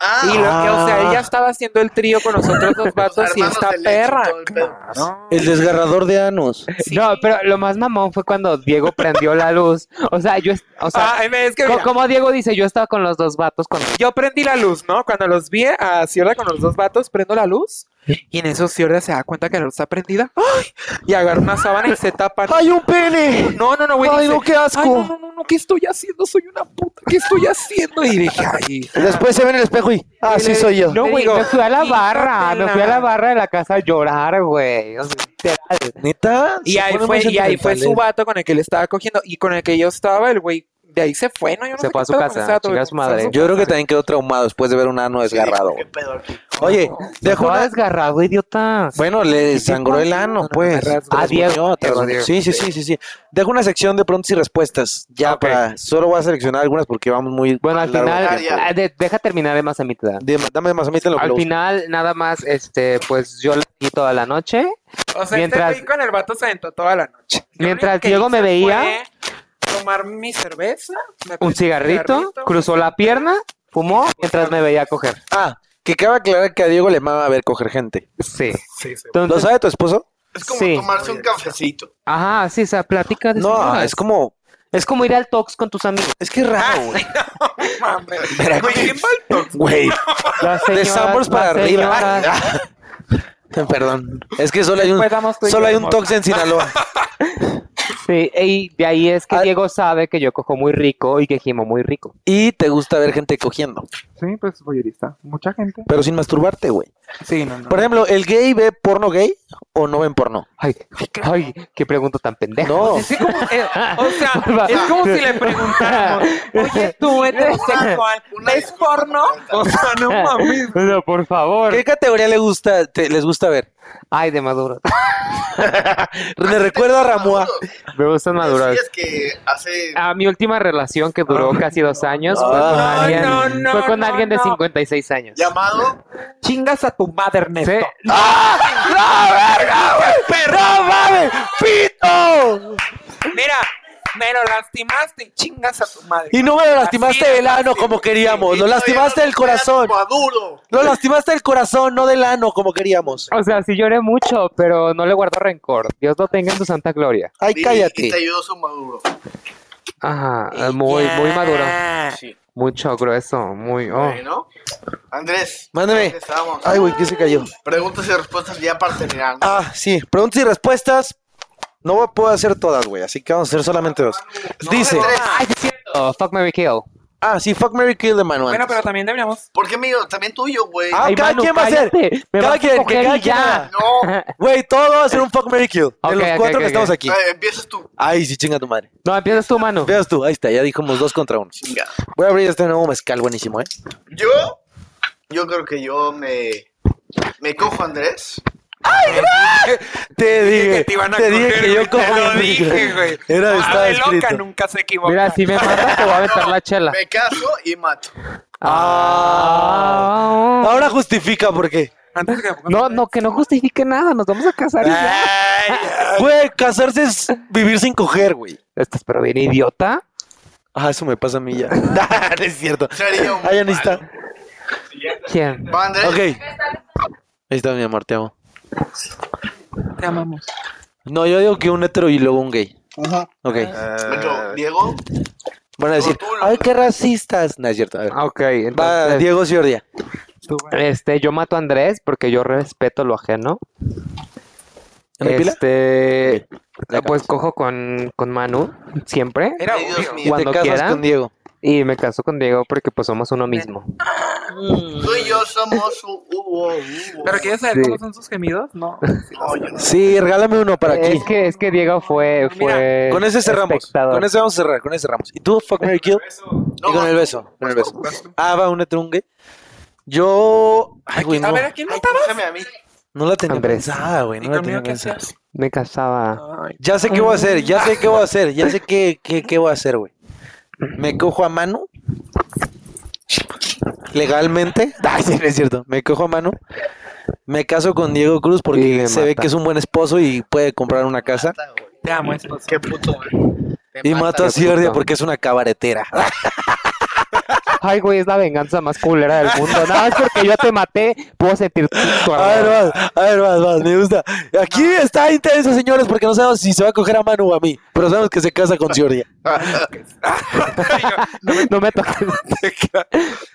B: Ah, pues,
E: Y lo que, o sea,
A: Ah.
E: ella estaba haciendo el trío con nosotros los vatos y
B: hermanos
E: esta
B: de leche y
E: perra.
B: todo el pedo.
E: claro.
A: El desgarrador de Anus.
C: No, pero lo más mamón fue cuando Diego prendió la luz. O sea, yo, est- o sea,
E: Ah, es que
C: co-
E: mira,
C: como Diego dice, yo estaba con los dos vatos cuando
E: yo prendí la luz, ¿no? Cuando los vi a Ciorda con los dos vatos, prendo la luz. Y en eso Ciorda se da cuenta que la luz está prendida. ¡Ay! Y agarra una sábana y se tapa.
A: ¡Hay un pene!
E: No, no, no, güey.
A: ¡Ay,
E: dice,
A: no, qué
E: Ay, no,
A: asco!
E: no, no, no, ¿qué estoy haciendo? Soy una puta, ¿qué estoy haciendo? Y dije, ay,
A: Después se ve en el espejo y. Ah, sí, soy yo.
C: No,
E: Te
C: güey,
E: digo,
C: me fui a la barra, me fui a la
E: quítatela.
C: barra de la casa a llorar, güey. O sea, literal.
A: ¿Neta?
E: Y
A: Se
E: ahí
A: ponen
E: fue,
A: muy
E: y ahí fue su
C: ¿eh?
A: sentimentales.
E: vato con el que le estaba cogiendo y con el que yo estaba, el güey de ahí se fue, ¿no? Yo no
C: Se
E: sé
C: fue
E: qué
C: a su
E: pedo con
C: casa,
E: ese vato,
C: chingar
E: güey,
C: a su madre.
E: fue
A: Yo creo que también quedó traumado después de ver un ano desgarrado.
B: ¿Qué pedo aquí?
A: Oye,
C: Dejó
A: dejó una-
C: desgarrado, idiota.
A: Bueno, le sangró el ano, pues.
E: me rasgo.
A: Ah, Diego,
C: Diego,
A: te rasguñó.
C: Diego.
A: Sí, sí, sí, sí, sí. Dejo una sección de preguntas y respuestas. Ya
C: Ok.
A: para. Solo voy a seleccionar algunas porque vamos muy.
C: Bueno, al
A: largo.
C: final,
B: Ah, ya.
C: ah, de- deja terminar de más a mitad.
A: Dime, Dame más a mí te lo que
C: Al
A: lo busco.
C: final, nada más, este, pues yo le di toda la noche.
E: O sea,
C: Mientras-
E: este güey con el vato se aventó toda la noche. Lo
C: Mientras
E: único que
C: Diego me
E: hice
C: veía-
E: fue Tomar mi cerveza. me
C: Un
E: prendí
C: cigarrito, cruzó la pierna, fumó mientras me veía coger.
A: Ah, que cabe aclarar que a Diego le mama ver coger gente.
C: Sí.
E: Sí, sí.
A: ¿Lo
C: Entonces,
A: sabe tu esposo?
B: Es como
C: Sí.
B: tomarse un
E: *laughs*
B: cafecito.
C: ajá, sí, esa plática de
A: No,
C: señoras.
A: es como.
C: es como ir al tox con tus amigos.
A: Es que es raro, güey.
C: Ah,
E: Mames.
A: Verá,
B: Güey, ¿qué mal to-
A: Güey,
C: Las
A: *laughs* de
C: señoras,
A: Sambors para
C: las
A: arriba. *laughs*
C: señoras.
A: Perdón. Es que solo hay un.
E: Pues damos tú y
A: Solo
E: yo,
A: hay un
E: amor.
A: tox en
C: pues.
A: Sinaloa.
C: Sí, y de ahí es que
A: Ah.
C: Diego sabe que yo cojo muy rico y que gimo muy rico.
A: Y te gusta ver gente cogiendo.
D: Sí, pues voyerista. Mucha gente.
A: Pero sin masturbarte, güey.
D: Sí, no, no.
A: Por ejemplo, ¿el gay ve porno gay o no ven porno?
C: Ay, ay, qué pregunta tan pendeja.
A: No.
E: *laughs* Es como, eh, o sea,
C: Barba.
E: es como si le preguntáramos, oye, tú heterosexual,
B: Una
E: ¿ves
B: disculpa
E: porno?
B: completa.
E: O sea, *laughs* no mames.
C: *laughs* No, por favor.
A: ¿Qué categoría le gusta, te- les gusta ver?
C: Ay, de maduro.
A: Le recuerdo a Ramúa.
C: Me gustan maduros.
B: Decías que hace...
E: Ah.
C: A mi última relación que duró casi dos años fue con
A: Ay,
C: alguien,
E: no, no,
C: fue con
E: no,
C: alguien de
E: no.
C: 56 años.
B: Llamado...
D: Chingas a tu madre,
C: Sí.
D: Ernesto.
A: ¡Pito!
E: Mira, me lo lastimaste y chingas a tu madre.
A: Y no me lo lastimaste el ano como queríamos, lo lastimaste el corazón.
B: Maduro.
A: Lo lastimaste el corazón, no del ano como queríamos.
C: O sea, sí lloré mucho, pero no le guardo rencor. Dios lo tenga en su santa gloria.
A: Ay,
B: Y- Y te
A: cállate.
B: ayudó su maduro.
C: Ajá, muy, muy maduro.
B: Sí.
C: Mucho grueso, muy... oh.
B: Bueno. Andrés.
A: Mándeme.
B: Estamos.
A: Ay, güey, ¿qué se cayó?
B: Preguntas y respuestas ya para terminar. ¿no?
A: Ah, sí, preguntas y respuestas. No puedo hacer todas, güey, así que vamos a hacer solamente dos. Dice,
B: Andrés,
C: Ay, sí es cierto. Fuck Mary Kill. *laughs*
A: ah, sí, fuck Mary Kill de Manuel.
E: Bueno, pero también deberíamos.
B: ¿Por qué mío? También tuyo, güey.
A: Ah,
C: Ay,
A: cada
C: Manu,
A: quien va a hacer.
C: cállate. Me
A: Cada
C: vas a
A: quien, que
C: coger
A: cada
C: y
A: quien haga.
C: ya.
A: *laughs*
B: No.
A: Güey, todo va a ser un fuck Mary Kill. De los
C: Ok, ok,
A: cuatro
C: ok,
A: que estamos
C: ok.
A: aquí.
B: Eh, Empiezas tú.
A: Ay, sí, chinga tu madre.
C: No, empiezas tú, mano.
A: Veas tú, ahí está, ya dijimos dos contra uno.
B: Chinga.
A: Voy a abrir este nuevo mezcal buenísimo, ¿eh?
B: Yo. Yo creo que yo me. Me cojo a Andrés.
A: Te dije,
E: que te iban a
A: dije
E: coger,
A: que
E: güey,
A: yo como
E: te lo
A: Mary Kill.
E: dije, güey.
A: Era
E: No,
A: estaba
E: ave loca
A: escrito.
E: nunca se equivoca.
C: Mira, si me matas, te voy a aventar la chela.
B: Me caso y mato.
A: Ah.
C: Ah.
A: Ahora justifica por qué.
E: Antes que
C: No, no, que no justifique nada. Nos vamos a casar y
A: Ah.
C: ya.
A: Güey, casarse es vivir sin coger, güey.
C: Estás pero bien idiota.
A: Ah, eso me pasa a
E: *laughs*
A: mí ya. no es cierto. *laughs*
B: Sería un.
A: Ahí ya ni está.
C: ¿Quién?
B: Va, Andrés.
A: Ok. Ahí está, mi amor, te amo.
D: Te amamos.
A: No, yo digo que un hetero y luego un gay.
B: Ajá.
A: Ok.
E: Ah.
B: Yo, Diego.
A: Van a decir,
B: tú, tú,
A: ay, qué racistas. No es cierto. A ver.
C: Ah, Ok,
A: Va,
C: entonces,
A: Diego Ciordia.
D: Tú, güey.
C: este, yo mato a Andrés porque yo respeto lo ajeno.
A: ¿En la pila?
C: Este,
A: la
C: pues cojo con, con Manu siempre
E: Era
B: Ay, Dios
E: obvio.
A: Y
B: mío.
A: te
C: cuando
A: casas
C: quiera.
A: con Diego.
C: y me caso con Diego porque pues somos uno mismo.
B: Tú y yo somos un. Uh, uh, uh.
E: Pero quieres saber
C: Sí.
E: cómo son sus gemidos? No.
B: No, yo no.
A: Sí, regálame uno para aquí.
C: Es que es que Diego fue
E: Mira,
C: fue
A: Con ese cerramos.
C: espectador.
A: Con ese vamos a cerrar, con ese cerramos. ¿Y tú, fuck Mary Kill?
B: No,
A: y con
B: vas
A: el
B: tú,
A: beso, con el
B: vas tú,
A: beso.
B: vas tú.
A: Ah, va, un gay. Yo. *laughs* Ay, güey,
E: A
A: no.
E: ver, ¿a quién
B: Ay,
E: matabas?
B: cógeme a mí.
A: No la tenía
C: Andrés.
A: pensada, güey.
E: ¿Y
A: No la tenía
E: conmigo qué
A: pensada.
E: hacías?
C: me casaba.
E: Ay,
A: Ya sé qué voy a hacer, ya sé qué voy a hacer, ya sé qué, qué, qué voy a hacer, güey. Me cojo a mano. Legalmente. *laughs* Ay, sí, no es cierto. Me cojo a mano. Me caso con Diego Cruz
C: Y
A: porque
C: le
A: se ve
C: mata.
A: que es un buen esposo y puede comprar una casa.
E: Te amo, esposo.
B: Qué puto, güey. Te
A: Y
B: mata,
A: mato a
B: güey.
A: Ciordia
C: puto.
A: Ah, porque es una cabaretera.
C: ay, güey, es la venganza más culera del mundo. Nada más porque yo te maté, puedo sentir tu
A: *laughs* A ver,
C: amor.
A: vas, a ver, vas, vas, me gusta. Aquí está intenso, señores, porque no sabemos si se va a coger a Manu o a mí, pero sabemos que se casa con Ciordia.
C: No me toques.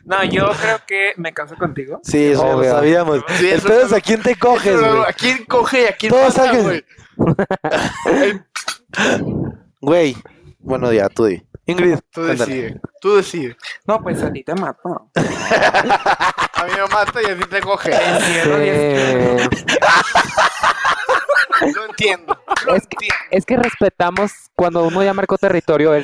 E: No, yo creo que me canso contigo.
A: Sí, eso ya
C: Obvio.
A: lo sabíamos.
B: Sí,
A: el
B: eso
A: pedo es
B: está-
A: a quién te
B: *laughs*
A: coges,
B: Pero,
A: güey.
B: ¿A quién coge y a quién
A: Todos
B: mata,
A: saquen-
B: güey?
A: Güey, bueno, ya, tú di. Ingrid,
B: Tú
A: ándale.
B: decides. Tú decides.
E: No, pues a ti
A: *laughs*
E: te mato.
B: A mí me mata y a ti te coge.
E: Encierro diez-
C: Eh,
B: Lo entiendo. Lo
C: Es
B: entiendo.
C: es que respetamos, cuando uno ya marcó territorio, él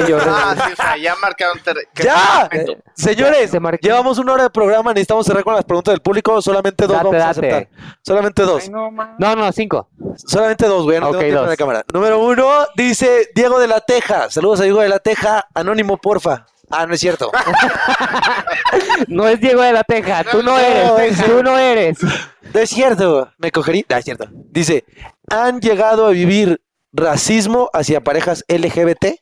A: *laughs*
C: y yo.
B: Ah, sí, o sea, ya marcaron ter- que- ah,
A: ¡Ya! eh, Señores,
C: Se marcó.
A: llevamos una hora de programa, necesitamos cerrar con las preguntas del público, solamente dos
C: Date,
A: vamos a
C: date.
A: aceptar. Solamente dos,
E: Ay, no, man.
C: No, no, cinco.
A: solamente dos, güey, ya no tengo
C: Ok,
A: tiempo en
C: dos.
A: la cámara. Número uno, dice Diego de la Teja. Saludos a Diego de la Teja, anónimo, porfa. Ah, no es
C: *laughs*
A: cierto.
C: No es Diego de la Teja, tú no
B: no,
C: eres, tú no eres.
A: No es cierto. Me cogería. No, es cierto. Dice, ¿han llegado a vivir racismo hacia parejas LGBT?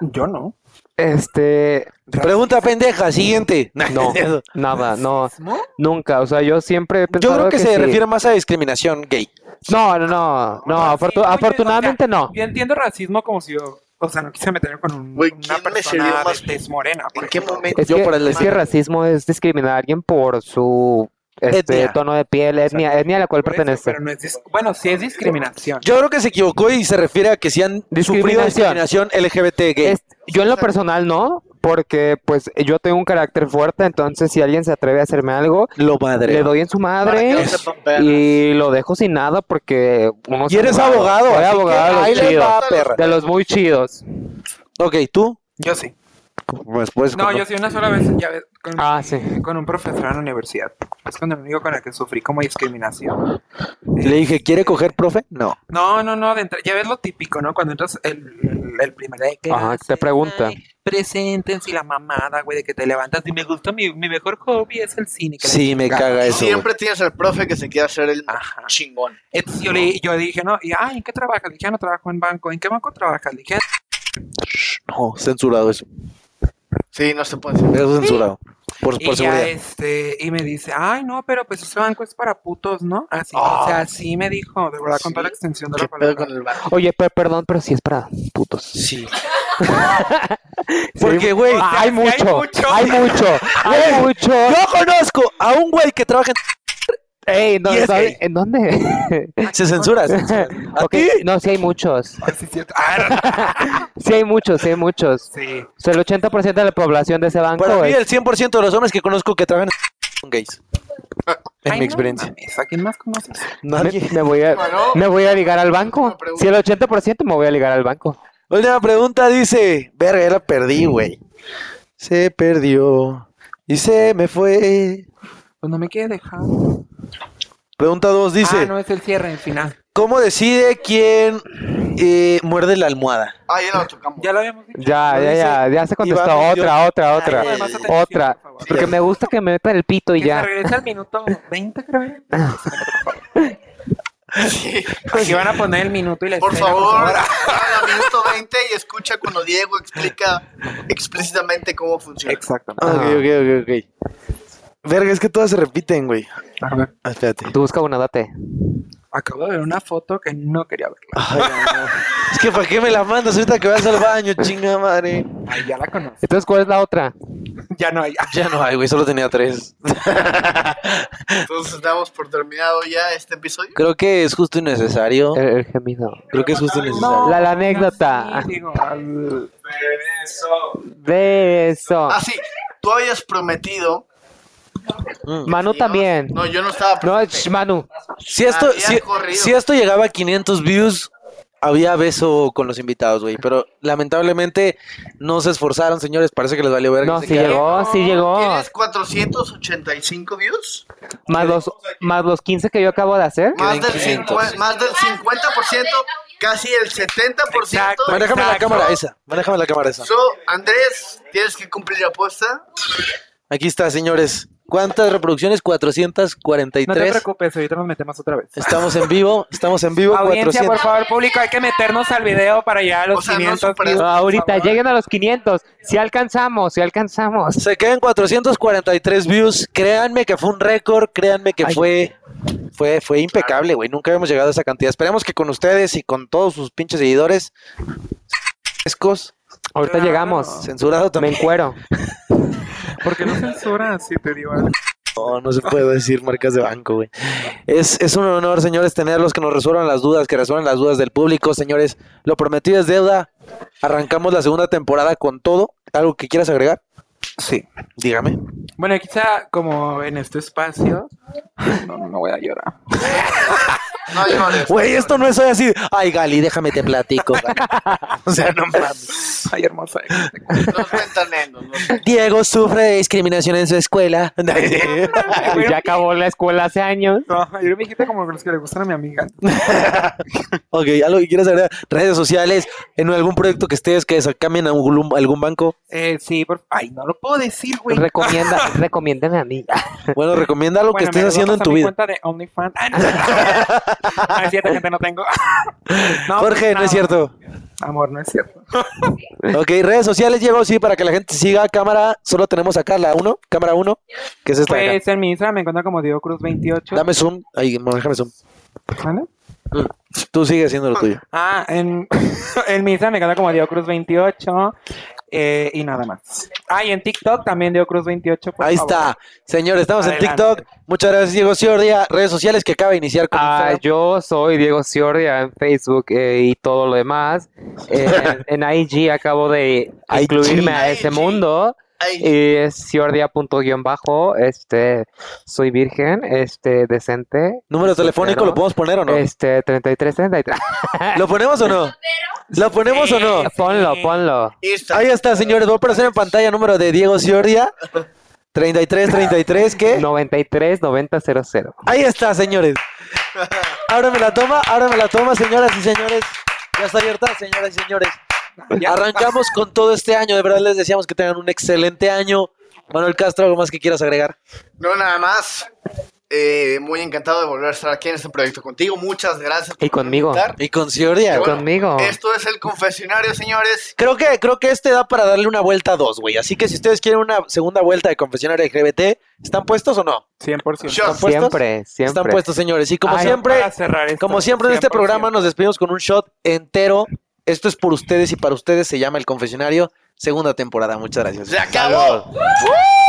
E: Yo no.
C: Este,
A: Pregunta pendeja, siguiente. *laughs*
C: no, nada, no, nunca, o sea, yo siempre he
A: Yo
C: pensado
A: creo que, se
C: sí.
A: refiere más a discriminación gay.
C: No, no, no, no, afortu-
E: Racismo, yo-
C: afortunadamente
E: o sea,
C: no.
E: Yo entiendo racismo como si yo, o sea, no quise meterme con un,
B: Güey,
E: una
B: ¿quién me
E: persona
B: sirvió
E: más
B: más?
E: de tez morena. por
B: ¿En qué
E: ejemplo.
B: momento?
C: Es
A: Yo
C: que,
A: por el
C: es que
A: estilo.
C: racismo es discriminar a alguien por su este,
A: Etnia.
C: tono de piel, etnia, etnia a la cual
E: Por eso,
C: pertenece.
E: pero no es dis- bueno, sí es discriminación.
A: Yo creo que se equivocó y se refiere a que si han sufrido discriminación
C: Discriminación.
A: LGBT gay.
C: Es- Este, yo en lo personal no, porque pues yo tengo un carácter fuerte, entonces si alguien se atreve a hacerme algo,
A: lo madre.
C: le doy en su
B: Para que
C: madre
B: no sepan penas.
C: y lo dejo sin nada porque uno
A: Y eres
C: sabe-
A: abogado.
C: Soy
A: así
C: abogado
A: que
C: de
A: ahí
C: los
A: le
C: chidos,
A: va, perra.
C: de los muy chidos.
A: Ok, ¿tú?
E: Yo sí.
A: Pues, pues,
E: No,
A: como-
E: yo sí una sola vez ya ves, con,
C: Ah, sí.
E: con un profesor en la universidad. Es con el único con el que sufrí como discriminación.
A: Le dije, ¿quiere coger, profe? No.
E: No, no, no, de entra- ya ves lo típico, ¿no? Cuando entras el, el, el primer día de clase,
C: Ajá, te pregunta.
E: ay, Preséntense y la mamada, güey, de que te levantas y me gusta mi, mi mejor hobby es el cine. que la
A: Sí, me
E: chingada.
A: caga eso. güey.
B: Siempre tienes al profe que se quiere hacer el
E: Ajá.
B: chingón.
E: Entonces Eh, yo, le, yo dije, ¿no? Y, ay, ¿en qué trabajas? Le dije, "Ah, no trabajo en banco. ¿En qué banco trabajas? Le dije,
A: No, censurado eso.
B: Sí, no se puede decir.
A: Eso es censurado. Por,
E: y
A: por
E: ya
A: seguridad.
E: este, y me dice, ay, no, pero pues ese banco es para putos, ¿no? Así, o sea, así me dijo, de verdad, con toda la extensión de
B: ¿Qué
E: la
B: pedo
E: palabra.
B: con el barco?
C: Oye, pe- perdón, pero sí es para putos. *laughs*
A: Sí. Porque, güey,
C: Ah, hay mucho, hay mucho, hay
A: Güey,
C: mucho.
A: yo conozco a un güey que trabaja
E: *laughs*
C: Ey, no,
A: Y es
C: ¿sabe-
A: gay.
C: ¿En dónde?
A: en... Se censura. se censura. ¿A
C: *laughs* ok,
A: ti?
C: no, sí hay muchos.
E: Ah, sí, cierto. Ah,
C: Sí hay muchos, sí hay muchos.
E: sí.
C: O sea, el 80% de la población de ese banco
A: Para mí,
C: es...
A: el 100% de los hombres que conozco que trabajan son gays. En
E: Ah. Ay,
A: mi
E: no
A: experiencia.
E: mames, ¿A quién más conoces?
A: Nadie.
C: Me, me voy a,
B: Bueno.
C: me voy a ligar al banco.
B: Me pregunto.
C: Si el 80% me voy a ligar al banco.
A: Última pregunta dice, verga, ya la perdí, güey. Se perdió y se me fue.
E: Pues no me quiere dejar.
A: Pregunta 2 dice,
E: Ah, no, es el cierre, el final.
A: ¿cómo decide quién eh, muerde la almohada?
B: Ah, ya lo tocamos.
E: Ya lo habíamos dicho.
C: Ya,
A: Lo
C: ya,
A: dice
C: ya, ya se contestó.
A: Iván
C: otra, otra, otra,
B: Ay,
E: más atención,
C: otra.
E: por favor.
C: Porque me gusta que me metan el pito y
E: Que se
C: ya.
E: regrese al minuto 20, creo. Si van a poner el minuto y la
B: Por
E: escena,
B: favor, a minuto 20 y escucha cuando Diego explica explícitamente cómo funciona.
E: Exactamente.
A: Ah,
C: Ah.
A: Ok, ok, ok, ok. Verga, es que todas se repiten, güey.
E: A ver,
A: Ah, Espérate.
C: Tú busca una, date.
E: acabo de ver una foto que no quería verla.
A: Ay, no. es que ¿para qué me la mandas ahorita que vas al baño, chinga madre?
E: Ay, ya la conocí.
C: Entonces, ¿cuál es la otra?
E: Ya no hay. Ah,
A: *laughs* Ya no hay, güey, solo tenía tres.
B: Entonces damos por terminado ya este episodio.
A: Creo que es justo y necesario.
E: Eh,
C: El, el gemido.
A: Creo que es justo y necesario.
C: La, la anécdota.
E: sí, *laughs* digo, al-
C: De eso.
B: Ah, sí, tú habías prometido.
A: Mm.
C: Manu
B: Sí,
C: también.
B: No, yo no estaba
C: No,
B: presente.
C: sh, Manu.
A: Si esto,
B: Había
A: si,
B: corrido.
A: si esto llegaba a 500 views, había beso con los invitados, güey. Pero lamentablemente no se esforzaron, señores. Parece que les valió verga.
C: No,
A: Se
C: sí
A: quedaron-
C: llegó, sí llegó.
B: Tienes 485 views.
C: Más los, más los 15 que yo acabo de hacer.
B: Más del,
A: 500.
B: 50, más del 50%, casi el 70%.
E: Exacto.
A: Manéjame la
E: Exacto.
A: cámara esa. Manéjame la cámara esa.
B: So, Andrés, tienes que cumplir la apuesta.
A: Aquí está, señores. ¿Cuántas reproducciones?
E: No te
A: 443.
E: preocupes, ahorita nos metemos otra vez.
A: estamos en vivo, estamos en vivo.
E: Audiencia,
A: 400.
E: por favor, público, hay que meternos al video para llegar a los
B: O sea, no
E: 500
B: superes-
E: views, por
C: Ahorita
E: favor.
C: lleguen a los 500. Si alcanzamos, si alcanzamos.
A: Se quedan 443 views. Créanme que fue un récord, créanme que
C: Ay.
A: fue fue fue impecable, güey. Nunca habíamos llegado a esa cantidad. Esperemos que con ustedes y con todos sus pinches seguidores frescos,
C: Ahorita
E: Claro.
C: llegamos.
A: censurado
C: Me
A: también.
C: *laughs* encuero.
E: ¿Por qué no censuras si te digo algo?
A: No, no se puede decir marcas de banco, güey. Es, es un honor, señores, tenerlos que nos resuelvan las dudas, que resuelvan las dudas del público, señores. Lo prometido es deuda. Arrancamos la segunda temporada con todo. ¿Algo que quieras agregar?
D: Sí.
A: Dígame.
E: Bueno, quizá como en este espacio.
D: No, no, no voy a llorar.
B: No llores.
A: *laughs* Güey, esto no es así. Ay, Gali, déjame te platico. Gali. *laughs* O sea, no mames.
D: Ay, hermosa.
B: Los ventaneros. los-
A: Diego sufre de discriminación en su escuela.
C: Ya acabó la escuela hace años.
E: No, yo
D: Yo me dijiste como los que le gustan a mi amiga.
A: *laughs* ok, algo que quieras agregar. Redes sociales, en algún proyecto que estés, que se cambien a algún, algún banco.
E: Eh, sí, por Ay, no lo puedo decir, güey.
C: Recomienda, *laughs* recomiéndame a mí.
A: Bueno, recomienda algo que
E: Bueno,
A: estés
E: me
A: haciendo en
E: rebotas a
A: tu
E: mi
A: vida.
E: cuenta de OnlyFans. Ah,
A: *laughs*
E: no. No, es cierto, gente, no tengo. *laughs* No,
A: Jorge,
E: pues,
A: no es
E: nada.
A: cierto.
D: Amor, no es cierto.
A: Ok, redes sociales, Diego, sí, para que la gente siga. Cámara, solo tenemos acá la 1, cámara 1, que es esta de acá.
E: Pues en mi Instagram me encuentro como Diego Cruz 28.
A: Dame zoom. Ahí, mo- déjame zoom.
E: ¿Vale?
A: Tú sigue haciendo lo tuyo.
E: Ah, *laughs* en, en mi Instagram me encuentro como Diego Cruz 28. eh, y nada más. Ah, y en TikTok también Diego Cruz 28. por
A: Ahí
E: favor.
A: está. Señores, estamos
E: Adelante.
A: en TikTok. Muchas gracias, Diego Ciordia. Redes sociales que acaba de iniciar con
C: Ah,
A: Instagram.
C: yo soy Diego Ciordia en Facebook eh, y todo lo demás. *laughs* Eh, en, en IG acabo de
A: IG.
C: incluirme a ese
B: IG.
C: mundo. *laughs*
B: Ay,
C: Y es ciordia.bajo. Este, soy virgen, este, decente.
A: Número telefónico,
C: soltero.
A: ¿lo podemos poner o no?
C: Este, 3333.
A: ¿Lo ponemos o no? ¿Lo ponemos o *laughs* no?
C: *laughs* Ponlo, ponlo.
B: Insta.
A: Ahí está, señores. Voy a aparecer en pantalla número de Diego Ciordia. 3333, ¿qué?
C: 93 9000.
A: Ahí está, señores. Ahora me la toma, ahora me la toma, señoras y señores. Ya está abierta, señoras y señores. Arrancamos con todo este año. De verdad les decíamos que tengan un excelente año. Manuel Castro, ¿algo más que quieras agregar?
B: No, nada más. Eh, muy encantado de volver a estar aquí en este proyecto contigo. Muchas gracias.
C: Y conmigo.
B: invitar.
A: Y con Ciordia.
B: Bueno,
C: Conmigo.
B: Esto es el confesionario, señores.
A: Creo que, creo que este da para darle una vuelta a dos, güey. Así que si ustedes quieren una segunda vuelta de confesionario LGBT, ¿están puestos o no?
E: 100%.
A: ¿Están
B: Shots.
A: puestos?
C: Siempre, siempre.
A: Están puestos, señores. Y como
C: Ay,
A: siempre,
E: Para cerrar esto,
A: Ah, como siempre en este
E: 100%.
A: programa nos despedimos con un shot entero. Esto es por ustedes y para ustedes se llama El Confesionario, segunda temporada. Muchas gracias.
B: Se acabó.
A: Salud.